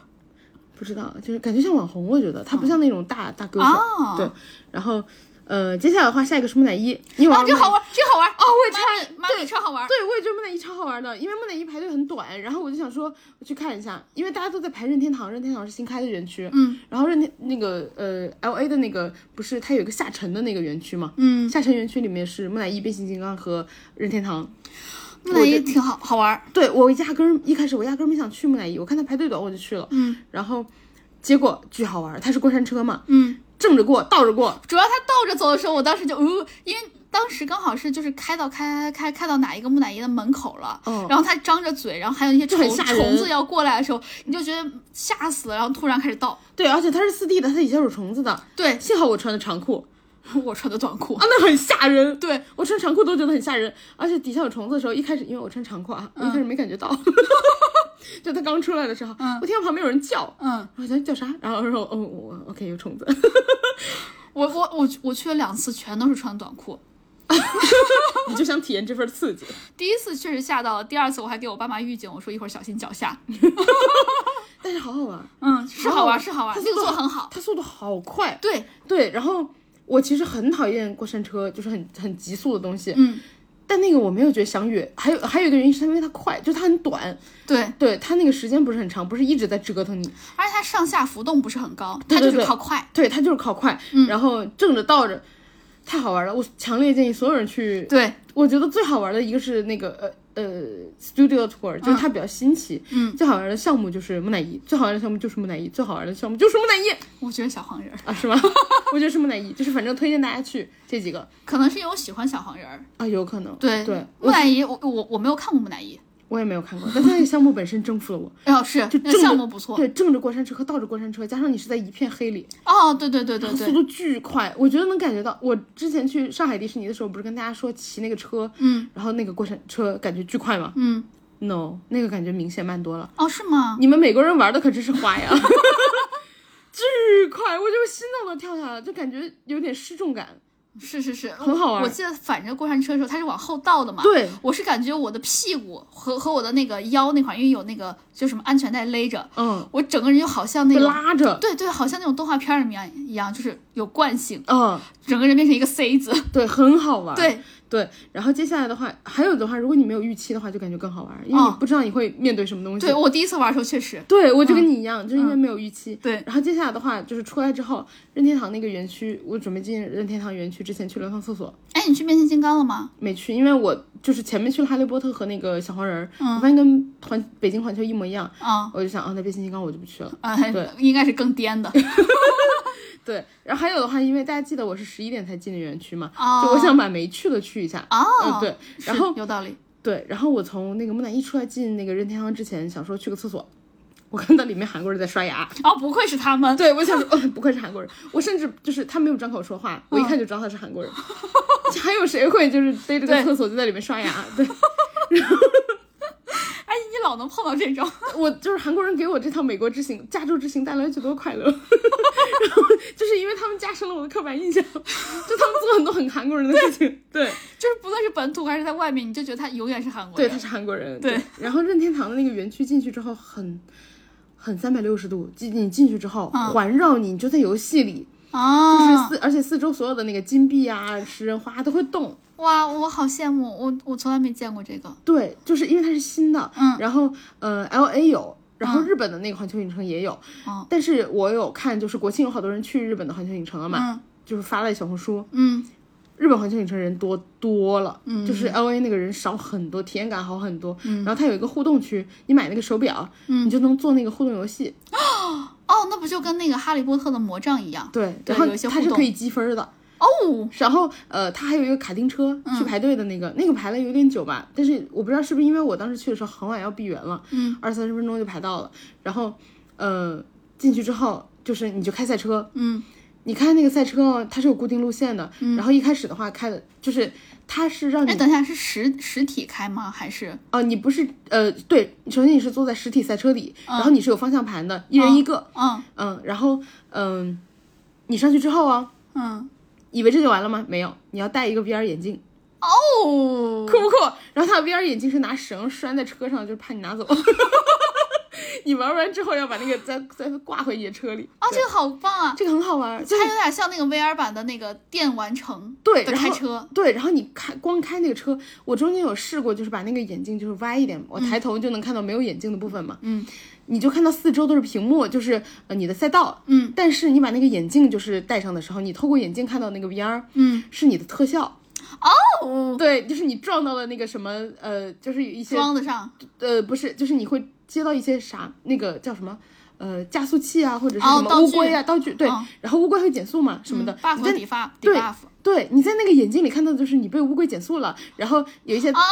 S1: 不知道，就是感觉像网红，我觉得她不像那种大、大歌手，
S2: 哦
S1: 对，然后呃，接下来的话，下一个是木乃伊，因为我
S2: 啊，
S1: 要
S2: 这个
S1: 买
S2: 好玩，这个好玩哦！
S1: 我也
S2: 妈咪，妈咪超好玩。
S1: 对，我也觉得木乃伊超好玩的，因为木乃伊排队很短，然后我就想说我去看一下，因为大家都在排任天堂，任天堂是新开的园区，
S2: 嗯，
S1: 然后任天那个呃 L A 的那个不是它有一个下沉的那个园区嘛，
S2: 嗯，
S1: 下沉园区里面是木乃伊、变形金刚和任天堂。
S2: 木乃伊挺好好玩。
S1: 对我压根儿一开始我压根儿没想去木乃伊，我看它排队短我就去了，
S2: 嗯
S1: 然后结果巨好玩，它是过山车嘛，
S2: 嗯，
S1: 正着过，倒着过，
S2: 主要他倒着走的时候，我当时就呜、因为当时刚好是就是开到开开开到哪一个木乃伊的门口了，
S1: 嗯
S2: 然后他张着嘴，然后还有一些
S1: 就
S2: 虫
S1: 很吓人
S2: 虫子要过来的时候，你就觉得吓死了，然后突然开始倒。
S1: 对，而且它是四 D 的，它底下有虫子的，
S2: 对
S1: 幸好我穿的长裤
S2: 我穿的短裤
S1: 啊，，那很吓人。
S2: 对，
S1: 我穿长裤都觉得很吓人，而且底下有虫子的时候，一开始因为我穿长裤啊，我一
S2: 嗯
S1: 开始没感觉到，
S2: *laughs*
S1: 就它刚出来的时候，我听到旁边有人叫，
S2: 嗯，
S1: 我想叫啥，然后我说哦，我 OK 有
S2: *laughs*
S1: 虫子，
S2: 我我我去我去了两次，全都是穿短裤。
S1: 你就想体验这份刺激。
S2: 第一次确实吓到了，第二次我还给我爸妈预警，我说一会儿小心脚下。
S1: 但是好好玩，
S2: 嗯，是好玩，
S1: 哦
S2: 是好玩，
S1: 它
S2: 这个
S1: 速
S2: 做
S1: 度
S2: 得
S1: *laughs*
S2: 很好。
S1: 它速度好快，
S2: 对，
S1: 对，然后我其实很讨厌过山车，就是很很急速的东西，
S2: 嗯，
S1: 但那个我没有觉得想远，还有还有一个原因是因为它快，就它很短，
S2: 对，
S1: 对它那个时间不是很长，不是一直在折腾你，
S2: 而且它上下浮动不是很高，
S1: 对
S2: 它
S1: 对
S2: 就是
S1: 对
S2: 靠快。
S1: 对它就是靠快，
S2: 嗯
S1: 然后正着倒着，太好玩了，我强烈建议所有人去。
S2: 对，
S1: 我觉得最好玩的一个是那个呃呃 studio tour，就是它比较新奇，嗯，最好玩的项目就是木乃伊，最好玩的项目就是木乃伊，最好玩的项目就是木乃伊
S2: 我觉得小黄人儿，
S1: 啊，是吗？ *laughs* 我觉得是木乃伊，就是反正推荐大家去这几个
S2: 可能是因为我喜欢小黄人儿。
S1: 啊，有可能，
S2: 对
S1: 对，
S2: 木乃伊，我我我没有看过木乃伊，
S1: 我也没有看过，但它那个项目本身征服了
S2: *laughs*
S1: 我。
S2: 哦，是
S1: 就
S2: 那
S1: 正着
S2: 项目不错。
S1: 对，正着过山车和倒着过山车，加上你是在一片黑里，
S2: 哦，对对对
S1: *laughs*
S2: 对
S1: 速
S2: 对，
S1: 度巨快，我觉得能感觉到。我之前去上海迪士尼的时候，不是跟大家说骑那个车，
S2: 嗯
S1: 然后那个过山车感觉巨快吗
S2: 嗯，
S1: ？No，那个感觉明显慢多了。
S2: 哦，是吗？
S1: 你们美国人玩的可真是花
S2: *laughs*
S1: 呀，巨快，我就心脏都跳下来了，就感觉有点失重感。
S2: 是是是，
S1: 很好玩
S2: 我记得反着过山车的时候，它是往后倒的嘛。
S1: 对，
S2: 我是感觉我的屁股和和我的那个腰那块儿，因为有那个就什么安全带勒着，
S1: 嗯，
S2: 我整个人就好像那
S1: 被
S2: 种，
S1: 拉着，
S2: 对对，好像那种动画片儿里面一样，就是有惯性，
S1: 嗯，
S2: 整个人变成一个 C 字。
S1: 对，很好玩。
S2: 对，
S1: 对，然后接下来的话，还有的话，如果你没有预期的话，就感觉更好玩，因为你
S2: 哦
S1: 不知道你会面对什么东西。
S2: 对我第一次玩的时候确实，
S1: 对，我就跟你一样，就是因为没有预期。
S2: 对，
S1: 然后接下来的话，就是出来之后，任天堂那个园区，我准备进任天堂园区之前去了趟厕所，
S2: 哎，你去变形金刚了吗？
S1: 没去，因为我就是前面去了哈利波特和那个小黄人儿，
S2: 嗯
S1: 我发现跟环北京环球一模一样，
S2: 啊、
S1: 我就想啊，那变形金刚我就不去了。
S2: 啊、
S1: 对
S2: 应该是更
S1: *laughs*
S2: 颠的。
S1: 对，然后还有的话，因为大家记得我是十一点才进的园区嘛，
S2: 哦
S1: 就我想把没去的去一下。
S2: 哦
S1: 呃，，对，
S2: 是，
S1: 然后
S2: 有道理。
S1: 对，然后我从那个木乃伊出来进那个任天堂之前，想说去个厕所，我看到里面韩国人在刷牙。
S2: 哦，不愧是他们。
S1: 对，我想说，哦，不愧是韩国人。我甚至就是他没有张口说话，我一看就知道他是韩国人。 *laughs* 还有谁会就是逮着个
S2: 对
S1: 厕所就在里面刷牙？对
S2: 哎，你老能碰到这种， *laughs*
S1: 我就是韩国人给我这趟美国之行、加州之行带来许多快乐， *laughs* 然后就是因为他们加深了我的刻板印象，就他们做很多很韩国人的事情。对，
S2: 就是不论是本土还是在外面，你就觉得他永远是韩国
S1: 对，
S2: 人。
S1: 他是韩国人。
S2: 对
S1: 然后任天堂的那个园区进去之后很。很三百六十度，进你进去之后，
S2: 嗯
S1: 环绕你，你就在游戏里，就是
S2: 啊，
S1: 四，而且四周所有的那个金币啊、食人花都会动，
S2: 哇，我好羡慕，我我从来没见过这个。
S1: 对，就是因为它是新的，
S2: 嗯
S1: 然后呃，L A 有，然后日本的那个环球影城也有，
S2: 哦
S1: 但是我有看，就是国庆有好多人去日本的环球影城了嘛，
S2: 嗯
S1: 就是发在小红书，
S2: 嗯
S1: 日本环球影城人多多了，嗯，就是 L A 那个人少很多，体验感好很多，嗯，然后它有一个互动区，你买那个手表，嗯，你就能做那个互动游戏，
S2: 哦，那不就跟那个《哈利波特》的魔杖一样？
S1: 对，
S2: 对
S1: 然后
S2: 有一些
S1: 它
S2: 互
S1: 是
S2: 动
S1: 可以积分的。
S2: 哦，
S1: 然后，呃，它还有一个卡丁车
S2: 嗯
S1: 去排队的那个，那个排了有点久吧，但是我不知道是不是因为我当时去的时候很晚要闭园了，
S2: 嗯，
S1: 二三十分钟就排到了。然后，呃，进去之后就是你就开赛车，
S2: 嗯
S1: 你开那个赛车哦它是有固定路线的，然后一开始的话开的就是它是让你
S2: 哎，等一下，是实实体开吗？还是
S1: 哦、你不是呃对，首先你是坐在实体赛车里，然后你是有方向盘的，一人一个，
S2: 嗯
S1: 嗯，然后嗯、你上去之后啊，
S2: 嗯
S1: 以为这就完了吗？没有，你要戴一个 VR 眼镜。
S2: 哦，
S1: 酷不酷？然后他的 VR 眼镜是拿绳拴在车上，就是怕你拿走。 *laughs* 你玩完之后要把那个再再挂回你的车里
S2: 啊，
S1: 对
S2: 这个好棒啊！
S1: 这个很好玩，就
S2: 它
S1: 是
S2: 有点像那个 VR 版的那个电玩城
S1: 对，
S2: 的
S1: 然
S2: 开
S1: 后哦
S2: 车，
S1: 对，然后你开光开那个车，我中间有试过，就是把那个眼镜就是歪一点，我抬头就能看到没有眼镜的部分嘛，
S2: 嗯，
S1: 你就看到四周都是屏幕，就是呃你的赛道，
S2: 嗯，
S1: 但是你把那个眼镜就是戴上的时候，你透过眼镜看到那个 VR
S2: 嗯
S1: 是你的特效，
S2: 哦，
S1: 对，就是你撞到了那个什么呃，就是一些
S2: 装得上
S1: 呃，不是，就是你会接到一些啥那个叫什么？呃，加速器啊，或者是
S2: 哦
S1: 什么
S2: 道
S1: 乌
S2: 具
S1: 龟啊，道具对，
S2: 嗯
S1: 然后乌龟会减速嘛，什么的。
S2: 嗯 buff
S1: 你
S2: 和
S1: 在
S2: debuff
S1: 对
S2: debuff，
S1: 对你在那个眼镜里看到的就是你被乌龟减速了，然后有一些就
S2: 哦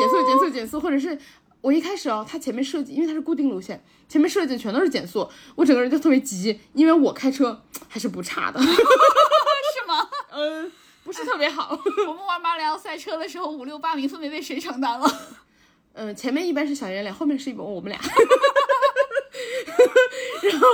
S1: 减速、减速、减速，或者是我一开始哦，它前面设计，因为它是固定路线，前面设计全都是减速，我整个人就特别急，因为我开车还是不差的，
S2: *laughs* 是吗？
S1: 嗯，不是特别好。
S2: *laughs* 我们玩马里奥赛车的时候，五六八名分别被谁承担了？
S1: 嗯，前面一般是小圆脸，后面是一本我
S2: *laughs*
S1: 们俩。然后，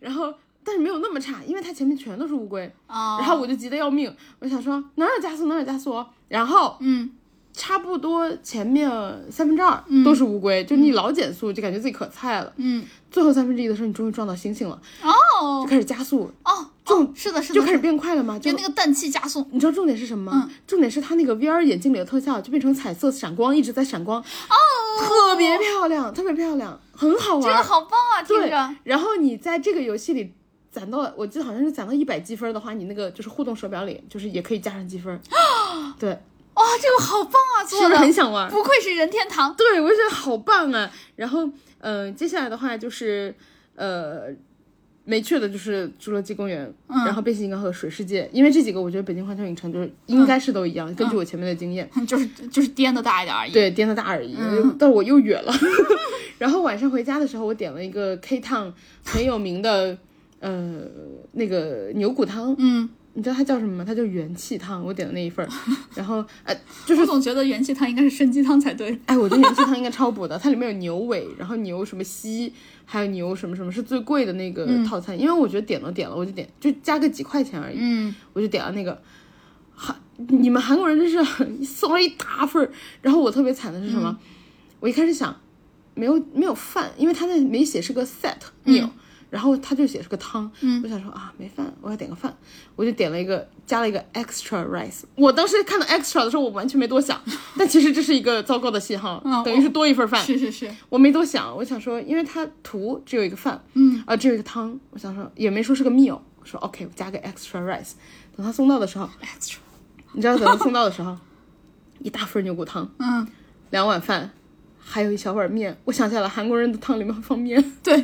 S1: 然后，但是没有那么差，因为它前面全都是乌龟，
S2: 啊，
S1: 哦然后我就急得要命，我想说哪儿有加速哪儿有加速哦，然后
S2: 嗯
S1: 差不多前面三分之二都是乌龟，就你老减速就感觉自己可菜了。
S2: 嗯，
S1: 最后三分之一的时候，你终于撞到星星了，就
S2: 哦
S1: 开始加速，
S2: 哦，
S1: 就
S2: 哦是的，是的，嗯
S1: 就开始变快了嘛。就
S2: 就那个氮气加速
S1: 你知道重点是什么吗？重点是它那个 VR 眼镜里的特效就变成彩色闪光，一直在闪光，哦，特别漂亮，特别漂亮，很好
S2: 真的
S1: 玩。
S2: 好棒啊！听
S1: 对
S2: 着，，
S1: 然后你在这个游戏里攒到，我记得好像是攒到一百积分的话，你那个就是互动手表里就是也可以加上积
S2: *gasps*
S1: 分。对，
S2: 哇，这个好棒啊！
S1: 是
S2: 做
S1: 不是
S2: 的
S1: 很想玩？
S2: 不愧是任天堂。 *laughs*
S1: 对，我就觉得好棒啊。然后，嗯、接下来的话就是，呃，没去的就是侏罗纪公园，
S2: 嗯
S1: 然后变形金刚和水世界，因为这几个我觉得北京环球影城就是应
S2: 嗯
S1: 该是都一样，根据我前面的经验，
S2: 就是就是颠的大一点而已。
S1: 对，颠的大而已。但我又远了。 *laughs* 然后晚上回家的时候，我点了一个 K Town 很有名的，呃，那个牛骨汤。
S2: 嗯，
S1: 你知道它叫什么吗？它叫元气汤，我点的那一份儿。然后，呃，就是
S2: 我总觉得元气汤应该是参鸡汤才对。
S1: 哎，我觉得元气汤应该超补的，它里面有牛尾，然后牛什么膝，还有牛什么什么是最贵的那个套餐，因为我觉得点都点了，我就点就加个几块钱而已，
S2: 嗯，
S1: 我就点了那个。韩，你们韩国人真是 *laughs* 送了一大份儿，然后我特别惨的是什么？我一开始想没有没有饭，因为他那没写是个 set meal，、然后他就写是个汤，我想说啊没饭，我要点个饭，我就点了一个加了一个 extra rice。我当时看到 extra 的时候，我完全没多想，但其实这是一个糟糕的信号，
S2: 嗯
S1: 等于是多一份饭。
S2: *laughs* 是是是，
S1: 我没多想，我想说，因为它图只有一个饭，
S2: 嗯，
S1: 啊、只有一个汤，我想说也没说是个 meal，我说 OK，我加个 extra rice。等他送到的时候，你知道等他送到的时候， *laughs* 一大份牛骨汤，
S2: 嗯，
S1: 两碗饭，还有一小碗面。我想起来了，韩国人的汤里面会放面。 *laughs*
S2: 对。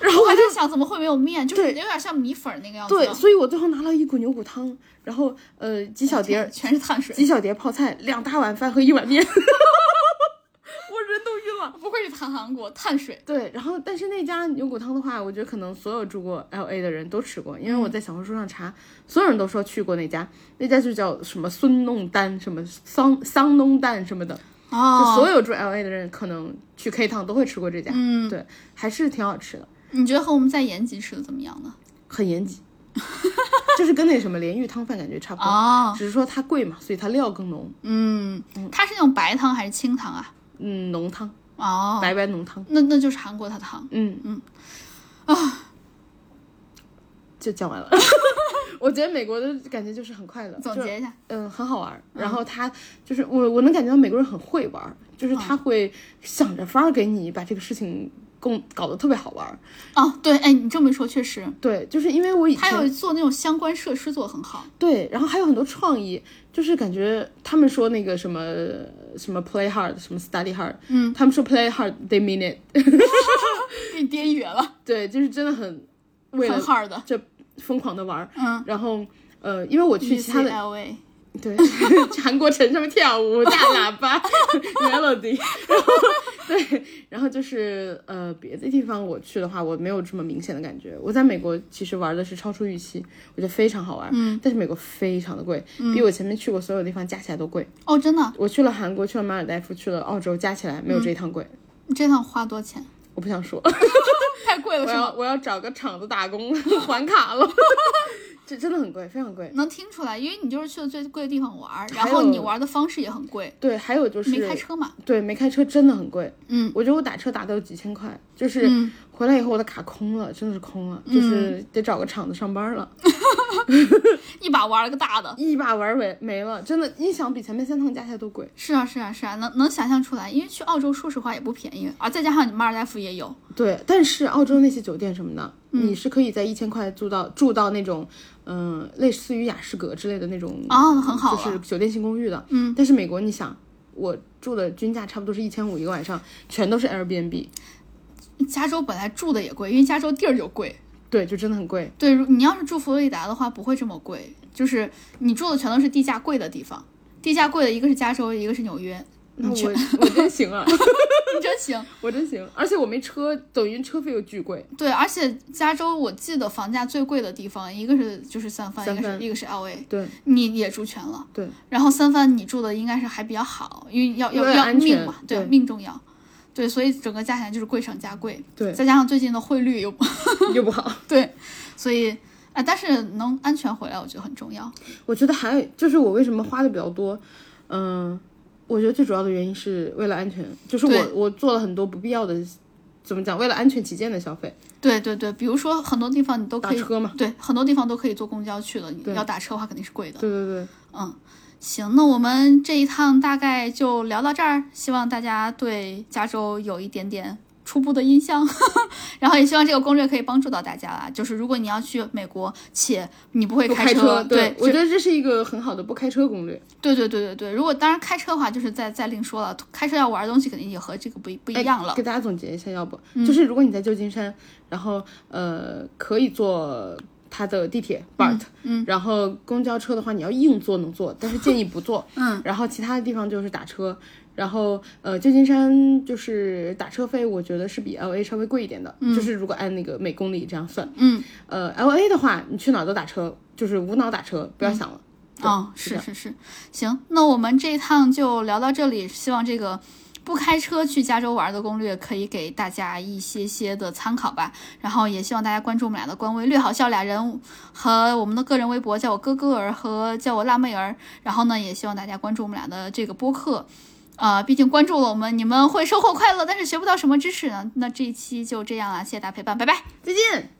S1: 然后
S2: 我
S1: 我
S2: 还
S1: 就
S2: 在想怎么会没有面，就是有
S1: 对
S2: 点像米粉儿那个样子。啊
S1: 对，，所以我最后拿了一股牛骨汤，然后呃几小碟儿
S2: 全是碳水。
S1: 几小碟泡菜，两大碗饭和一碗面。我人都晕了。
S2: 不愧是韩韩国碳水。
S1: 对，然后但是那家牛骨汤的话，我觉得可能所有住过 L A 的人都吃过，因
S2: 嗯
S1: 为我在小红书上查，所有人都说去过那家，那家就叫什么孙弄丹，什么桑桑弄丹什么的，就
S2: 哦，
S1: 所有住 L A 的人可能去 K 汤都会吃过这家，
S2: 嗯，
S1: 对，还是挺好吃的，
S2: 你觉得和我们在延吉吃的怎么样呢？
S1: 很严谨， *laughs* 就是跟那什么莲玉汤饭感觉差不多，
S2: 哦，
S1: 只是说它贵嘛，所以它料更浓，
S2: 嗯，它是那种白汤还是清汤啊？
S1: 嗯，浓汤，
S2: 哦，
S1: 白白浓汤，
S2: 那那就是韩国的汤。
S1: 嗯啊
S2: 嗯，
S1: 就讲
S2: *laughs*
S1: 完了。我觉得美国的感觉就是很快乐，
S2: 总
S1: 就是
S2: 结一下，
S1: 嗯，很好玩儿。然后他就是我，我能感觉到美国人很会玩儿，就是
S2: 嗯
S1: 他会想着法儿给你把这个事情共搞得特别好玩儿。
S2: 哦，对，哎，你这么一说确实，
S1: 对，就是因为我以
S2: 它有
S1: 前
S2: 做那种相关设施做得很好。
S1: 对，然后还有很多创意，就是感觉他们说那个什么什么 play hard，什么 study hard，
S2: 嗯，
S1: 他们说 play hard，they mean it，
S2: 给你颠远了，
S1: 对，就是真的很 *laughs* 为
S2: 很
S1: 了
S2: hard 的。
S1: 这疯狂的玩儿。
S2: 嗯
S1: 然后呃，因为我去其他的
S2: ，E L A，
S1: 对， *laughs* 韩国城上面跳舞，大喇叭，melody，然 *laughs* 后对，然后就是呃，别的地方我去的话，我没有这么明显的感觉。我在美国其实玩的是超出预期，我觉得非常好玩，嗯，但是美国非常的贵，比我前面去过所有地方加起来都贵。
S2: 哦，真的，
S1: 我去了韩国，去了马尔代夫，去了澳洲，加起来没有这一趟贵。
S2: 你这趟花多少钱？
S1: 我不想说，
S2: 太贵了
S1: 我
S2: 是吗
S1: 要？我要找个厂子打工还卡了， *laughs* 这真的很贵，非常贵。
S2: *laughs* 能听出来，因为你就是去了最贵的地方玩儿，然
S1: 还
S2: 后
S1: 有
S2: 你玩的方式也很贵，
S1: 对，还有就是
S2: 没开车嘛。
S1: 对，没开车真的很贵。
S2: 嗯，
S1: 我觉得我打车打到有几千块，就是
S2: 嗯
S1: 回来以后我的卡空了，真的是空了，就是得找个厂子上班了，
S2: 一把玩了个大的。
S1: 一把玩儿没没了，真的，一想比前面三趟加起来都贵。
S2: 是啊，是啊，是啊，能能想象出来，因为去澳洲说实话也不便宜，啊而再加上你马尔代夫也有，
S1: 对，但是澳洲那些酒店什么的，你是可以在一千块租到住到那种，嗯、类似于雅士阁之类的那种
S2: 哦很好
S1: 就是
S2: 了
S1: 酒店型公寓的。嗯，但是美国你想，我住的均价差不多是一千五一个晚上，全都是 Airbnb，
S2: 加州本来住的也贵，因为加州地儿就贵。
S1: 对，就真的很贵。
S2: 对，如你要是住佛罗里达的话，不会这么贵，就是你住的全都是地价贵的地方，地价贵的一个是加州，一个是纽约，
S1: 那我我真行啊，
S2: *laughs* 你真行。
S1: *laughs* 我真行，而且我没车，抖音车费又巨贵。
S2: 对，而且加州我记得房价最贵的地方，一个是就是三藩，
S1: 三
S2: 一个
S1: 藩
S2: 是一个是 L A，
S1: 对
S2: 你也住全了。
S1: 对，
S2: 然后三番你住的应该是还比较好，因为要
S1: 因
S2: 要
S1: 为
S2: 要
S1: 安全
S2: 命嘛，对，
S1: 对
S2: 命重要，对，所以整个加起来就是贵上加贵，
S1: 对
S2: 再加上最近的汇 *laughs* 率又
S1: 又不好。
S2: 对，所以啊、但是能安全回来，我觉得很重要。
S1: 我觉得还有就是我为什么花的比较多，嗯、我觉得最主要的原因是为了安全，就是我
S2: 对
S1: 我做了很多不必要的，怎么讲？为了安全起见的消费，
S2: 对对对，比如说很多地方你都
S1: 打
S2: 可以，
S1: 车嘛。
S2: 对，很多地方都可以坐公交去了，你要打车的话肯定是贵的。
S1: 对对对，
S2: 嗯，行，那我们这一趟大概就聊到这儿，希望大家对加州有一点点初步的印象， *laughs* 然后也希望这个攻略可以帮助到大家啦。就是如果你要去美国，且你不会
S1: 不
S2: 开
S1: 开车，
S2: 对
S1: 我觉得这是一个很好的不开车攻略。
S2: 对对对对对，如果当然开车的话，就是再再另说了，开车要玩的东西肯定也和这个不一不
S1: 哎
S2: 一样了。
S1: 给大家总结一下，要不、就是如果你在旧金山，然后呃可以坐它的地铁 BART，嗯，然后公交车的话你要硬坐能坐，但是建议不坐， *laughs* 嗯，然后其他的地方就是打车。然后，呃，旧金山就是打车费，我觉得是比 L A 稍微贵一点的，就是如果按那个每公里这样算，
S2: 嗯，
S1: 呃，L A 的话，你去哪儿都打车，就是无脑打车，不要想了。对
S2: 哦，
S1: 是
S2: 是是是，行，那我们这一趟就聊到这里，希望这个不开车去加州玩的攻略可以给大家一些些的参考吧。然后也希望大家关注我们俩的官微“略好笑俩人”和我们的个人微博，叫我哥哥儿和叫我辣妹儿。然后呢，也希望大家关注我们俩的这个播客。啊、毕竟关注了我们，你们会收获快乐，但是学不到什么知识呢。那这一期就这样了，谢谢大家陪伴，拜拜。
S1: 再见。